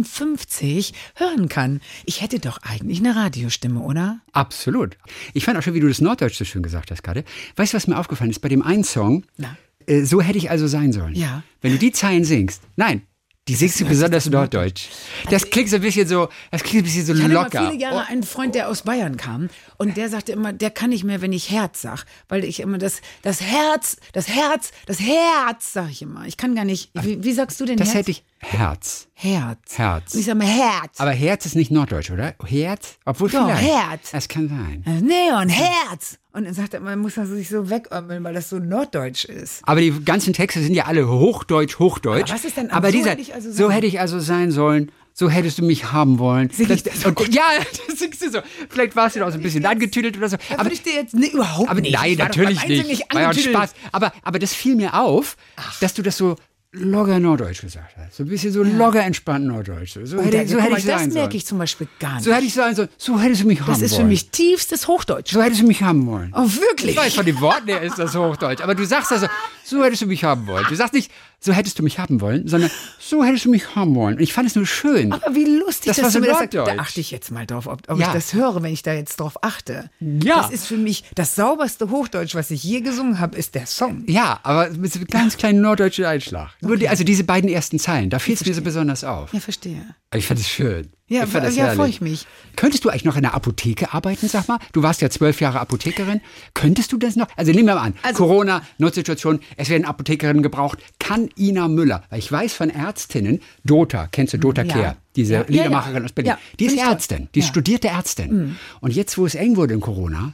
Speaker 3: 55 hören kann. Ich hätte doch eigentlich eine Radiostimme, oder?
Speaker 2: Absolut. Ich fand auch schon, wie du das Norddeutsch so schön gesagt hast gerade. Weißt du, was mir aufgefallen ist? Bei dem einen Song,
Speaker 3: Na?
Speaker 2: äh, so hätte ich also sein sollen.
Speaker 3: Ja.
Speaker 2: Wenn du die Zeilen singst, nein, Die singst du besonders norddeutsch. Das klingt so ein bisschen so, das klingt ein bisschen so
Speaker 3: Also Ich hatte
Speaker 2: locker. Oh.
Speaker 3: mal viele Jahre einen Freund, der aus Bayern kam und der sagte immer, der kann nicht mehr, wenn ich Herz sag, weil ich immer das, das Herz, das Herz, das Herz sag ich immer. Ich kann gar nicht. Wie, wie sagst du denn
Speaker 2: das
Speaker 3: Herz?
Speaker 2: hätte ich. Herz.
Speaker 3: Herz.
Speaker 2: Herz.
Speaker 3: Und ich sage mal Herz.
Speaker 2: Aber Herz ist nicht norddeutsch, oder? Herz? Obwohl
Speaker 3: Doch,
Speaker 2: vielleicht.
Speaker 3: Herz.
Speaker 2: Das kann sein.
Speaker 3: nee, und Also, Herz. Und dann sagt er, man muss das sich so wegömmeln, weil das so norddeutsch ist.
Speaker 2: Aber die ganzen Texte sind ja alle hochdeutsch, hochdeutsch.
Speaker 3: Aber was ist denn-
Speaker 2: Aber
Speaker 3: so
Speaker 2: dieser,
Speaker 3: hätte ich also
Speaker 2: so
Speaker 3: sein-
Speaker 2: hätte ich also sein sollen. So hättest du mich haben wollen.
Speaker 3: Sing ich das?
Speaker 2: und, ja, das singst du so. Vielleicht warst du da auch so ein bisschen angetüdelt oder so.
Speaker 3: Das
Speaker 2: Aber
Speaker 3: würde ich dir jetzt nee, ne, überhaupt
Speaker 2: Aber
Speaker 3: nicht.
Speaker 2: nein,
Speaker 3: Ich war doch
Speaker 2: natürlich
Speaker 3: beim
Speaker 2: nicht.
Speaker 3: Einzelnen nicht
Speaker 2: War ja ein
Speaker 3: angetüdelt.
Speaker 2: Spaß. Aber, aber das fiel mir auf, dass du das so locker Norddeutsch gesagt hast. So ein bisschen so locker entspannt Norddeutsch. So
Speaker 3: Oh, da-
Speaker 2: hätte, so
Speaker 3: guck
Speaker 2: hätte
Speaker 3: mal,
Speaker 2: ich
Speaker 3: das
Speaker 2: sein sollen.
Speaker 3: merke ich zum Beispiel gar nicht.
Speaker 2: So hätte ich sein sollen. So hättest du mich haben
Speaker 3: das ist für
Speaker 2: wollen.
Speaker 3: mich tiefstes Hochdeutsch.
Speaker 2: So hättest du mich haben wollen.
Speaker 3: Oh, wirklich?
Speaker 2: Ich weiß, von den Worten her ist das Hochdeutsch. Aber du sagst also, so hättest du mich haben wollen. Du sagst nicht, so hättest du mich haben wollen, sondern so hättest du mich haben wollen. Und ich fand es nur schön.
Speaker 3: Aber wie lustig,
Speaker 2: Das
Speaker 3: dass
Speaker 2: war
Speaker 3: du
Speaker 2: so
Speaker 3: mir das sagst.
Speaker 2: norddeutsch.
Speaker 3: Da achte ich jetzt mal drauf, ob, ob
Speaker 2: Ja.
Speaker 3: ich das höre, wenn ich da jetzt drauf achte.
Speaker 2: Ja.
Speaker 3: Das ist für mich das sauberste Hochdeutsch, was ich je gesungen habe, ist der Song.
Speaker 2: Ja, aber mit so einem ganz kleinen norddeutschen Einschlag. Nur die, also diese beiden ersten Zeilen, da fiel es mir so besonders auf.
Speaker 3: Ja, verstehe.
Speaker 2: Ich fand es schön.
Speaker 3: Ja,
Speaker 2: ich fand
Speaker 3: ja,
Speaker 2: das
Speaker 3: ja,
Speaker 2: herrlich.
Speaker 3: freu ich mich.
Speaker 2: Könntest du eigentlich noch in der Apotheke arbeiten, sag mal? Du warst ja zwölf Jahre Apothekerin. Könntest du das noch? Also nehmen wir mal an,
Speaker 3: Also-
Speaker 2: Corona, Notsituation, es werden Apothekerinnen gebraucht. Kann Ina Müller, weil ich weiß von Ärztinnen, Dota, kennst du Dota
Speaker 3: Ja.
Speaker 2: Kehr, diese
Speaker 3: Ja, ja,
Speaker 2: Liedermacherin
Speaker 3: ja.
Speaker 2: aus Berlin,
Speaker 3: Ja,
Speaker 2: die ist
Speaker 3: finde ich toll.
Speaker 2: Ärztin, die ist
Speaker 3: Ja. Mhm.
Speaker 2: studierte Ärztin. Und jetzt, wo es eng wurde in Corona,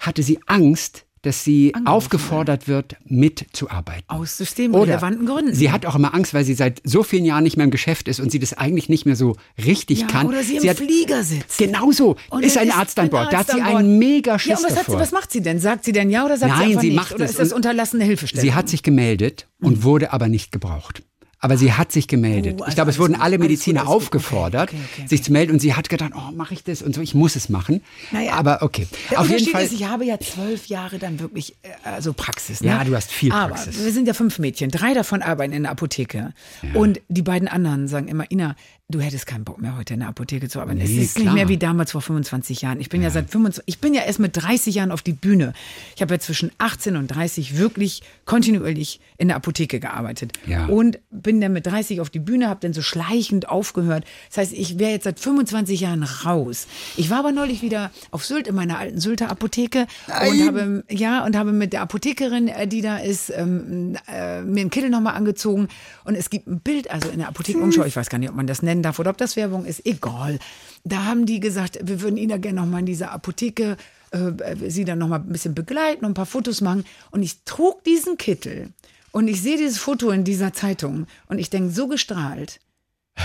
Speaker 2: hatte sie Angst, dass sie aufgefordert wird, mitzuarbeiten.
Speaker 3: Aus systemrelevanten Gründen.
Speaker 2: Sie hat auch immer Angst, weil sie seit so vielen Jahren nicht mehr im Geschäft ist und sie das eigentlich nicht mehr so richtig
Speaker 3: ja,
Speaker 2: kann.
Speaker 3: Oder sie, im
Speaker 2: hat,
Speaker 3: Flieger sitzt.
Speaker 2: Genauso
Speaker 3: Und
Speaker 2: ist ein
Speaker 3: dann
Speaker 2: Arzt an Bord. Da hat
Speaker 3: Arzt
Speaker 2: sie
Speaker 3: an
Speaker 2: einen
Speaker 3: Bord.
Speaker 2: mega Schiss
Speaker 3: Ja, und was, hat sie,
Speaker 2: davor.
Speaker 3: was macht sie denn? Sagt sie denn ja oder sagt sie
Speaker 2: Nein,
Speaker 3: einfach
Speaker 2: sie
Speaker 3: nicht?
Speaker 2: macht
Speaker 3: oder
Speaker 2: es
Speaker 3: ist das
Speaker 2: und-
Speaker 3: unterlassene Hilfestellung?
Speaker 2: sie hat sich gemeldet und wurde aber nicht gebraucht. Aber sie hat sich gemeldet.
Speaker 3: Hm. Oh, also
Speaker 2: ich glaube, es
Speaker 3: alles
Speaker 2: wurden
Speaker 3: gut,
Speaker 2: alle
Speaker 3: alles gut,
Speaker 2: Mediziner
Speaker 3: alles gut. Okay,
Speaker 2: aufgefordert,
Speaker 3: okay, okay,
Speaker 2: sich zu melden. Und sie hat gedacht, oh, mache ich das und so, ich muss es machen.
Speaker 3: Naja.
Speaker 2: aber okay.
Speaker 3: Der
Speaker 2: Auf jeden
Speaker 3: Unterschied
Speaker 2: Fall.
Speaker 3: ist, ich habe ja zwölf Jahre dann wirklich, äh, also Praxis. Ne?
Speaker 2: Ja, du hast viel Praxis.
Speaker 3: Aber wir sind ja fünf Mädchen, drei davon arbeiten in der Apotheke. Und die beiden anderen sagen immer, Ina, du hättest keinen Bock mehr heute in der Apotheke zu arbeiten. es
Speaker 2: Nee,
Speaker 3: ist
Speaker 2: klar.
Speaker 3: nicht mehr wie damals vor 25 Jahren. Ich bin ja. seit 25, ich bin ja erst mit 30 Jahren auf die Bühne. Ich habe ja zwischen 18 und 30 wirklich kontinuierlich in der Apotheke gearbeitet.
Speaker 2: Ja.
Speaker 3: Und bin dann mit 30 auf die Bühne, habe dann so schleichend aufgehört. Das heißt, ich wäre jetzt seit 25 Jahren raus. Ich war aber neulich wieder auf Sylt in meiner alten Sylter Apotheke und habe, ja, und habe mit der Apothekerin, äh, die da ist, ähm, äh, mir einen Kittel nochmal angezogen. Und es gibt ein Bild, also in der Apothekenumschau, ich weiß gar nicht, ob man das nennen darf oder ob das Werbung ist, egal. Da haben die gesagt, wir würden Ihnen ja gerne nochmal in dieser Apotheke äh, sie dann nochmal ein bisschen begleiten und ein paar Fotos machen. Und ich trug diesen Kittel. Und ich sehe dieses Foto in dieser Zeitung und ich denke, so gestrahlt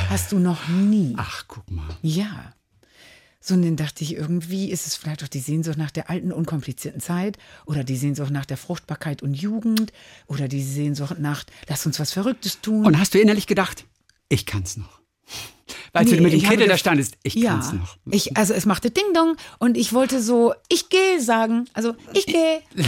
Speaker 3: hast du noch nie.
Speaker 2: Ach, guck mal.
Speaker 3: Ja. So, und dann dachte ich, irgendwie ist es vielleicht doch die Sehnsucht nach der alten, unkomplizierten Zeit oder die Sehnsucht nach der Fruchtbarkeit und Jugend oder die Sehnsucht nach, lass uns was Verrücktes tun.
Speaker 2: Und hast du innerlich gedacht, ich kann's noch? Weil
Speaker 3: Nee,
Speaker 2: du mit dem
Speaker 3: ich habe
Speaker 2: Kittel da
Speaker 3: das-
Speaker 2: standest, ich
Speaker 3: ja,
Speaker 2: kann's noch.
Speaker 3: Ich, also es machte Ding-Dong und ich wollte so, ich gehe sagen. Also, ich gehe. ich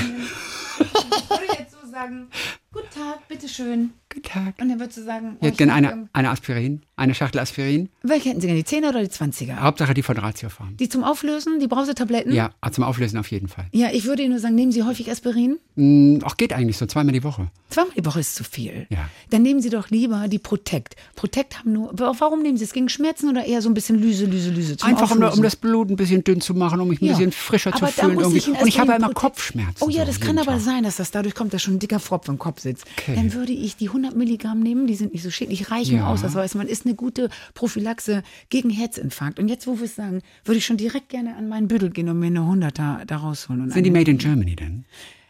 Speaker 3: würde jetzt so sagen, guten Tag, bitteschön.
Speaker 2: Guten Tag.
Speaker 3: Und dann würdest du sagen, oh,
Speaker 2: Ich hätte gerne
Speaker 3: mag
Speaker 2: eine,
Speaker 3: irgendwie-
Speaker 2: eine Aspirin, eine Schachtel Aspirin.
Speaker 3: Welche hätten Sie gerne, die 10er oder die 20er?
Speaker 2: Hauptsache die von Ratio fahren.
Speaker 3: Die zum Auflösen, die Brausetabletten?
Speaker 2: Ja, zum Auflösen auf jeden Fall.
Speaker 3: Ja, ich würde Ihnen nur sagen, nehmen Sie häufig Aspirin?
Speaker 2: Mm, Auch geht eigentlich so zweimal die Woche.
Speaker 3: Zweimal die Woche ist zu viel.
Speaker 2: Ja.
Speaker 3: Dann nehmen Sie doch lieber die Protect. Protect haben nur, wa- warum nehmen Sie es? Gegen Schmerzen oder eher so ein bisschen Lüse, Lüse, Lüse? Zum
Speaker 2: Einfach um,
Speaker 3: Auflösen?
Speaker 2: um das Blut ein bisschen dünn zu machen, um mich ein
Speaker 3: Ja.
Speaker 2: bisschen frischer
Speaker 3: Aber da
Speaker 2: zu fühlen.
Speaker 3: muss
Speaker 2: irgendwie.
Speaker 3: Ihnen
Speaker 2: und ich habe ja
Speaker 3: erst
Speaker 2: immer
Speaker 3: Protect-
Speaker 2: Kopfschmerzen.
Speaker 3: Oh ja,
Speaker 2: so
Speaker 3: das
Speaker 2: jeden
Speaker 3: kann aber
Speaker 2: Tag.
Speaker 3: sein, dass das dadurch kommt, dass schon ein dicker Fropf im Kopf sitzt.
Speaker 2: Okay.
Speaker 3: Dann würde ich die 100 Milligramm nehmen, die sind nicht so schädlich, reichen
Speaker 2: Ja.
Speaker 3: aus. Das weiß man, ist eine gute Prophylaxe gegen Herzinfarkt. Und jetzt, wo wir es sagen, würde ich schon direkt gerne an meinen Büdel gehen und mir eine 100er da rausholen. Und
Speaker 2: Sind die
Speaker 3: eine-
Speaker 2: made in Germany denn?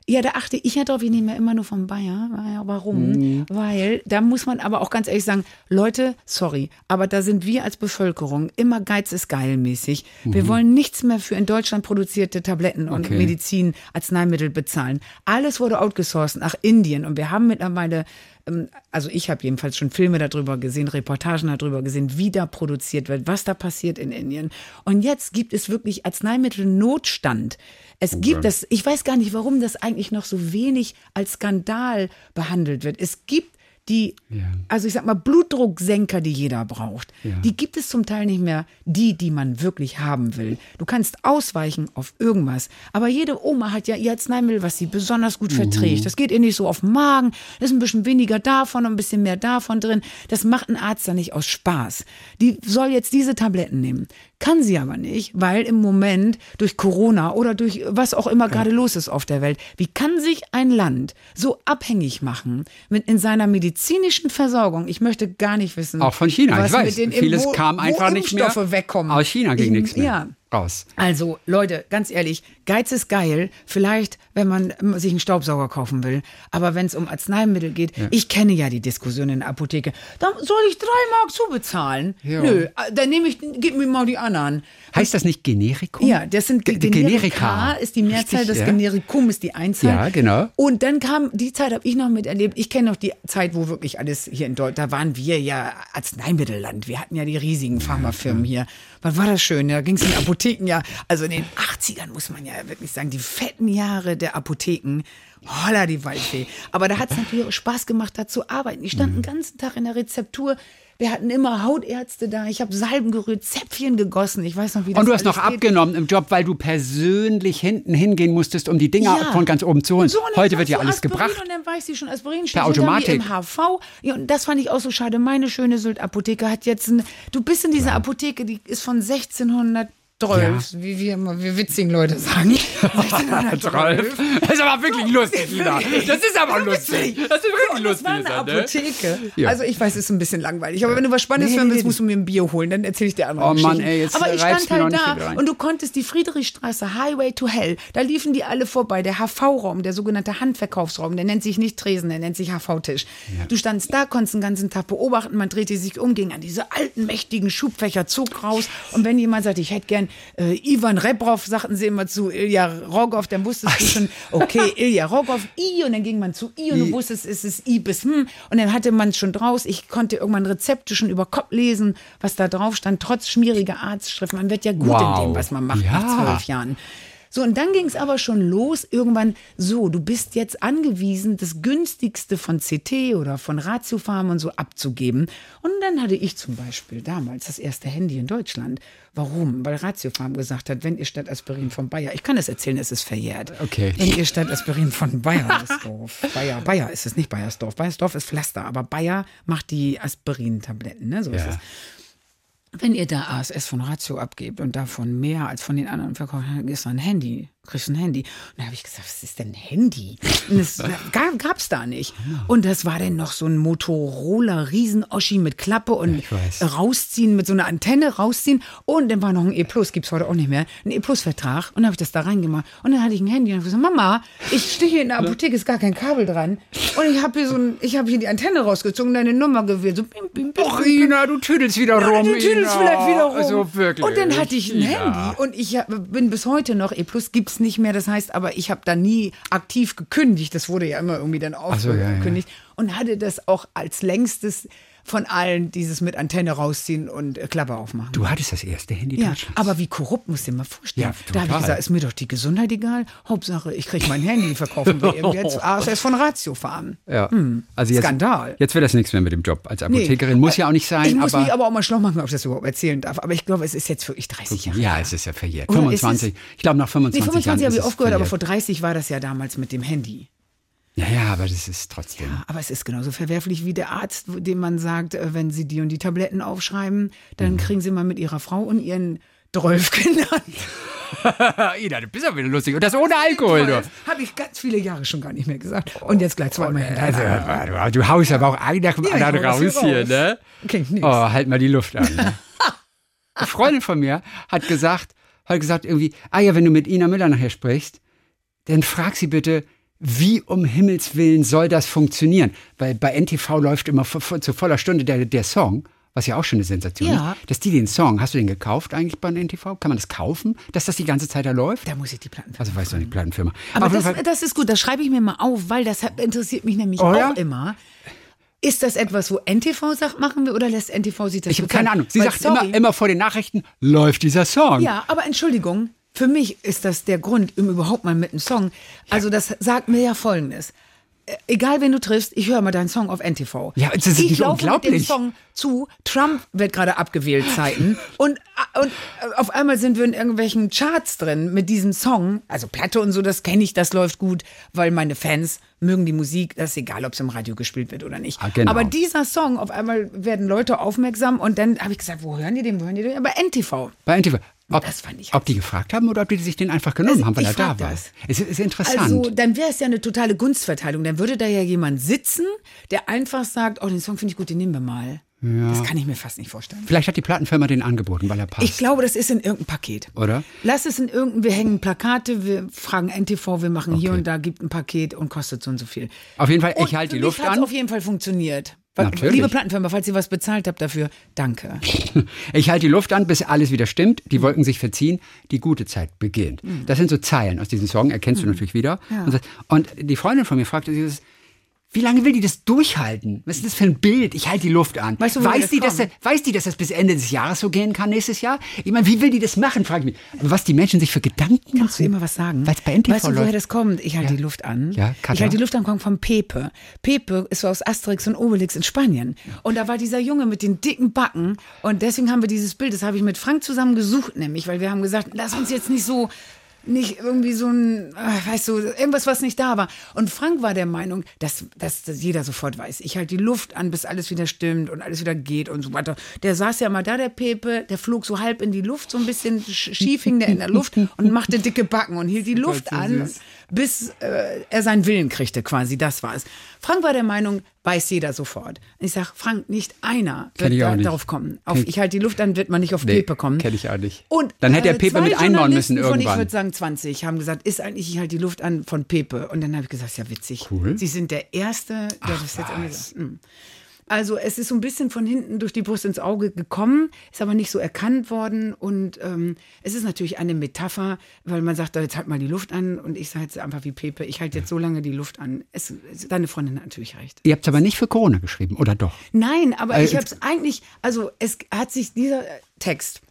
Speaker 3: Ja, da achte ich ja drauf, ich nehme ja immer nur vom Bayer. Ja, Warum? Weil da muss man aber auch ganz ehrlich sagen, Leute, sorry, aber da sind wir als Bevölkerung immer Geiz ist geil mäßig. Wir wollen nichts mehr für in Deutschland produzierte Tabletten und
Speaker 2: Okay.
Speaker 3: Medizin, Arzneimittel bezahlen. Alles wurde outgesourced nach Indien und wir haben mittlerweile ähm, also ich habe jedenfalls schon Filme darüber gesehen, Reportagen darüber gesehen, wie da produziert wird, was da passiert in Indien. Und jetzt gibt es wirklich Arzneimittelnotstand. Es gibt das, ich weiß gar nicht, warum das eigentlich noch so wenig als Skandal behandelt wird. Es gibt die,
Speaker 2: Ja.
Speaker 3: also ich sag mal, Blutdrucksenker, die jeder braucht,
Speaker 2: Ja.
Speaker 3: die gibt es zum Teil nicht mehr, die, die man wirklich haben will. Du kannst ausweichen auf irgendwas. Aber jede Oma hat ja ihr Arzneimittel, was sie besonders gut verträgt. Das geht ihr nicht so auf den Magen, da ist ein bisschen weniger davon und ein bisschen mehr davon drin. Das macht ein Arzt dann nicht aus Spaß. Die soll jetzt diese Tabletten nehmen. Kann sie aber nicht, weil im Moment durch Corona oder durch was auch immer gerade los ist auf der Welt, wie kann sich ein Land so abhängig machen mit in seiner medizinischen Versorgung? Ich möchte gar nicht wissen.
Speaker 2: Auch von China,
Speaker 3: Äh, was
Speaker 2: ich weiß.
Speaker 3: Hm. Mit den,
Speaker 2: Vieles
Speaker 3: wo,
Speaker 2: kam
Speaker 3: wo
Speaker 2: einfach nicht mehr.
Speaker 3: Impfstoffe wegkommen.
Speaker 2: Aus China ging
Speaker 3: Ich-
Speaker 2: nichts mehr
Speaker 3: Ja.
Speaker 2: raus.
Speaker 3: Also Leute, ganz ehrlich, Geiz ist geil. Vielleicht, wenn man ähm, sich einen Staubsauger kaufen will. Aber wenn es um Arzneimittel geht, ich kenne ja die Diskussion in der Apotheke. Da soll ich drei Mark zubezahlen?
Speaker 2: Ja.
Speaker 3: Nö, äh, dann nehme ich, gib mir mal die anderen.
Speaker 2: Heißt das nicht Generikum?
Speaker 3: Ja, das sind die
Speaker 2: Ge- die
Speaker 3: Generika.
Speaker 2: Generika.
Speaker 3: Ist die Mehrzahl,
Speaker 2: Richtig,
Speaker 3: das
Speaker 2: ja.
Speaker 3: Generikum ist die Einzahl.
Speaker 2: Ja, genau.
Speaker 3: Und dann kam, die Zeit habe ich noch miterlebt. Ich kenne noch die Zeit, wo wirklich alles hier in Deutschland, da waren wir ja Arzneimittelland. Wir hatten ja die riesigen Pharmafirmen hier. Wann war das schön? Da ging es in die Apotheken ja. Also in den 80ern muss man ja wirklich sagen, die fetten Jahre der Apotheken. Holla die Waldfee. Aber da hat es natürlich auch Spaß gemacht, da zu arbeiten. Ich
Speaker 2: Mhm.
Speaker 3: stand den ganzen Tag in der Rezeptur. Wir hatten immer Hautärzte da. Ich habe Salben gerührt, Zäpfchen gegossen. Ich weiß noch, wie das
Speaker 2: Und du hast noch
Speaker 3: alles Also geht.
Speaker 2: abgenommen im Job, weil du persönlich hinten hingehen musstest, um die Dinger
Speaker 3: Ja.
Speaker 2: von ganz oben zu holen.
Speaker 3: So, und dann
Speaker 2: Heute wird
Speaker 3: hast
Speaker 2: ja
Speaker 3: du
Speaker 2: alles
Speaker 3: Aspirin
Speaker 2: gebracht.
Speaker 3: Und dann weiß sie schon, Aspirin steht
Speaker 2: Per
Speaker 3: hinter mir
Speaker 2: Automatik.
Speaker 3: im HV. Ja, und das fand ich auch so schade. Meine schöne Sylt-Apotheke hat jetzt ein. Du bist in dieser Apotheke, die ist von 1612, wie wir immer, wir witzigen Leute sagen. 1612.
Speaker 2: Ralf, das ist aber wirklich lustig, Lina. Das ist aber lustig.
Speaker 3: Witzig.
Speaker 2: Das ist
Speaker 3: So,
Speaker 2: wirklich
Speaker 3: und
Speaker 2: lustig.
Speaker 3: Das war eine
Speaker 2: Lisa, ne?
Speaker 3: Apotheke.
Speaker 2: Ja.
Speaker 3: Also ich weiß, es ist ein bisschen langweilig. Aber wenn du was Spannendes
Speaker 2: Nee,
Speaker 3: hören
Speaker 2: nee,
Speaker 3: willst,
Speaker 2: nee.
Speaker 3: musst du mir ein Bier holen. Dann erzähle ich dir andere
Speaker 2: Oh Mann,
Speaker 3: Geschichten.
Speaker 2: ey, jetzt
Speaker 3: Aber ich
Speaker 2: reibst
Speaker 3: stand
Speaker 2: mir
Speaker 3: halt
Speaker 2: noch nicht
Speaker 3: da
Speaker 2: wieder rein.
Speaker 3: und du konntest die Friedrichstraße, Highway to Hell, da liefen die alle vorbei. Der HV-Raum, der sogenannte Handverkaufsraum, der nennt sich nicht Tresen, der nennt sich HV-Tisch. Du standst da, konntest den ganzen Tag beobachten, man drehte sich um, ging an diese alten, mächtigen Schubfächer, zog raus. Und wenn jemand sagte, ich hätte gern äh, Ivan Rebrov, sagten sie immer zu Ilja Rogov, dann wusstest du schon, okay, Ilja Rogov, I, und dann ging man zu I und du wusstest, es ist I bis hm. Und dann hatte man es schon draus. Ich konnte irgendwann Rezepte schon über Kopf lesen, was da drauf stand, trotz schmieriger Arztschrift. Man wird ja gut
Speaker 2: Wow.
Speaker 3: in dem, was man macht nach
Speaker 2: Ja.
Speaker 3: zwölf Jahren. So, und dann ging es aber schon los, irgendwann so, du bist jetzt angewiesen, das günstigste von CT oder von Ratiofarm und so abzugeben. Und dann hatte ich zum Beispiel damals das erste Handy in Deutschland. Warum? Weil Ratiofarm gesagt hat, wenn ihr statt Aspirin von Bayer, ich kann es erzählen, es ist verjährt.
Speaker 2: Okay.
Speaker 3: Wenn ihr statt Aspirin von Bayersdorf, Bayer, Bayer ist es nicht Bayersdorf, Bayersdorf ist Pflaster, aber Bayer macht die Aspirin-Tabletten, ne? So ist
Speaker 2: Ja.
Speaker 3: es. Wenn ihr da ASS von Ratio abgebt und davon mehr als von den anderen verkauft, dann ist da ein Handy, kriegst ein Handy. Und da habe ich gesagt, was ist denn ein Handy? Und das gab, gab's da nicht. Und das war dann noch so ein Motorola Riesenoschi mit Klappe und
Speaker 2: ich weiß.
Speaker 3: rausziehen, mit so einer Antenne rausziehen. Und dann war noch ein E Plus, gibt's heute auch nicht mehr, ein E Plus Vertrag. Und dann habe ich das da reingemacht. Und dann hatte ich ein Handy und habe gesagt, Mama, ich stehe hier in der Apotheke, ist gar kein Kabel dran. Und ich habe hier so ein, ich habe hier die Antenne rausgezogen, deine Nummer gewählt. So bim, bim, bim,
Speaker 2: Och,
Speaker 3: bim, bim.
Speaker 2: Ina, du tüdelst wieder
Speaker 3: Ja,
Speaker 2: rum.
Speaker 3: du tüdelst
Speaker 2: Ina.
Speaker 3: vielleicht wieder rum.
Speaker 2: Also wirklich.
Speaker 3: Und dann hatte ich ein
Speaker 2: Ja.
Speaker 3: Handy und ich hab- bin bis heute noch, E Plus gibt es nicht mehr, das heißt aber, ich habe da nie aktiv gekündigt, das wurde ja immer irgendwie dann
Speaker 2: so, ja, ja.
Speaker 3: aufgekündigt und hatte das auch als längstes von allen, dieses mit Antenne rausziehen und äh, Klappe aufmachen.
Speaker 2: Du hattest das erste Handy
Speaker 3: Ja,
Speaker 2: Deutschlands.
Speaker 3: aber wie korrupt musst du dir mal vorstellen.
Speaker 2: Ja,
Speaker 3: da habe ich
Speaker 2: total.
Speaker 3: gesagt, ist mir doch die Gesundheit egal. Hauptsache, ich kriege mein Handy, verkaufen wir eben jetzt ASS von Ratio fahren.
Speaker 2: Ja. Also jetzt,
Speaker 3: hm, Skandal.
Speaker 2: Jetzt wird das nichts mehr mit dem Job als
Speaker 3: Nee.
Speaker 2: Apothekerin. Muss ja auch nicht sein,
Speaker 3: Ich muss
Speaker 2: aber.
Speaker 3: mich aber auch mal schlau machen, ob ich das überhaupt erzählen darf. Aber ich glaube, es ist jetzt wirklich 30 Jahre.
Speaker 2: ja, es ist ja verjährt.
Speaker 3: Oder
Speaker 2: 25.
Speaker 3: ist
Speaker 2: Ich glaube, nach 25,
Speaker 3: Nee, 25
Speaker 2: Jahren
Speaker 3: habe ich
Speaker 2: ist es
Speaker 3: aufgehört, aber vor
Speaker 2: verjährt.
Speaker 3: 30 war das ja damals mit dem Handy.
Speaker 2: Ja, ja, aber das ist trotzdem.
Speaker 3: Ja, aber es ist genauso verwerflich wie der Arzt, dem man sagt, äh, wenn Sie die und die Tabletten aufschreiben, dann
Speaker 2: Mhm.
Speaker 3: kriegen Sie mal mit Ihrer Frau und Ihren 12 Kindern.
Speaker 2: Ina, du bist ja wieder lustig. Und das ohne Alkohol. Du.
Speaker 3: Das habe ich ganz viele Jahre schon gar nicht mehr gesagt. Und jetzt gleich zweimal
Speaker 2: Oh, Also,
Speaker 3: hintereinander.
Speaker 2: du, du haust aber auch einen nach dem
Speaker 3: Ja, ich
Speaker 2: anderen
Speaker 3: hau das hier
Speaker 2: raus hier,
Speaker 3: raus.
Speaker 2: ne?
Speaker 3: Klingt nix.
Speaker 2: Oh, halt mal die Luft an. Ne? Eine Freundin von mir hat gesagt, hat gesagt irgendwie, ah ja, wenn du mit Ina Müller nachher sprichst, dann frag sie bitte, wie um Himmels Willen soll das funktionieren? Weil bei NTV läuft immer vo- vo- zu voller Stunde der, der Song, was ja auch schon eine Sensation
Speaker 3: Ja.
Speaker 2: ist, dass die den Song, hast du den gekauft eigentlich bei NTV? Kann man das kaufen, dass das die ganze Zeit da läuft?
Speaker 3: Da muss ich die Platten
Speaker 2: Also weißt du, die Plattenfirma.
Speaker 3: Aber
Speaker 2: Auf jeden
Speaker 3: das,
Speaker 2: Fall-
Speaker 3: das ist gut, das schreibe ich mir mal auf, weil das hat, interessiert mich nämlich
Speaker 2: Oh
Speaker 3: auch
Speaker 2: ja?
Speaker 3: immer. Ist das etwas, wo NTV sagt, machen wir oder lässt NTV sich das
Speaker 2: ich habe
Speaker 3: bezahlen?
Speaker 2: keine Ahnung. Sie
Speaker 3: Weil,
Speaker 2: sagt
Speaker 3: sorry,
Speaker 2: immer, immer vor den Nachrichten, läuft dieser Song.
Speaker 3: Ja, aber Entschuldigung, für mich ist das der Grund, um überhaupt mal mit einem Song. Also, das sagt mir ja Folgendes. äh, egal wen du triffst, ich höre mal deinen Song auf NTV.
Speaker 2: Ja, das ist
Speaker 3: ich
Speaker 2: nicht
Speaker 3: laufe mit
Speaker 2: unglaublich.
Speaker 3: dem Song zu, Trump wird gerade abgewählt Zeiten und, äh, und äh, auf einmal sind wir in irgendwelchen Charts drin mit diesem Song, also Platte und so, das kenne ich, das läuft gut, weil meine Fans mögen die Musik, das ist egal, ob es im Radio gespielt wird oder nicht.
Speaker 2: Ah, genau.
Speaker 3: Aber dieser Song, auf einmal werden Leute aufmerksam und dann habe ich gesagt, wo hören die den, wo hören die den? Aber NTV.
Speaker 2: Bei NTV. Ob,
Speaker 3: Das fand ich
Speaker 2: ob die gefragt haben oder ob die sich den einfach genommen
Speaker 3: Also,
Speaker 2: haben, weil
Speaker 3: ich
Speaker 2: er da
Speaker 3: frag
Speaker 2: war.
Speaker 3: das.
Speaker 2: Es ist, ist interessant.
Speaker 3: Also, dann wäre es ja eine totale Gunstverteilung. Dann würde da ja jemand sitzen, der einfach sagt, oh, den Song finde ich gut, den nehmen wir mal. Das kann ich mir fast nicht vorstellen.
Speaker 2: Vielleicht hat die Plattenfirma den angeboten, weil er passt.
Speaker 3: Ich glaube, das ist in irgendeinem Paket.
Speaker 2: Oder?
Speaker 3: Lass es in irgendeinem, wir hängen Plakate, wir fragen NTV, wir machen hier
Speaker 2: Okay.
Speaker 3: und da, gibt ein Paket und kostet so und so viel.
Speaker 2: auf jeden Fall, ich
Speaker 3: Und
Speaker 2: halte die
Speaker 3: für
Speaker 2: Luft
Speaker 3: mich hat's
Speaker 2: an.
Speaker 3: auf jeden Fall funktioniert.
Speaker 2: Natürlich.
Speaker 3: Liebe Plattenfirma, falls ihr was bezahlt habt dafür, danke.
Speaker 2: Ich halte die Luft an, bis alles wieder stimmt, die Wolken sich verziehen, die gute Zeit beginnt.
Speaker 3: Mhm.
Speaker 2: Das sind so Zeilen aus diesem Song, erkennst du natürlich wieder. Und, so- und die Freundin von mir fragte dieses, wie lange will die das durchhalten? Was ist das für ein Bild? Ich halte die Luft an.
Speaker 3: Weißt du, woher
Speaker 2: weiß,
Speaker 3: das
Speaker 2: die, dass,
Speaker 3: kommt?
Speaker 2: weiß die, dass das bis Ende des Jahres so gehen kann nächstes Jahr? Ich meine, wie will die das machen, frage ich mich. Aber was die Menschen sich für Gedanken
Speaker 3: Kannst du
Speaker 2: machen?
Speaker 3: immer was sagen?
Speaker 2: Weil's Hm. bei NTV
Speaker 3: Weißt du, woher
Speaker 2: läuft.
Speaker 3: das kommt? Ich halte die Luft an.
Speaker 2: Ja,
Speaker 3: ich
Speaker 2: Katja?
Speaker 3: halte die Luft an, kommt von Pepe. Pepe ist so aus Asterix und Obelix in Spanien. Und da war dieser Junge mit den dicken Backen. Und deswegen haben wir dieses Bild, das habe ich mit Frank zusammen gesucht, nämlich, weil wir haben gesagt, lass uns jetzt nicht so, nicht irgendwie so ein, äh, weißt du, irgendwas, was nicht da war. Und Frank war der Meinung, dass, dass das jeder sofort weiß. Ich halte die Luft an, bis alles wieder stimmt und alles wieder geht und so weiter. Der saß ja mal da, der Pepe, der flog so halb in die Luft, so ein bisschen sch- schief hing der in der Luft und machte dicke Backen und hielt die Luft an, bis äh, er seinen Willen kriegte quasi. Das war es. Frank war der Meinung, weiß jeder sofort. Und ich sage, Frank, nicht einer
Speaker 2: Kenn
Speaker 3: wird
Speaker 2: ich auch
Speaker 3: da,
Speaker 2: nicht.
Speaker 3: darauf kommen. Auf, ich halte die Luft an, wird man nicht auf
Speaker 2: Nee,
Speaker 3: Pepe kommen.
Speaker 2: kenn ich auch nicht.
Speaker 3: Und, äh,
Speaker 2: Dann hätte der Pepe
Speaker 3: zwei
Speaker 2: mit einbauen müssen
Speaker 3: Journalisten von, Ich
Speaker 2: irgendwann.
Speaker 3: würde sagen 20 haben gesagt, ist eigentlich, ich halte die Luft an von Pepe. Und dann habe ich gesagt, ist ja witzig.
Speaker 2: Cool.
Speaker 3: Sie sind der Erste, der das jetzt irgendwie sagt. Hm. Also es ist so ein bisschen von hinten durch die Brust ins Auge gekommen, ist aber nicht so erkannt worden. Und ähm, es ist natürlich eine Metapher, weil man sagt, "Oh, jetzt halt mal die Luft an. Und ich sage jetzt einfach wie Pepe, ich halte jetzt so lange die Luft an. Es, es, deine Freundin hat natürlich recht.
Speaker 2: Ihr habt es aber nicht für Corona geschrieben, oder doch?
Speaker 3: Nein, aber ich
Speaker 2: Äh,
Speaker 3: habe es eigentlich, also es hat sich dieser äh, Text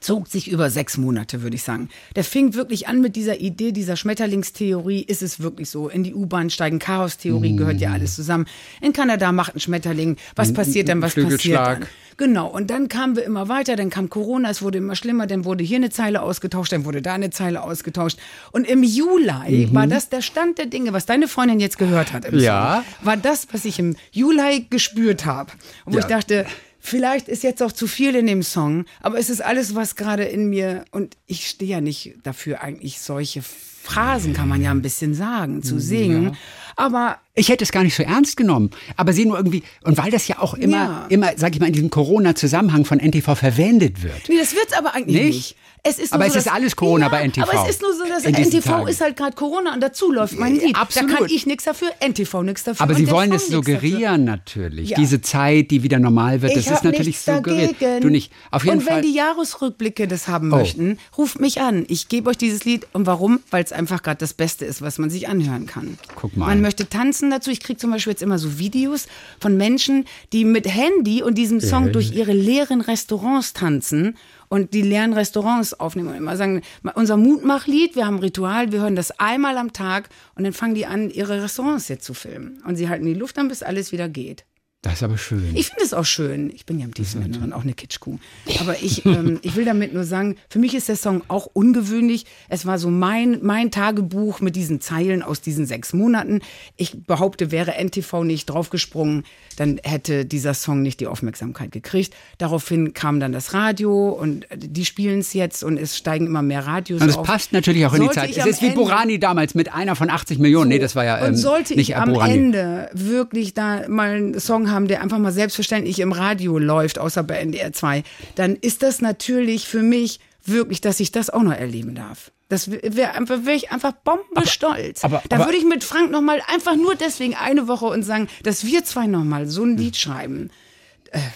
Speaker 3: zog sich über sechs Monate, würde ich sagen. Der fing wirklich an mit dieser Idee, dieser Schmetterlingstheorie. Ist es wirklich so? In die U-Bahn steigen,
Speaker 2: Mhm.
Speaker 3: Chaostheorie gehört ja alles zusammen. In Kanada macht ein Schmetterling. Was passiert dann? Was passiert
Speaker 2: Flügelschlag.
Speaker 3: dann? Genau. Und dann kamen wir immer weiter. Dann kam Corona. Es wurde immer schlimmer. Dann wurde hier eine Zeile ausgetauscht. Dann wurde da eine Zeile ausgetauscht. Und im Juli war das der Stand der Dinge, was deine Freundin jetzt gehört hat. Im
Speaker 2: Mhm. Ja.
Speaker 3: Song war das, was ich im Juli gespürt habe. Wo
Speaker 2: Ja.
Speaker 3: ich dachte, vielleicht ist jetzt auch zu viel in dem Song, aber es ist alles, was gerade in mir, und ich stehe ja nicht dafür, eigentlich solche Phrasen, kann man ja ein bisschen sagen,
Speaker 2: Mhm,
Speaker 3: zu singen. Aber
Speaker 2: Ich hätte es gar nicht so ernst genommen, aber sie nur irgendwie, und weil das ja auch immer,
Speaker 3: Ja.
Speaker 2: immer, sag ich mal, in diesem Corona-Zusammenhang von NTV verwendet wird.
Speaker 3: Nee, das wird's aber eigentlich nicht.
Speaker 2: Nicht?
Speaker 3: Es ist nur
Speaker 2: Aber
Speaker 3: so,
Speaker 2: es ist
Speaker 3: dass-
Speaker 2: alles Corona
Speaker 3: ja,
Speaker 2: bei NTV.
Speaker 3: Aber es ist nur so, dass
Speaker 2: in diesen
Speaker 3: NTV
Speaker 2: Tagen.
Speaker 3: ist halt gerade Corona und dazu läuft mein Lied.
Speaker 2: absolut.
Speaker 3: Da kann ich nichts dafür, NTV nichts dafür.
Speaker 2: Aber
Speaker 3: und
Speaker 2: sie
Speaker 3: der
Speaker 2: wollen
Speaker 3: Song
Speaker 2: es
Speaker 3: nix dafür.
Speaker 2: suggerieren natürlich.
Speaker 3: Ja.
Speaker 2: Diese Zeit, die wieder normal wird,
Speaker 3: Ich
Speaker 2: das ist
Speaker 3: hab
Speaker 2: natürlich
Speaker 3: nichts
Speaker 2: suggeriert.
Speaker 3: dagegen.
Speaker 2: Du nicht. Auf jeden
Speaker 3: und wenn
Speaker 2: Fall. Oh.
Speaker 3: die Jahresrückblicke das haben möchten, ruft mich an. Ich gebe euch dieses Lied. Und warum? Weil es einfach gerade das Beste ist, was man sich anhören kann.
Speaker 2: Guck mal.
Speaker 3: Man möchte tanzen dazu. Ich kriege zum Beispiel jetzt immer so Videos von Menschen, die mit Handy und diesem Song durch ihre leeren Restaurants tanzen und die leeren Restaurants aufnehmen und immer sagen, unser Mutmachlied, wir haben ein Ritual, wir hören das einmal am Tag und dann fangen die an, ihre Restaurants jetzt zu filmen. Und sie halten die Luft an, bis alles wieder geht.
Speaker 2: das ist aber schön.
Speaker 3: Ich finde es auch schön. Ich bin ja im
Speaker 2: Mhm.
Speaker 3: Tiefenmännerin auch eine Kitschkuh. Aber ich, ähm, ich will damit nur sagen, für mich ist der Song auch ungewöhnlich. Es war so mein, mein Tagebuch mit diesen Zeilen aus diesen sechs Monaten. Ich behaupte, wäre NTV nicht draufgesprungen, dann hätte dieser Song nicht die Aufmerksamkeit gekriegt. Daraufhin kam dann das Radio und äh, die spielen es jetzt und es steigen immer mehr Radios
Speaker 2: und es
Speaker 3: auf.
Speaker 2: passt natürlich auch in die
Speaker 3: Sollte
Speaker 2: Zeit.
Speaker 3: ich
Speaker 2: Es
Speaker 3: am
Speaker 2: ist wie
Speaker 3: Ende-
Speaker 2: Borani damals mit einer von 80 Millionen. nee, das war ja ähm,
Speaker 3: und sollte
Speaker 2: nicht
Speaker 3: ich am
Speaker 2: Borani.
Speaker 3: Ende wirklich da mal einen Song haben, der einfach mal selbstverständlich im Radio läuft, außer bei NDR 2, dann ist das natürlich für mich wirklich, dass ich das auch noch erleben darf. Das wäre einfach, wäre ich einfach bombestolz.
Speaker 2: aber-
Speaker 3: da
Speaker 2: aber-
Speaker 3: würde ich mit Frank nochmal einfach nur deswegen eine Woche und sagen, dass wir zwei nochmal so ein
Speaker 2: Hm.
Speaker 3: Lied schreiben.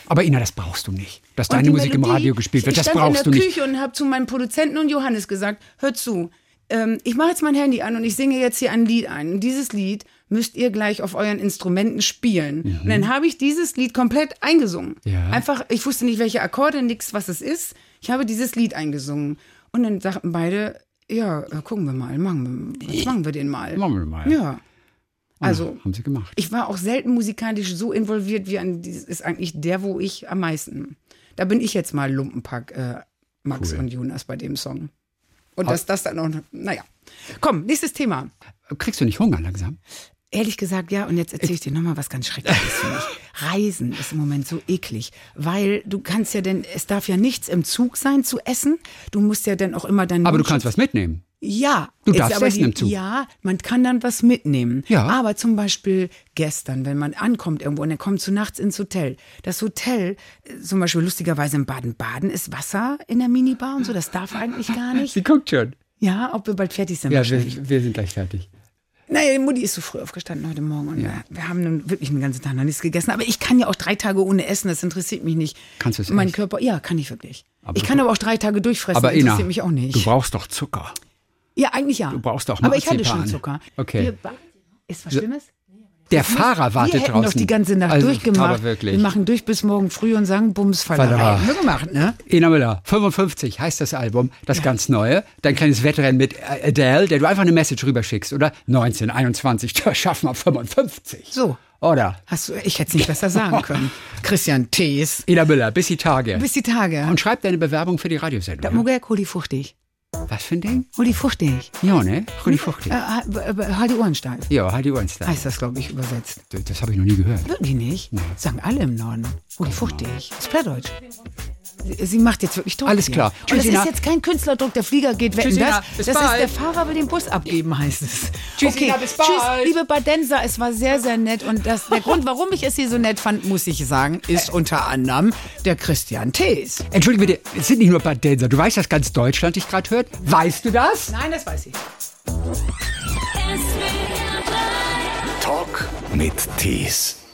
Speaker 2: Aber Ina, das brauchst du nicht. Dass
Speaker 3: Und
Speaker 2: deine
Speaker 3: die
Speaker 2: Musik im
Speaker 3: Melodie,
Speaker 2: Radio gespielt wird,
Speaker 3: ich
Speaker 2: das
Speaker 3: stand
Speaker 2: brauchst du
Speaker 3: in der
Speaker 2: nicht.
Speaker 3: Küche und habe zu meinen Produzenten und Johannes gesagt, hör zu, ähm, ich mache jetzt mein Handy an und ich singe jetzt hier ein Lied ein. Und dieses Lied müsst ihr gleich auf euren Instrumenten spielen. Und dann habe ich dieses Lied komplett eingesungen.
Speaker 2: Mhm. Ja.
Speaker 3: Einfach, ich wusste nicht, welche Akkorde, nix, was es ist. Ich habe dieses Lied eingesungen. Und dann sagten beide, ja, äh, gucken wir mal, machen wir, jetzt machen wir den mal.
Speaker 2: Machen wir mal.
Speaker 3: Ja. Also,
Speaker 2: haben sie gemacht.
Speaker 3: ich war auch selten musikalisch so involviert wie an dieses, ist eigentlich der, wo ich am meisten. Da bin ich jetzt mal Lumpenpack, äh, Max
Speaker 2: Cool. Ah.
Speaker 3: und Jonas bei dem Song. Und dass das dann auch, noch- naja. Komm, nächstes Thema.
Speaker 2: Kriegst du nicht Hunger langsam?
Speaker 3: Ehrlich gesagt, ja, und jetzt erzähle ich dir nochmal was ganz Schreckliches für mich. Reisen ist im Moment so eklig, weil du kannst ja denn, es darf ja nichts im Zug sein zu essen. Du musst ja dann auch immer dann.
Speaker 2: Aber du kannst was mitnehmen.
Speaker 3: Ja.
Speaker 2: Du
Speaker 3: Jetzt
Speaker 2: darfst essen im Zug.
Speaker 3: Ja, man kann dann was mitnehmen.
Speaker 2: Ja.
Speaker 3: Aber zum Beispiel gestern, wenn man ankommt irgendwo und dann kommst du nachts ins Hotel. Das Hotel, äh, zum Beispiel lustigerweise in Baden-Baden, ist Wasser in der Minibar und so, das darf eigentlich gar nicht.
Speaker 2: Sie guckt schon.
Speaker 3: Ja, ob wir bald fertig sind.
Speaker 2: Ja,
Speaker 3: wahrscheinlich.
Speaker 2: wir, wir sind gleich fertig.
Speaker 3: Naja, die Mutti ist so früh aufgestanden heute Morgen und wir, wir haben nun wirklich den ganzen Tag noch nichts gegessen. Aber ich kann ja auch drei Tage ohne essen, das interessiert mich nicht.
Speaker 2: Kannst du es
Speaker 3: Mein
Speaker 2: echt?
Speaker 3: Körper, ja, kann ich wirklich.
Speaker 2: Aber
Speaker 3: ich
Speaker 2: du-
Speaker 3: kann aber auch drei Tage durchfressen,
Speaker 2: Aber Ina,
Speaker 3: interessiert mich auch
Speaker 2: du
Speaker 3: nicht.
Speaker 2: brauchst doch Zucker.
Speaker 3: Ja, eigentlich ja. Du
Speaker 2: brauchst auch
Speaker 3: Aber ich hatte
Speaker 2: Marzipan.
Speaker 3: schon Zucker.
Speaker 2: Okay.
Speaker 3: Wir ba- ist was Schlimmes?
Speaker 2: Der Fahrer wartet
Speaker 3: wir hätten
Speaker 2: draußen.
Speaker 3: doch die ganze Nacht
Speaker 2: Also,
Speaker 3: durchgemacht.
Speaker 2: Aber wirklich.
Speaker 3: Wir machen durch bis morgen früh und sagen Bums,
Speaker 2: Verlag.
Speaker 3: Verlag. Haben wir gemacht, ne?
Speaker 2: Ina Müller, 55 heißt das Album, das ganz neue. Dein kleines Wettrennen mit Adele, der du einfach eine Message rüberschickst, oder? 19, 21, da schaffen wir 55.
Speaker 3: So.
Speaker 2: Oder?
Speaker 3: Hast du, ich hätte es nicht besser sagen können. Christian Thees.
Speaker 2: Ina Müller, bis die Tage.
Speaker 3: Bis die Tage.
Speaker 2: Und schreib deine Bewerbung für die Radiosendung.
Speaker 3: Mogek, hol die fuchtig.
Speaker 2: Was für ein Ding?
Speaker 3: Hol die fuchtig.
Speaker 2: Ja, ne? Rudi Fuchtig.
Speaker 3: Äh, äh, äh, halt die Ohren steif.
Speaker 2: Ja, halt die Ohren steif.
Speaker 3: heißt das, glaube ich, übersetzt.
Speaker 2: Das, das habe ich noch nie gehört.
Speaker 3: Wirklich nicht? Sagen alle im Norden. Oh, Rudi Fuchtig. Ist Plattdeutsch. Sie- Sie macht jetzt wirklich Druck.
Speaker 2: Alles
Speaker 3: hier.
Speaker 2: klar.
Speaker 3: Und
Speaker 2: Tschüss,
Speaker 3: das ist
Speaker 2: Ina.
Speaker 3: jetzt kein Künstlerdruck. Der Flieger geht weg.
Speaker 2: Tschüss,
Speaker 3: Und das
Speaker 2: Ina. Bis
Speaker 3: das
Speaker 2: bald.
Speaker 3: ist der Fahrer will den Bus abgeben, heißt es.
Speaker 2: Tschüss, Ina. Bis bald.
Speaker 3: Tschüss, liebe Badenser. Es war sehr, sehr nett. Und das, der Grund, warum ich es hier so nett fand, muss ich sagen,
Speaker 2: Äh.
Speaker 3: ist unter anderem der Christian Thees.
Speaker 2: Entschuldige bitte, es sind nicht nur Badenser. Du weißt, dass ganz Deutschland dich gerade hört? Weißt du das?
Speaker 3: Nein, das weiß ich.
Speaker 1: Talk mit Tees.